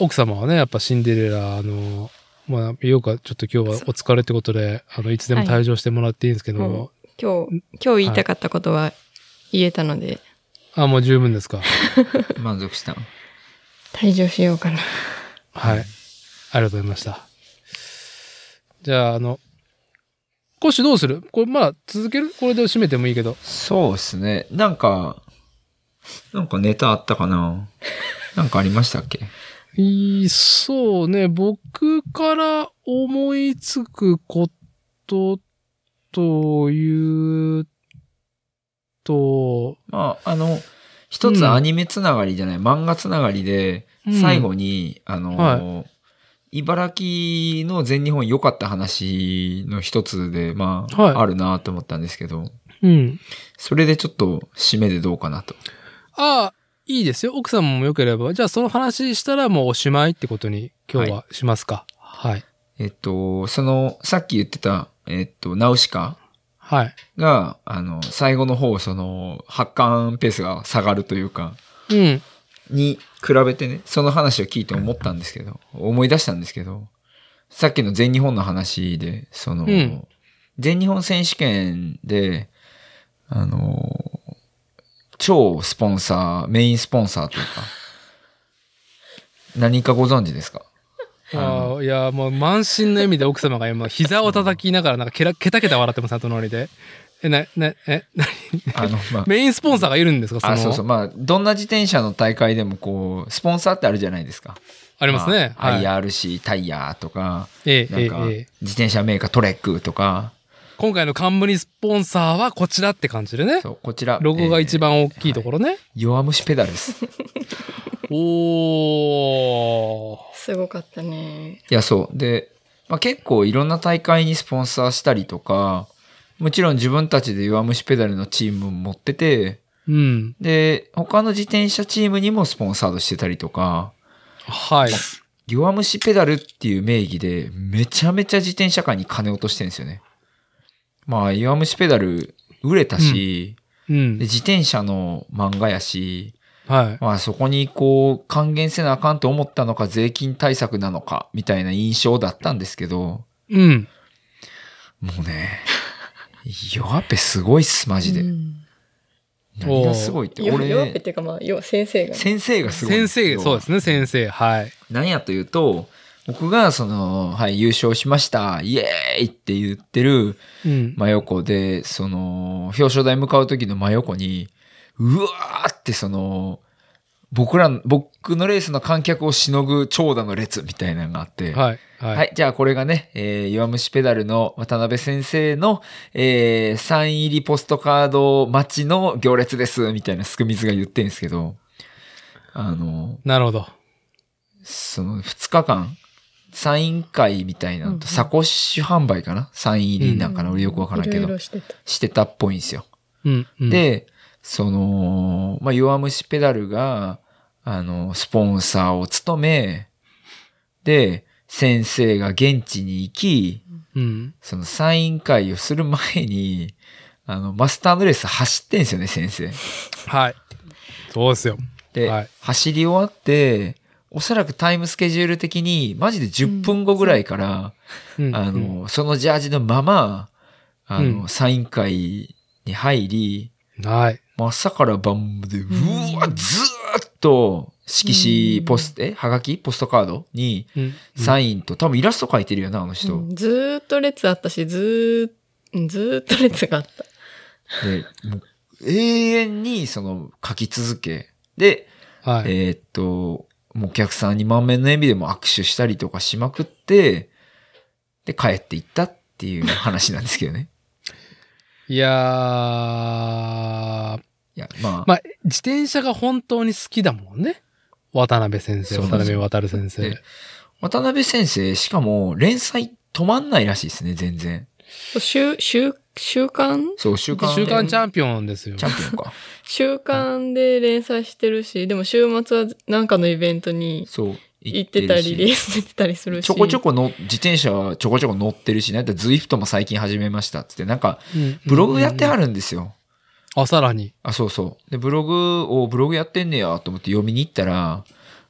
奥様はね、やっぱシンデレラ、あのーまあ、ようか、ちょっと今日はお疲れってことで、あの、いつでも退場してもらっていいんですけども、
もう今日、今日言いたかったことは言えたので、
あ、もう十分ですか。
満足した。
退場しようかな。
はい。ありがとうございました。じゃあ、あの、コッシュどうするこれまだ続けるこれで締めてもいいけど。
そうですね。なんか、なんかネタあったかななんかありましたっけ
いいそうね。僕から思いつくことというと、
まあ、あの、一つアニメつながりじゃない、漫画つながりで、
うん
最後に、あの、茨城の全日本良かった話の一つで、まあ、
はい
あるなと思ったんですけど、
うん。
それでちょっと締めでどうかなと。
ああ、いいですよ。奥様も良ければ。じゃあその話したらもうおしまいってことに今日はしますか。はい。
えっと、その、さっき言ってた、えっと、ナウシカ
はい。
が、あの、最後の方、その、発汗ペースが下がるというか、
うん。
に比べてね、その話を聞いて思ったんですけど、思い出したんですけど、さっきの全日本の話で、その、
うん
全日本選手権で、あの、超スポンサー、メインスポンサーというか、何かご存知 ですか
ああ、いや、もう満身の笑みで奥様が今、膝を叩きながら、なんか、けら、けたけた笑ってます、隣で。え、な、な、え、な、
あの、まあ、
メインスポンサーがいるんですかその
あ、そうそう。まあ、どんな自転車の大会でも、こう、スポンサーってあるじゃないですか。
ありますね。
まあ
はい。
IRC タイヤとか、
ええ、
な
え
ん
え
か、
ええ。
自転車メーカートレックとか、
今回の冠スポンサーはこちらって感じでね。
そうこちら。
ロゴが一
えー
番大きいところね。
弱虫ペダル です。い
おー。
すごかったね。
や、そう。で、まあ、結構いろんな大会にスポンサーしたりとか、もちろん自分たちで弱虫ペダルのチームも持ってて、
うん。
で、他の自転車チームにもスポンサードしてたりとか、
はい。
弱虫ペダルっていう名義で、めちゃめちゃ自転車界に金落としてるんですよね。まあ、弱虫ペダル売れたし、
うん
で。自転車の漫画やし、
はい。
まあそこにこう還元せなあかんと思ったのか税金対策なのかみたいな印象だったんですけど、
うん。
もうね、弱ペすごいっす、マジ
う
で。
ん
何がすごいって、
よ弱ペっ
俺、
ていうかまあ、要は先生がね。
先生がすごいん
先
です
生、
よ。
そうですね、先生。はい。
なんやというと、僕がその、はい、優勝しました、イエーイって言ってる
うん。
真横で、その、表彰台向かう時の真横に、うわーってその、僕らの、僕のレースの観客をしのぐ長蛇の列みたいなのがあって、
はい。はい。
はい。じゃあ、これがね、えー、弱虫ペダルの渡辺先生の、えー、サイン入りポストカード待ちの行列です、みたいなすくみずが言ってんですけど、あの、
なるほど。
その2日間、サイン会みたいなの
うんうん
と、サコッシュ販売かなサイン入りなんかな、
う
俺よくわからんけ
いろい
ど
ろ、してた。
してたっぽいんですよ。
うん。うん、
で、その、まあ、弱虫ペダルが、あの、スポンサーを務め、で、先生が現地に行き、
うん。
そのサイン会をする前に、あの、マスターのレース走ってんすよね、先生。
はい。そうですよ。
で、
はい
走り終わって、おそらくタイムスケジュール的に、マジで10分後ぐらいから、
うん
あ
うん
の、そのジャージのまま、あの、
うん
サイン会に入り、
はい。
まあ朝から晩まで、うわ、
うん
ずーっと、色紙、
うん
ポスト、え、はがきポストカードに、
うん
サインと、多分イラスト描いてるよな、あの人。
うんずーっと列あったし、ずーっうんずーっと列があった。
で、もう永遠にその書き続け、で、
はい。
えーっと、もうお客さんに満面の笑みでも握手したりとかしまくって、で、帰っていったっていう話なんですけどね。
いやー、
いや、まあ、
まあ、自転車が本当に好きだもんね。渡辺先生、
そ
渡
うなんです
辺
よ
渡先生
で。渡辺先生、しかも連載止まんないらしいですね、全然。
週、週、週刊
そう、週刊
週刊チ
ャ
ャンピオンですよ。
チャンピオンか。
週刊で連載してるし、でも週末はなんかのイベントに
そう、
行ってたり、レー
し。
ス出てたりするし。
ちょこちょ
こ。
この、自転車はちょこちょこ乗ってるし、なんかズイフトも最近始めましたっつって、なんか、
うん
ブログやっては
る。
るんですよ。
あ、さらに。
あ、そうそう。で、ブログを、ブログやってんねやと思って読みに行ったら、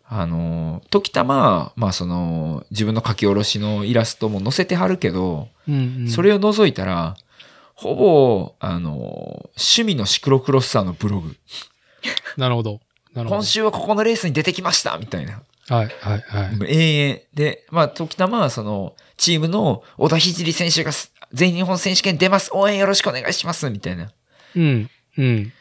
あのー、時たま、まあその、自分の書き下ろしのイラストも載せてはるけど、
うんうん
それを除いたら、ほぼ、あのー、趣味のシクロクロスさんのブログ。
なるほど。なるほ
今
ど。
週はここのレースに出てきましたみたいな。
はい、はい、はい。
永遠。で、まあ、時たま、その、チームの小田聖選手がす全日本選手権出ます応援よろしくお願いしますみたいな。
うん。うん。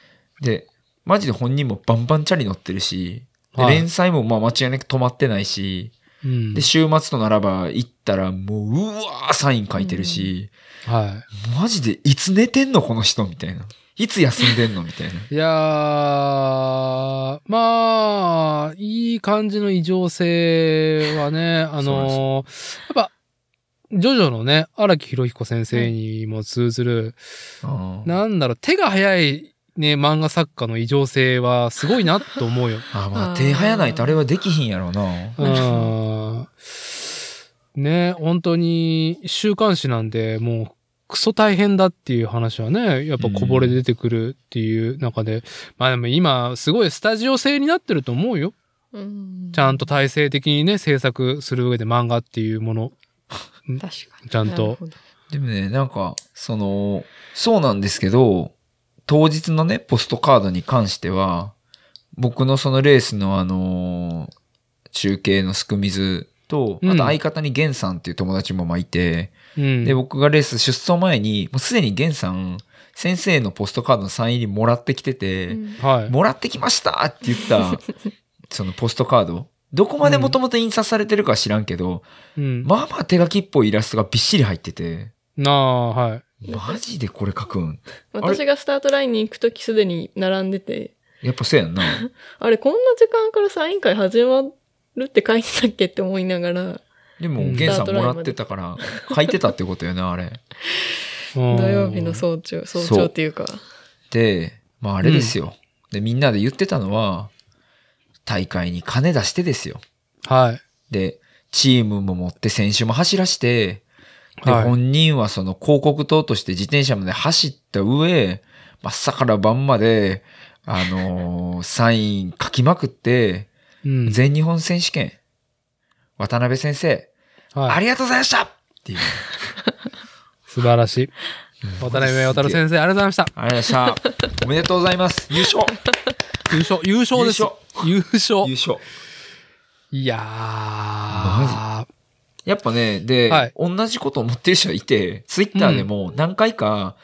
で、マジで本人もバンバンチャリ乗ってるし、で
はい
連載もまあ間違いなく止まってないし、
うん
で、。週末とならば行ったらもう、うわーサイン書いてるし、
は
マジでいつ寝てんのこの人みたいな。いつ休んでんのみたい な。
い。いやー、まあ、いい感じの異常性は ね、あのーやっぱ、ジョジョのね、荒木博彦先生にも通ずる、
あー
なんだろう、手が早いね、漫画作家の異常性はすごいなと思うよ。
あーま
あ
あ
ー
手早ないとあれはできひんやろうな。
うん。ね、本当に週刊誌なんで、もう、クソ大変だっていう話はね、やっぱこぼれ出てくるっていう中で、まあでも今、すごいスタジオ制になってると思うよ。
うん
ちゃんと体制的にね、制作する上で漫画っていうもの、
確かに
ちゃんと
なるほど
でもね、なんか、その、そうなんですけど、当日のね、ポストカードに関しては、僕のそのレースのあのー中継のすくみずと、
うん
あと相方にゲンさんっていう友達もまあいて、
うん。
で、僕がレース出走前に、もうすでにゲンさん、先生のポストカードのサイン入りもらってきてて、
うん
はい。
もらってきましたって言っ た、そのポストカード、どこまでもともと印刷されてるかは知らんけど、
うん。
まあまあ手書きっぽいイラストがびっしり入ってて、
なあ、はい。
マジでこれ書くん
私がスタートラインに行くときすでに並んでて、
やっぱそうやんな。
あれ、こんな時間からサイン会始まるって書いてたっけって思いながら、
で
う
も、
ん
ゲンさんもらってたから、書いてたってことよな、あれ。
うん
土曜日の早朝、早朝っていうか、
で、まああれですよ。で、みんなで言ってたのは、大会に金出してですよ。
はい。
で、チームも持って選手も走らして、で、
はい
本人はその広告塔として自転車まで走った上、まっさから晩まで、あのーサイン書きまくって、
うん。
全日本選手権、渡辺先生、あ
はい。
りがとうございましたっていう。
素晴らしい。渡辺渡
生
先生、ありがとうございました。
ありがとうございました。おめでとうございます。優勝
優勝、優勝です。優勝。
優勝
いやー。マ
やっぱね、で、
はい
同じこと思ってる人がいて、ツイッターでも何回か、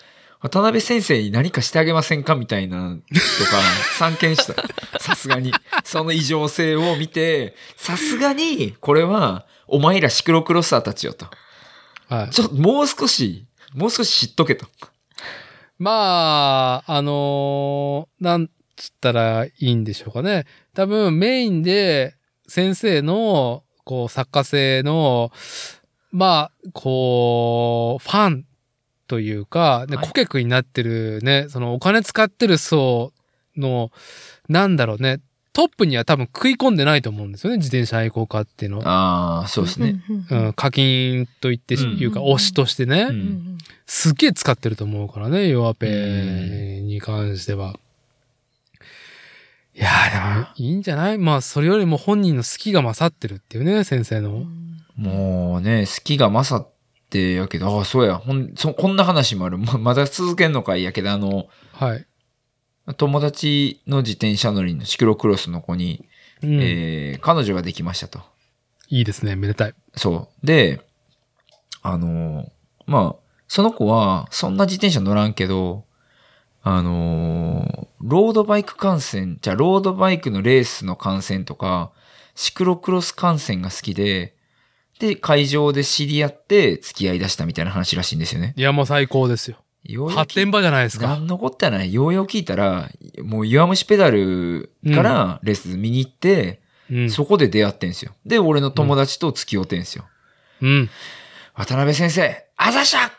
渡辺先生に何かしてあげませんかみたいな、とか、参見した。さすがに。その異常性を見て、さすがに、これは、お前らシクロクロスターたちよと。
はい。
ちょっと、もう少し、もう少し知っとけと。
まあ、あのーなんつったらいいんでしょうかね。多分メインで先生の、こう、作家性の、まあ、こう、ファンというか、で
はい
顧客になってるね、そのお金使ってる層の、なんだろうね、トップには多分食い込んでないと思うんですよね、自転車愛好家っていうのは。
ああ、そうですね。
うん
う
うん
ん、課金と言ってし、
うん
いうか、推しとしてね。
う
うん
ん。
すっげえ使ってると思うからね、ヨアペに関しては。いやーでも、いいんじゃないまあ、それよりも本人の好きが勝ってるっていうね、先生
う
の。
ん
もうね、好きが勝ってやけど、ああ、そうや、ほんそ、こんな話もある。ままだ続けんのかいやけど、あの、
はい。
友達の自転車乗りのシクロクロスの子に、
うん
えー彼女ができましたと。
いいですね、めでたい。
そう。で、あのーまあ、その子は、そんな自転車乗らんけど、あのーロードバイク観戦、じゃあロードバイクのレースの観戦とか、シクロクロス観戦が好きで、で、会場で知り合って付き合い出したみたいな話らしいんですよね。
いや、もう最高ですよ。
ようやく
発展場じゃないですか。
何のこったない。ようよう聞いたら、もう弱虫ペダルからレース見に行って、
うん。
そこで出会ってんすよ。で、俺の友達と付き合ってんすよ。
うん。
渡辺先生、あざした
あり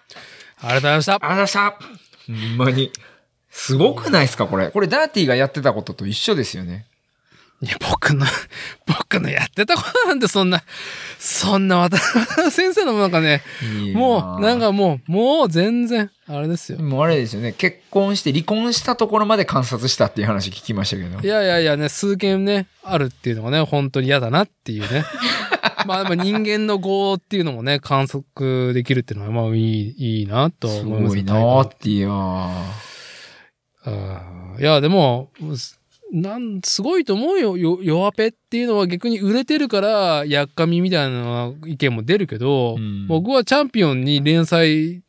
がとうございました。
あざしたほんまに。すごくないですかこれ。これダーティがやってたことと一緒ですよね。
いや、僕の、 僕のやってたことなんて、そんな、そんな私、 先生のなんかね、
いいな
もう、なん、かもう、もう全然、あれですよ。
もうあれですよね。結婚して離婚したところまで観察したっていう話聞きましたけど。
いやいやいやね、数件ね、あるっていうのがね、本当に嫌だなっていう ね。まあ、まあ人間の業っていうのもね、観測できるっていうのは、まあ、いい、いいなと
す
思います。
ごいなーっていうよ。
あーいや、でも、すなん、すごいと思うよ。よ、弱ペっていうのは逆に売れてるから、やっかみみたいな意見も出るけど、
うん
僕はチャンピオンに連載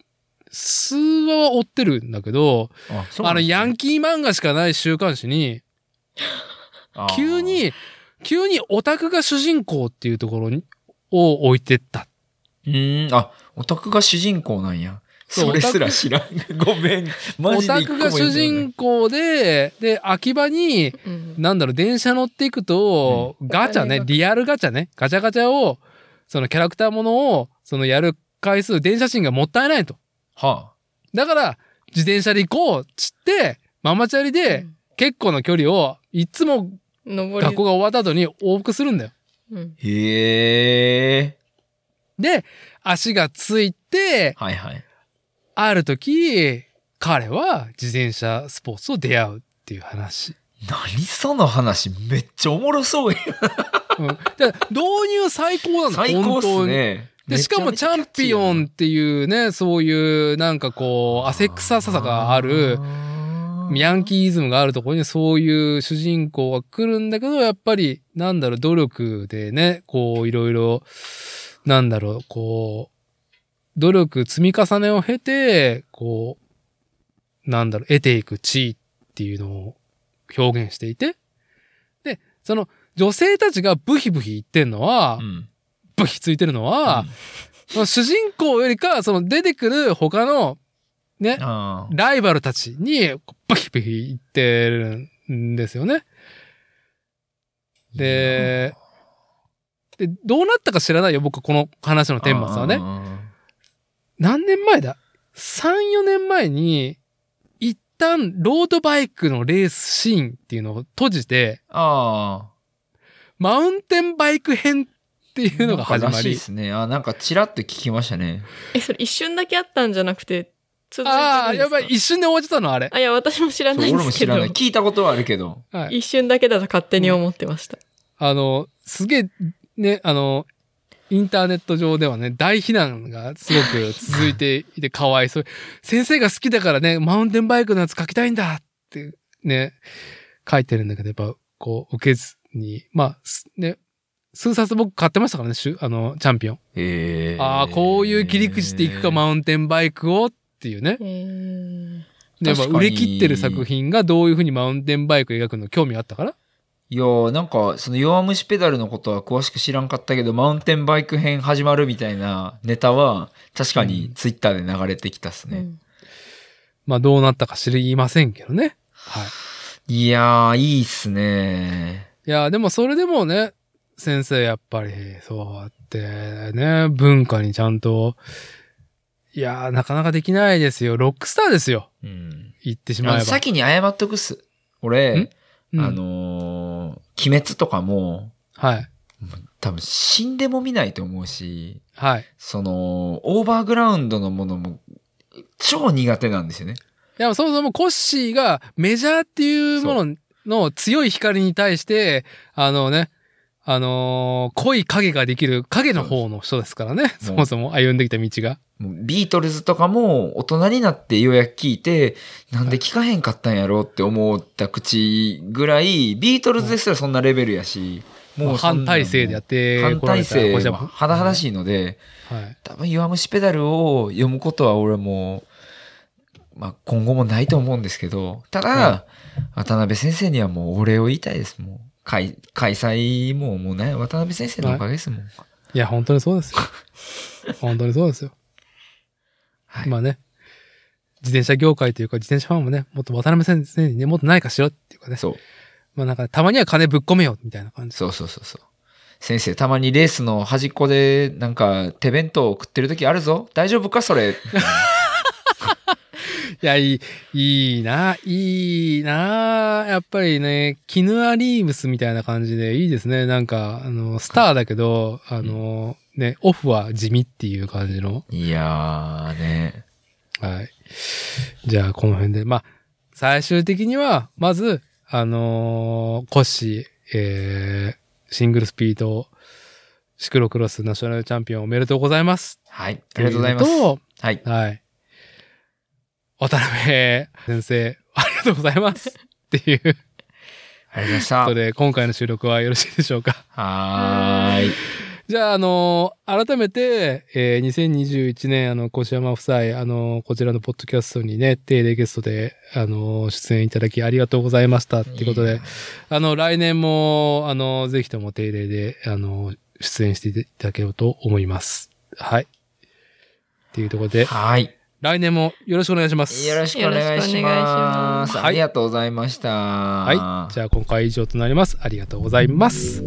数話は追ってるんだけど、
あそうな
あ
ん
の、
ですね
ヤンキー漫画しかない週刊誌に、
あー
急に、急にオタクが主人公っていうところに、を置いてった。
うーんあオタクが主人公なんや
そう
それすら知らんごめんマ
オ
ジで
タ
一個
ク
も
が主
読ん
人公で、で、秋葉に、
うん。
なんだろう、電車乗っていくと、ガチャね、リアルガチャね、ガチャガチャを、そのキャラクターものを、そのやる回数、電車賃がもったいないと。
だよねは
だから、自転車で行こうっつって、ママチャリで、結構な距離を、いつも
うん、登り。
学校が終わった後に往復するんだよ。
うん。
あへえ
で、足がついて、
はいはい
ある時、彼は自転車スポーツと出会うっていう話。
何その話めっちゃおもろそうや
うん、だから導入最高なんだ
最高っす
本当に
ね
で、しかもチャンピオンっていうね、そういうなんかこう、汗臭さがある、ヤン
ー
キーイズムがあるところにそういう主人公が来るんだけど、やっぱり、なんだろう、努力でね、こう、いろいろ、なんだろう、こう、努力積み重ねを経て、こう、なんだろう、得ていく地位っていうのを表現していて、で、その、女性たちがブヒブヒ言ってんのは、
うん
ブヒついてるのは、その主人公よりか、その出てくる他の、ね、
あー
ライバルたちに、ブヒブヒ言ってるんですよね。で、で、どうなったか知らないよ、僕、この話の
いい
天
な
末はね。
あ
何年前だ ?3、4年前に、一旦、ロードバイクのレースシーンっていうのを閉じて、
ーあー
マウンテンバイク編っていうのが始
な
ま
んからしい
り
で、すね。あ、なんかチラッと聞きましたね。
え、それ一瞬だけあったんじゃなくて、続いてるんですか
ああ、やばい、一瞬で終わっちゃったの、あれ。
あ、いや、私も知ら
そう
ないん
俺
で
も
すけ
知
ど
らない。、聞いたことはあるけど。
はい。
一瞬だけだと勝手に思ってました。
あの、すげえ、ね、あの、インターネット上ではね、大避難がすごく続いていて、 かわいそう。先生が好きだからね、マウンテンバイクのやつ書きたいんだって、ね、書いてるんだけど、やっぱ、こう、受けずに、まあ、すね、数冊僕買ってましたからね、しゅあの、チャンピオン。
えー、
ああ、こういう切り口でいくか、マウンテンバイクをっていうね。
えー、
で、まあ、
確かに
売れ切ってる作品がどういうふうにマウンテンバイクを描くの興味あったから。
いやーなんか、その弱虫ペダルのことは詳しく知らんかったけど、マウンテンバイク編始まるみたいなネタは、確かにツイッターで流れてきたっす
う
ね。
ん
まあ、どうなったか知りませんけどね。はい。
いやー、いいっすね。
いや、でもそれでもね、先生やっぱり、そうやってね、文化にちゃんと、いやー、なかなかできないですよ。ロックスターですよ。
うん。
言ってしま
あ
えば。
先に謝っとくっす。俺、
うん
あ、のー鬼滅とかも、
はい。
多分死んでも見ないと思うし、
はい。
その、オーバーグラウンドのものも、超苦手なんですよね。
いや、そもそもコッシーがメジャーっていうものの強い光に対して、あのね、あのー濃い影ができる影の方の人ですからね。
う
そもそも歩んできた道が。
もうビートルズとかも大人になってようやく聞いて、なんで聞かへんかったんやろって思った口ぐらい、ビートルズですらそんなレベルやし、
もう
そん
反
なの
体制でやって
反
こられ
体
たこ
制
ちら
も
も
肌々しいので、
はい。
多分弱虫ペダルを読むことは俺も、まあ今後もないと思うんですけど、ただ、渡辺先生にはもうお礼を言いたいです。もう開開催ももうない、渡辺先生のおかげですもん。
いや、本当にそうですよ。 本当にそうですよ。
はい
まあね、自転車業界というか、自転車ファンもね、もっと渡辺先生にね、もっとないかしろっていうかね、
そう。
まあなんか、たまには金ぶっ込めよ、みたいな感じ。
そうそうそうそう。先生、たまにレースの端っこで、なんか、手弁当を食ってる時あるぞ大丈夫かそ れ。
いや、いい、いいな、いいな、やっぱりね、キヌア・リーブスみたいな感じでいいですね。なんか、あの、スターだけど、あの、ね、オフは地味っていう感じの。
いやーね。
はい。じゃあ、この辺で。まあ、最終的には、まず、あのーコッシー、えー、シングルスピード、シクロクロスナショナルチャンピオンおめでとうございます。
はい。ありがとうございま
と
す
う。の
はい。
とはい。渡辺先生、ありがとうございます。っていう
ありがとうございまし
こと
た。
で、今回の収録はよろしいでしょうか。
はーい。
じじゃあ、あのー改めて、えー2021年、あの、越山夫妻、あのーこちらのポッドキャストにね、定例ゲストで、あのー出演いただきありがとうございました、っていうことで、あの、来年も、あのーぜひとも定例で、あのー出演していただければと思います。はい。っていうところで、
はい。よ
来年もよろしくお願いします。
ろしくお願いします。
よろしくお願いします
ありがとうございました。
はい。じゃあ今回は以上となります。ありがとうございます。